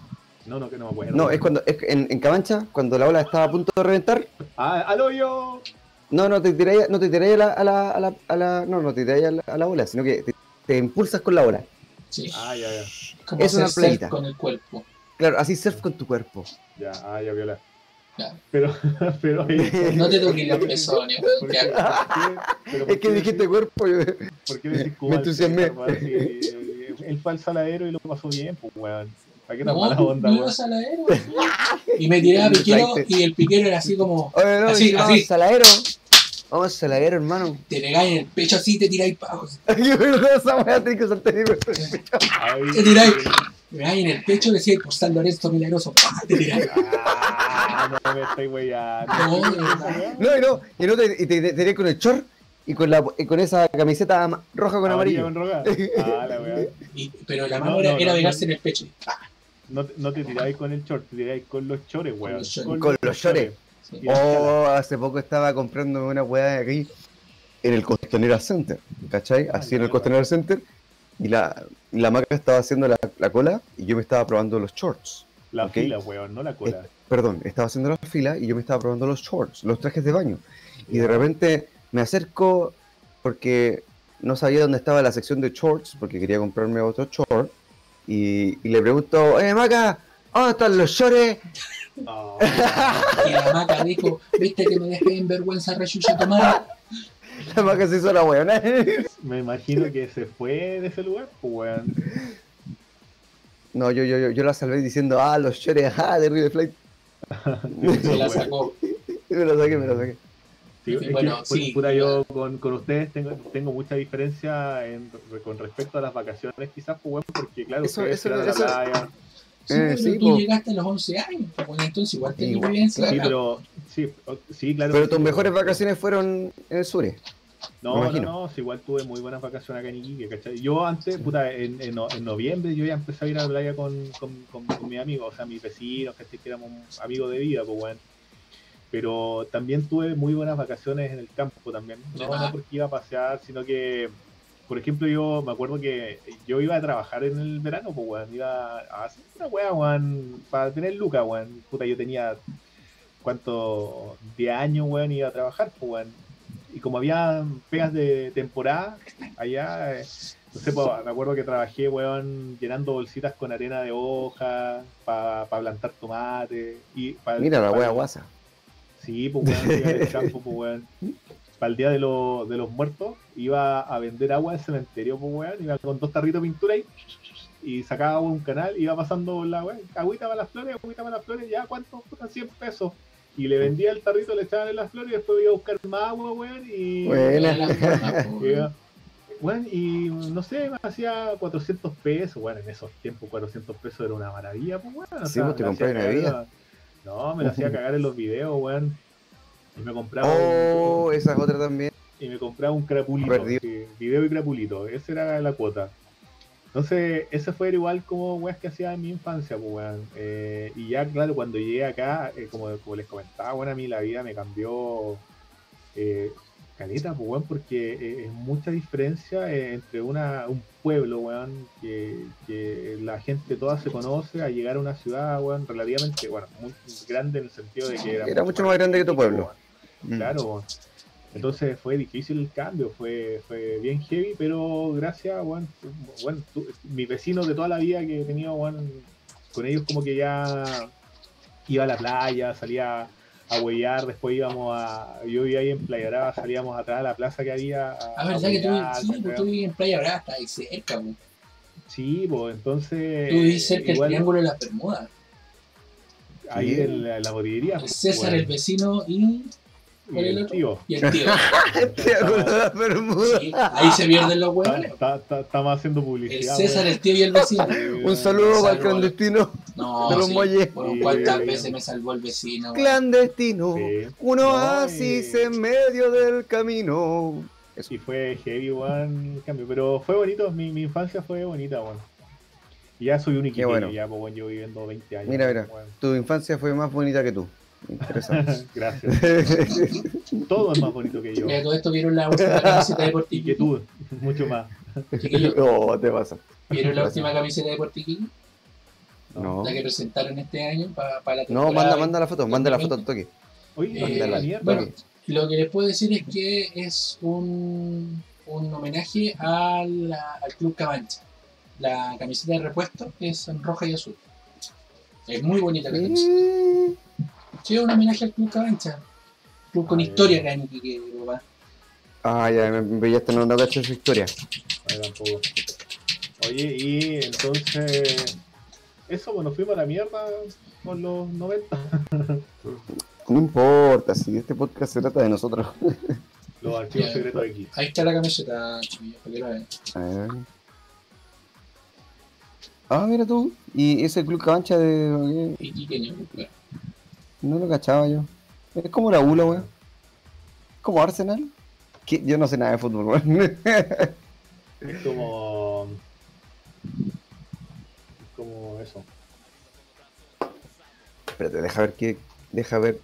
S3: No, no, que no me acuerdo.
S1: No, es cuando. Es que en, en Cabancha, cuando la ola estaba a punto de reventar.
S3: Ah, al hoyo.
S1: No, no te tiráis, no te tiráis a, la, a, la, a, la, a la- No, no te tiráis a la, a la ola, sino que te, te impulsas con la ola.
S2: Sí.
S3: Ah, ya, ya.
S2: Como
S1: es una
S2: hacer surf
S1: playita.
S2: con el cuerpo.
S1: Claro, así surf con tu cuerpo.
S3: Ya, ah, ya viola.
S2: Claro.
S3: Pero, pero ahí-
S2: No te toques los pezones, weón.
S3: ¿por
S2: te
S3: qué?
S2: hago-
S3: Pero ¿por
S1: Es que
S3: qué
S1: dijiste
S3: decís-
S1: cuerpo. yo-
S3: ¿Por qué decís
S1: Me entusiasmé.
S3: Cuba? Sí, eh, Él fue al saladero y lo pasó bien, pues, weón. ¿Para qué
S2: No,
S3: tan mala onda,
S2: yo iba a
S3: weón?
S2: Saladero. weón. Y me tiraba piquero y el piquero era así como.
S1: Oye, no,
S2: Así,
S1: sí, vamos
S2: así.
S1: al saladero. Vamos al saladero, hermano.
S2: Te pegáis en el pecho así y te tiráis para abajo.
S1: Yo creo que esa weá tiene que saltar y me-
S3: Ay,
S2: Te tiráis. Te pegáis en el pecho y decías, por San Lorenzo milagroso. ¡pah! Te tiráis.
S3: Ah, no me estáis weyando.
S2: No, de verdad.
S1: No, y no, y no te, y te, te- te tiré con el short y con, la, y con esa camiseta ama- roja con amarillo.
S3: Con roja. Ah, la weá.
S2: Y- pero la
S3: No,
S2: mano era,
S3: no,
S2: era
S3: no,
S2: pegarse
S3: no.
S2: en el pecho.
S3: No, te- no te tiráis con el short, te tiráis con los chores, weón.
S2: los chores.
S1: Con los chores.
S2: Sí.
S3: Y la chala.
S1: Oh, hace poco estaba comprando una weá aquí en el Costanera Center, ¿cachai?
S3: Ah,
S1: Así en
S3: ya,
S1: el
S3: ya.
S1: Costanera Center. Y la, y la maca estaba haciendo la, la cola y yo me estaba probando los shorts.
S3: La
S1: ok.
S3: fila, weón, no la cola.
S1: Perdón, estaba haciendo la fila y yo me estaba probando los shorts, los trajes de baño. Y de repente me acerco porque no sabía dónde estaba la sección de shorts, porque quería comprarme otro short. Y, y le pregunto, eh, Maca, ¿dónde están los shorts?
S3: Ah,
S2: Y la maca dijo, viste que me dejé en vergüenza reyuya tomar.
S1: La Maca se hizo la weona.
S3: me imagino que se fue de ese lugar, pues, weón.
S1: No, yo, yo, yo, yo la salvé diciendo, ah, los shorts, ah, de River Flight.
S2: Se la sacó.
S1: Eh, Y me lo saqué, me lo saqué.
S3: Sí,
S2: Sí,
S3: es
S2: bueno,
S3: que, pu-
S2: sí.
S3: puta, yo con, con ustedes tengo, tengo mucha diferencia en- re- con respecto a las vacaciones, quizás, pues, weón, porque claro,
S1: Eso-
S3: ustedes
S1: eso-
S3: eran a la
S1: eso-
S3: playa.
S2: Sí,
S1: Eh,
S2: pero
S1: sí,
S2: tú
S1: po.
S2: llegaste a los 11 años. pues, Bueno, entonces igual te
S1: Igual,
S2: vivencia.
S3: Sí,
S2: acá.
S3: pero, sí, o- sí, claro.
S1: Pero
S3: sí,
S1: tus
S3: pues,
S1: mejores
S3: weón.
S1: vacaciones fueron en el sur.
S3: No,
S1: me
S3: no,
S1: imagino.
S3: no, si igual tuve muy buenas vacaciones acá en Iquique, ¿cachai? Yo antes, puta, en, en no- en noviembre yo ya empecé a ir a la playa con, con, con- con mis amigos, o sea, mis vecinos, ¿cachai? Que éramos amigos de vida, pues, weón. Pero también tuve muy buenas vacaciones en el campo también. No, no porque iba a pasear, sino que, por ejemplo, yo me acuerdo que yo iba a trabajar en el verano, pues, weón. Iba a hacer una weá, weón, para tener lucas, weón. Puta, yo tenía, ¿cuánto? De años, weón, iba a trabajar, pues, weón y como había pegas de temporada allá, eh, no sé, pues, me acuerdo que trabajé, weón, llenando bolsitas con arena de hoja para plantar tomate. Y pa-
S1: Mira la
S3: pa-
S1: wea guasa.
S3: Sí, pues, weón, iba al campo, pues, weón. Para el día de, los- de los muertos, iba a vender agua al cementerio, pues, weón. Iba con dos tarritos de pintura y, y sacaba un canal, iba pasando la weón, agüita para las flores, agüita para las flores, ya, ¿cuántos? Puta, 100 pesos. Y le vendía el tarrito, le echaban en las flores y después iba a buscar más agua, weón. Y
S1: Buena.
S2: Era la forma, po,
S3: Iba- Bueno, y no sé, me hacía 400 pesos, bueno, en esos tiempos 400 pesos era una maravilla, pues bueno. o
S1: Sí,
S3: sea,
S1: vos te
S3: me hacía
S1: compré una
S3: cagar
S1: bebida.
S3: la- No, me lo hacía cagar en los videos, weón. Y me compraba
S1: Oh,
S3: un,
S1: esa es otra también.
S3: y me compraba un crapulito,
S1: Perdido.
S3: sí, video y crapulito, esa era la cuota. Entonces, ese fue igual como weas que hacía en mi infancia, pues weón. Eh, y ya, claro, cuando llegué acá, eh, como, como les comentaba, bueno, a mí la vida me cambió eh, caleta, pues weón, porque eh, es mucha diferencia eh, entre una, un pueblo, weón, que, que la gente toda se conoce, a llegar a una ciudad, weón, relativamente, bueno, muy grande en el sentido de que era,
S1: Era mucho más grande que tu pueblo.
S3: weón. Claro, entonces fue difícil el cambio, fue, fue bien heavy, pero gracias, bueno, bueno tu- mis vecinos de toda la vida que he tenido, weón, con ellos como que ya iba a la playa, salía a huellar, después íbamos a, yo vivía ahí en Playa Brava, salíamos atrás a la plaza que había. A,
S2: Ah,
S3: a
S2: verdad que tú,
S3: huellar,
S2: sí, pues, tú
S3: ¿cachai?
S2: vives en Playa Brava, está ahí cerca, pues.
S3: Sí, pues entonces...
S2: Tú vives cerca del
S3: igual
S2: Triángulo de las Bermudas.
S3: Ahí en la, la botillería. pues,
S2: César,
S3: weón,
S2: el vecino y,
S3: y el
S2: el otro.
S3: tío.
S2: y el tío.
S1: Triángulo de las
S2: Sí,
S1: Bermudas.
S2: ahí se pierden los
S3: Está-
S2: huevones.
S3: está- está- Estamos haciendo
S2: El
S3: publicidad.
S2: César, el tío y el vecino.
S3: weón.
S1: Un saludo para el
S2: Saludo.
S1: clandestino.
S2: No,
S1: De los
S2: sí.
S1: muelles.
S2: Bueno,
S3: Sí,
S2: cuántas
S3: sí.
S2: veces me salvó el vecino. weón.
S1: Clandestino.
S3: Sí.
S1: Un
S3: No,
S1: oasis
S3: y-
S1: en medio del camino.
S3: Y fue heavy, weón, el cambio. Pero fue bonito, mi, mi infancia fue bonita, weón. Y ya soy un
S1: Qué bueno.
S3: ya, pues, weón, yo viviendo 20 años.
S1: Mira, mira.
S3: weón.
S1: Tu infancia fue más bonita que tú. Interesante.
S3: Gracias. Todo es más bonito que yo.
S2: Mira, todo esto vieron la última camiseta de
S3: Y que
S2: Portiquín.
S3: tú, mucho más.
S2: Chiquillos,
S1: No, Oh, te pasa.
S2: ¿Vieron la última camiseta de Portiquín?
S1: No.
S2: La que presentaron este año para, para la temporada.
S1: No, manda, manda la foto, manda la foto al toque.
S3: Oye,
S2: Eh,
S3: la
S1: Mándala al
S3: mierda.
S2: bueno.
S1: toque.
S2: Lo que les puedo decir es que es un, un homenaje a la- al Club Cabancha. La camiseta de repuesto es en roja y azul. Es muy bonita la camiseta.
S1: Mm.
S2: Sí, es un homenaje al Club Cabancha. Club con
S3: Ah,
S2: historia
S3: ya.
S2: acá en Iquique, papá.
S1: Ah, ya, me me pillaste no no cacho esa historia.
S3: Ay, tampoco. Oye, y entonces. Eso, bueno, fuimos a la mierda con los 90.
S1: No importa, si este podcast se trata de nosotros.
S3: Los archivos secretos de aquí.
S2: Ahí está la camiseta, chiquillos, para que la vean.
S1: A ver. Ah, mira tú. Y ese club cancha de.
S2: Iquiqueño, claro.
S1: No lo cachaba yo. Es como la ULA, weón. Como Arsenal. ¿Qué? Yo no sé nada de fútbol, weón.
S3: Es como. es como eso.
S1: Espérate, deja ver qué. Deja ver.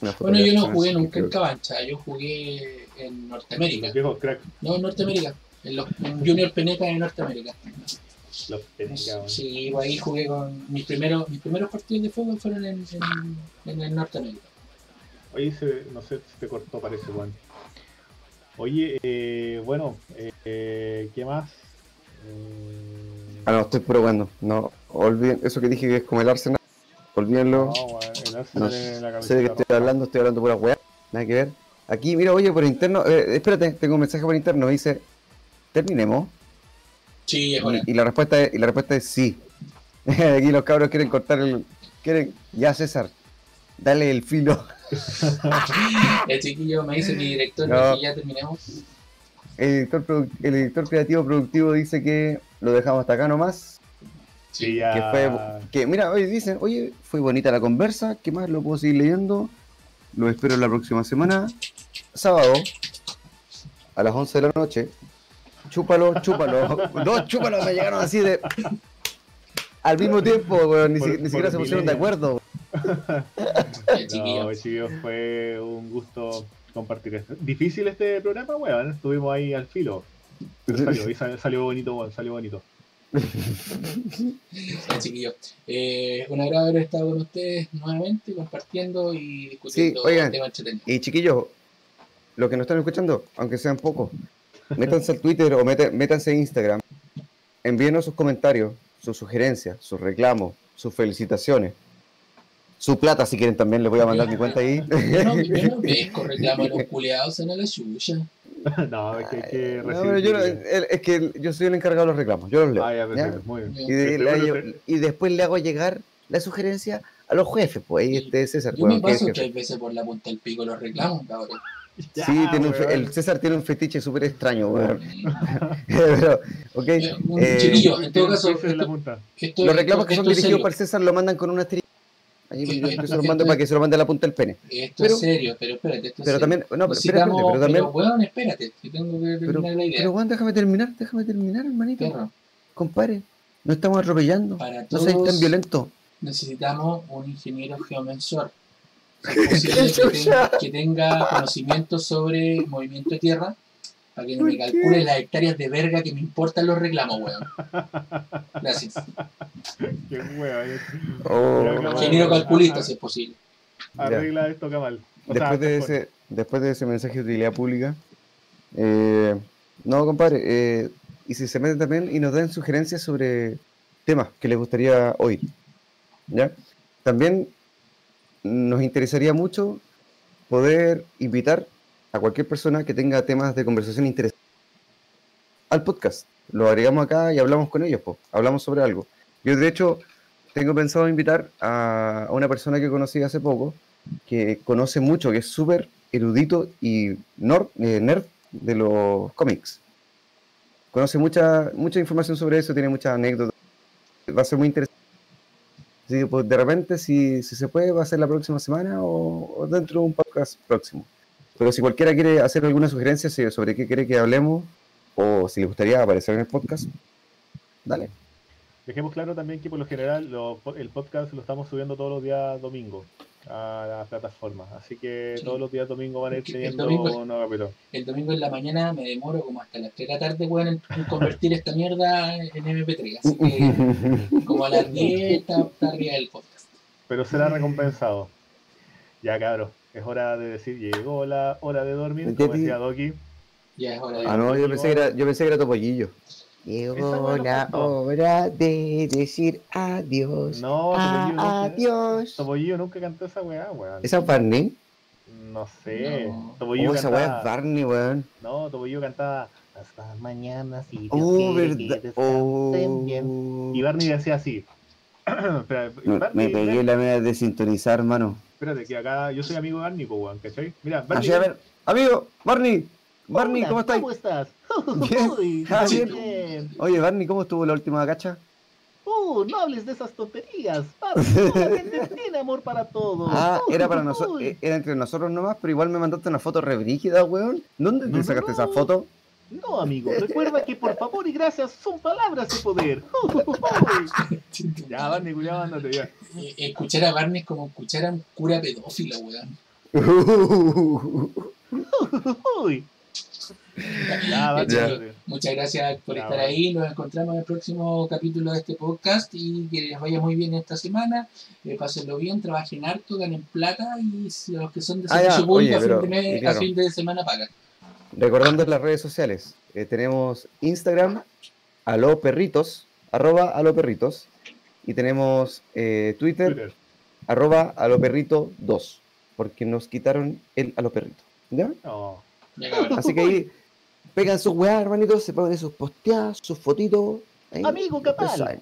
S1: una foto
S2: Bueno,
S1: de
S2: yo no
S1: Arsenal,
S2: jugué
S1: sí,
S2: nunca en
S1: creo que-
S2: Cabancha, yo jugué en Norteamérica.
S3: Los viejos cracks,
S2: No, en Norteamérica. En los en Junior Peneca de Norteamérica.
S3: los penecaban.
S2: Sí, pues ahí jugué con mis primeros, mis primeros partidos de fútbol fueron en, en, en el Norteamérica.
S3: Oye, se- no sé si te cortó, parece, Juan. Oye, eh, bueno, eh, eh, ¿qué más? Eh,
S1: Ah, no, estoy probando. No, olviden. Eso que dije que es como el Arsenal. Olvídenlo.
S3: no, Juan, el
S1: No
S3: Arsenal en la
S1: sé de qué
S3: camiseta
S1: estoy
S3: roja.
S1: hablando, estoy hablando por la weá, nada que ver. Aquí, mira, oye, por interno, eh, espérate, tengo un mensaje por interno, dice, terminemos.
S2: Sí, es hora.
S1: Y, y la respuesta es, y la respuesta es sí. Aquí los cabros quieren cortar el, quieren, ya César, dale el filo.
S2: El chiquillo me dice mi director
S1: No.
S2: que ya terminamos.
S1: El editor, produ- el editor creativo productivo dice que lo dejamos hasta acá nomás.
S3: Sí,
S1: Que
S3: ya.
S1: fue, que mira, oye, dicen, oye, fue bonita la conversa, ¿qué más lo puedo seguir leyendo? Lo espero la próxima semana, sábado, a las 11 de la noche. Chúpalo, chúpalo. Dos chúpalos me llegaron así de. Al mismo tiempo, weón, ni,
S3: Por-
S1: si- ni
S3: por
S1: siquiera se pusieron de
S3: milenio.
S1: acuerdo.
S2: El chiquillo.
S3: No, chiquillos, fue un gusto compartir esto. Difícil este programa, weón. Estuvimos ahí al filo. Pero salió, y sal- salió bonito, Juan, salió bonito.
S2: Ya, chiquillos. Eh, un agrado haber estado con ustedes nuevamente, compartiendo y discutiendo
S1: Sí, oigan.
S2: el tema entretenido.
S1: Y chiquillos, los que nos están escuchando, aunque sean pocos, métanse al Twitter o mete- métanse a Instagram. Envíenos sus comentarios, sus sugerencias, sus reclamos, sus felicitaciones. Su plata, si quieren, también les voy a mandar mi cuenta ahí.
S2: Yo no, yo no pesco reclamo a los culeados en la suya.
S3: no, es que hay que
S1: No,
S3: recibir
S1: pero yo no-
S3: críticas.
S1: el- es que yo soy el encargado de los reclamos, yo los leo.
S3: Ah, ya,
S1: ¿ya?
S3: perfecto, muy bien.
S1: Y, de-
S3: Perfecto,
S1: la-
S3: bueno, este-
S1: yo-
S3: per-
S1: y después le hago llegar la sugerencia a los jefes, pues ahí este César,
S2: Yo
S1: weón,
S2: me
S1: que es
S2: paso
S1: jefe.
S2: tres veces por la punta del pico los reclamos, cabrón.
S3: Ya,
S6: sí, tiene un fe-
S3: Ah, weón.
S6: el César tiene un fetiche súper extraño, weón. Pero, ok.
S2: Un
S6: eh,
S2: chiquillo, en todo
S3: Tiene un
S2: caso,
S3: cáncer en Este, la
S2: esto-
S3: punta.
S2: esto-
S6: los reclamos
S2: esto-
S6: que son
S2: esto es
S6: dirigidos
S2: serio.
S6: para el César lo mandan con una estrella. Ahí
S2: Sí,
S6: yo
S2: sí,
S6: se lo
S2: sí,
S6: mando
S2: sí.
S6: para que se lo mande a la punta del pene.
S2: Esto
S6: Pero-
S2: es serio, pero espérate, esto es
S6: Pero
S2: serio.
S6: también, no, pero, espérate,
S2: Sigamos,
S6: pero también,
S2: pero, weón, espérate, que tengo que terminar la idea.
S6: pero weón, déjame terminar, déjame terminar, hermanito.
S2: Perro,
S6: Compadre, no estamos atropellando.
S2: para
S6: No seas tan
S2: todos
S6: violento.
S2: necesitamos un ingeniero geomensor. Si es posible que, tenga, que tenga conocimiento sobre movimiento de tierra para que
S6: ¿Por
S2: me
S6: qué?
S2: calcule las hectáreas de verga que me importan los reclamos, weón. Gracias.
S3: Qué hueva, eh.
S6: Oh,
S3: Pero acá-
S2: Ingeniero calculista, si es posible.
S3: Arregla esto, Kamal. O sea,
S6: después, de
S3: Cascón.
S6: ese, después de ese mensaje de utilidad pública, eh, no, compadre, eh, y si se meten también y nos dan sugerencias sobre temas que les gustaría oír, ¿ya? También nos interesaría mucho poder invitar a cualquier persona que tenga temas de conversación interesantes al podcast. Lo agregamos acá y hablamos con ellos, po. hablamos sobre algo. Yo, de hecho, tengo pensado invitar a a una persona que conocí hace poco, que conoce mucho, que es súper erudito y nor- eh, nerd de los cómics. Conoce mucha, mucha información sobre eso, tiene muchas anécdotas. Va a ser muy interesante. Así que, pues, de repente, si, si se puede, va a ser la próxima semana o, o dentro de un podcast próximo. Pero si cualquiera quiere hacer alguna sugerencia si- sobre qué quiere que hablemos o si le gustaría aparecer en el podcast, dale.
S3: Dejemos claro también que por lo general lo- el podcast lo estamos subiendo todos los días domingo a las plataformas. Así que
S2: Sí.
S3: todos los días domingo van a ir
S2: El
S3: teniendo
S2: domingo es-
S3: un nuevo capítulo.
S2: El domingo en la mañana me demoro como hasta las 3 de la tarde, weón, en- en convertir esta mierda en MP3. Así que como a las 10 está, está arriba del podcast.
S3: Pero
S2: Mm.
S3: será recompensado. Ya cabros, es hora de decir llegó la hora de dormir,
S6: Ya
S3: como
S6: te-
S3: decía Doki.
S2: Ya es hora de...
S6: Ah, no, yo pensé que era, yo pensé que era Topollillo.
S3: Esa
S1: Llegó
S3: hueá no
S1: la
S3: faltó.
S1: hora de decir adiós.
S3: No, Topollillo
S1: Ah,
S3: nunca-
S1: adiós.
S3: Topollillo nunca cantó esa weá, weón.
S6: ¿Esa es Barney?
S3: No sé.
S2: No.
S3: Topollillo
S6: Oh, esa weá es
S3: cantaba.
S6: Barney, weón.
S3: No, Topollillo cantaba hasta mañana si Dios
S6: Oh,
S3: quiere que
S6: verdad.
S3: descansen bien".
S6: Oh.
S3: Y Barney decía así. Espera,
S6: No,
S3: Barney-
S6: me pegué la media de sintonizar, hermano.
S3: Espérate, que acá yo soy amigo de Barney, po, weón, ¿cachai? Mira, Barney.
S6: Así, a ver, amigo, Barney. Barney,
S3: hola,
S6: ¿cómo estás?
S3: ¿Cómo estás?
S6: Bien.
S3: Uy,
S6: Ah,
S3: muy
S6: bien.
S3: bien.
S6: Oye, Barney, ¿cómo estuvo la última cacha?
S3: Uh, no hables de esas tonterías. Barney, solamente tiene amor para todos.
S6: Ah, era para
S3: Uy,
S6: nosotros, era entre nosotros nomás, pero igual me mandaste una foto rebrígida, weón. ¿Dónde
S3: No,
S6: te
S3: no,
S6: sacaste
S3: no.
S6: esa foto?
S3: No, amigo, recuerda que por favor y gracias son palabras de poder. Uy. ya, Barney, cuidado, ándate ya.
S2: Eh, Escuchar a Barney es como escuchar a un cura pedófilo, weón.
S3: Uy. Ya, Barney,
S6: Ya.
S3: ándate.
S2: Muchas gracias por
S3: Ya,
S2: estar
S3: bueno.
S2: ahí. Nos encontramos en el próximo capítulo de este podcast y que les vaya muy bien esta semana. Eh, pásenlo bien, trabajen harto, ganen plata y si los que son de
S6: Ah, ya,
S2: servicio
S6: oye,
S2: público a fin
S6: pero-
S2: de mes-
S6: claro.
S2: a fin de semana pagan.
S6: Recordando las redes sociales, eh, tenemos Instagram, aloperritos, arroba aloperritos, y tenemos eh, Twitter,
S3: Twitter.
S6: arroba aloperrito2, porque nos quitaron el aloperrito, ¿ya?
S3: No.
S2: Ya, cabrón.
S6: Así que ahí pegan sus weas, hermanitos, se ponen sus posteadas, sus fotitos. ahí,
S3: Amigo, ¿qué
S6: ustedes
S3: tal?
S6: saben.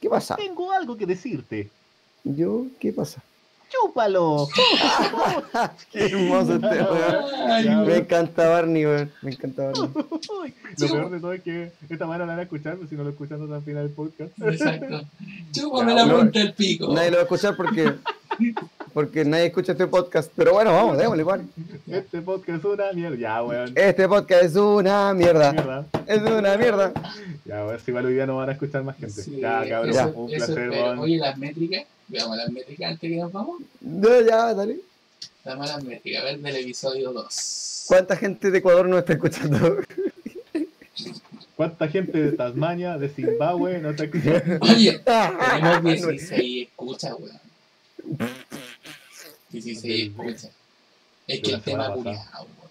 S6: ¿Qué pasa?
S3: Tengo algo que decirte.
S6: ¿Yo? ¿Qué pasa?
S3: ¡Chúpalo!
S6: ¡Qué hermoso este weón!
S2: Ay,
S3: Ya,
S6: Me
S2: weón.
S6: encanta Barney, weón. Me encanta Barney.
S3: Uy, Lo peor de todo es que esta manera la van a escuchar, pero si no lo escuchan hasta el final del podcast.
S2: Exacto. Chúpame la
S6: No,
S2: punta del pico.
S6: Nadie lo va a escuchar porque, porque nadie escucha este podcast. Pero bueno, vamos, démosle igual.
S3: Este podcast es una mierda. Ya, weón.
S6: Este podcast es una mierda.
S3: Mierda.
S6: Es una mierda.
S3: Ya, weón. Si igual hoy día no van a escuchar más gente.
S2: Sí,
S3: ya, cabrón.
S2: eso-
S3: un
S2: eso
S3: placer,
S2: espero.
S3: weón.
S2: Oye, las métricas. Veamos las métricas antes que nos vamos.
S6: No, ya, dale.
S2: Veamos las métricas. A ver, del episodio 2.
S6: ¿Cuánta gente de Ecuador nos está escuchando?
S3: ¿Cuánta gente de Tasmania, de Zimbabue, no está escuchando?
S2: Oye, tenemos 16 escuchas, weón. 16 escuchas. Es que el tema culiao, weón.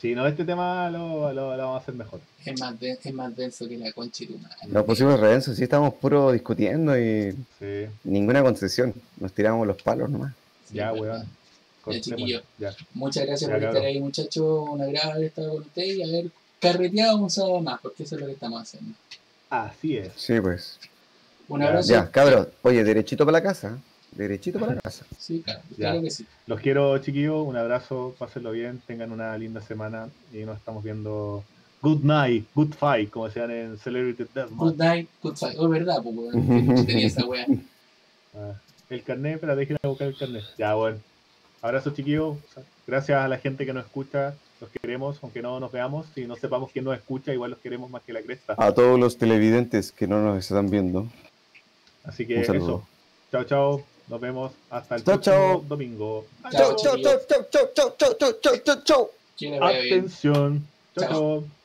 S3: Si no, este tema lo, lo- lo vamos a hacer mejor.
S2: Es más, den- es más denso que la concha de tu madre.
S6: Nos pusimos redensos, sí, estábamos puro discutiendo y
S3: Sí.
S6: ninguna concesión. Nos tiramos los palos nomás.
S2: Sí,
S3: ya,
S2: es
S3: weón.
S2: verdad.
S3: Cortémoslo.
S2: chiquillo.
S3: Ya.
S2: Muchas gracias
S3: Ya,
S2: por estar
S3: cabrón.
S2: ahí, muchachos. Un agrado haber estado con ustedes y haber carreteado un sábado más, porque eso es lo que estamos haciendo.
S3: Así es.
S6: Sí, pues.
S2: Un
S3: Ya,
S2: abrazo.
S6: Ya, cabros. Oye, derechito para la casa.
S1: Derechito para la casa.
S2: Sí, claro,
S3: Ya.
S2: creo que sí.
S3: Los quiero, chiquillos. Un abrazo. Pásenlo bien. Tengan una linda semana. Y nos estamos viendo. Good night, good fight, como decían en Celebrity Deathmatch.
S2: Good night, good fight. Oh, verdad, pues, weón. Qué tenía esa wea.
S3: Ah, el carnet, espera, déjenme buscar el carnet. Ya, bueno. Abrazo, chiquillos. Gracias a la gente que nos escucha. Los queremos, aunque no nos veamos. Si no sepamos quién nos escucha, igual los queremos más que la cresta.
S6: A todos los televidentes que no nos están viendo.
S3: Así que
S6: Un saludo.
S3: eso. Chao, chao. Nos vemos hasta el
S6: Chao,
S3: próximo
S6: chao.
S3: domingo.
S2: Chao,
S3: Adiós.
S2: chao, chao,
S7: chau, chau, chau, chau, chau, chau, chau.
S2: Que le vaya bien.
S3: Atención. Chao,
S2: Chao.
S3: chao.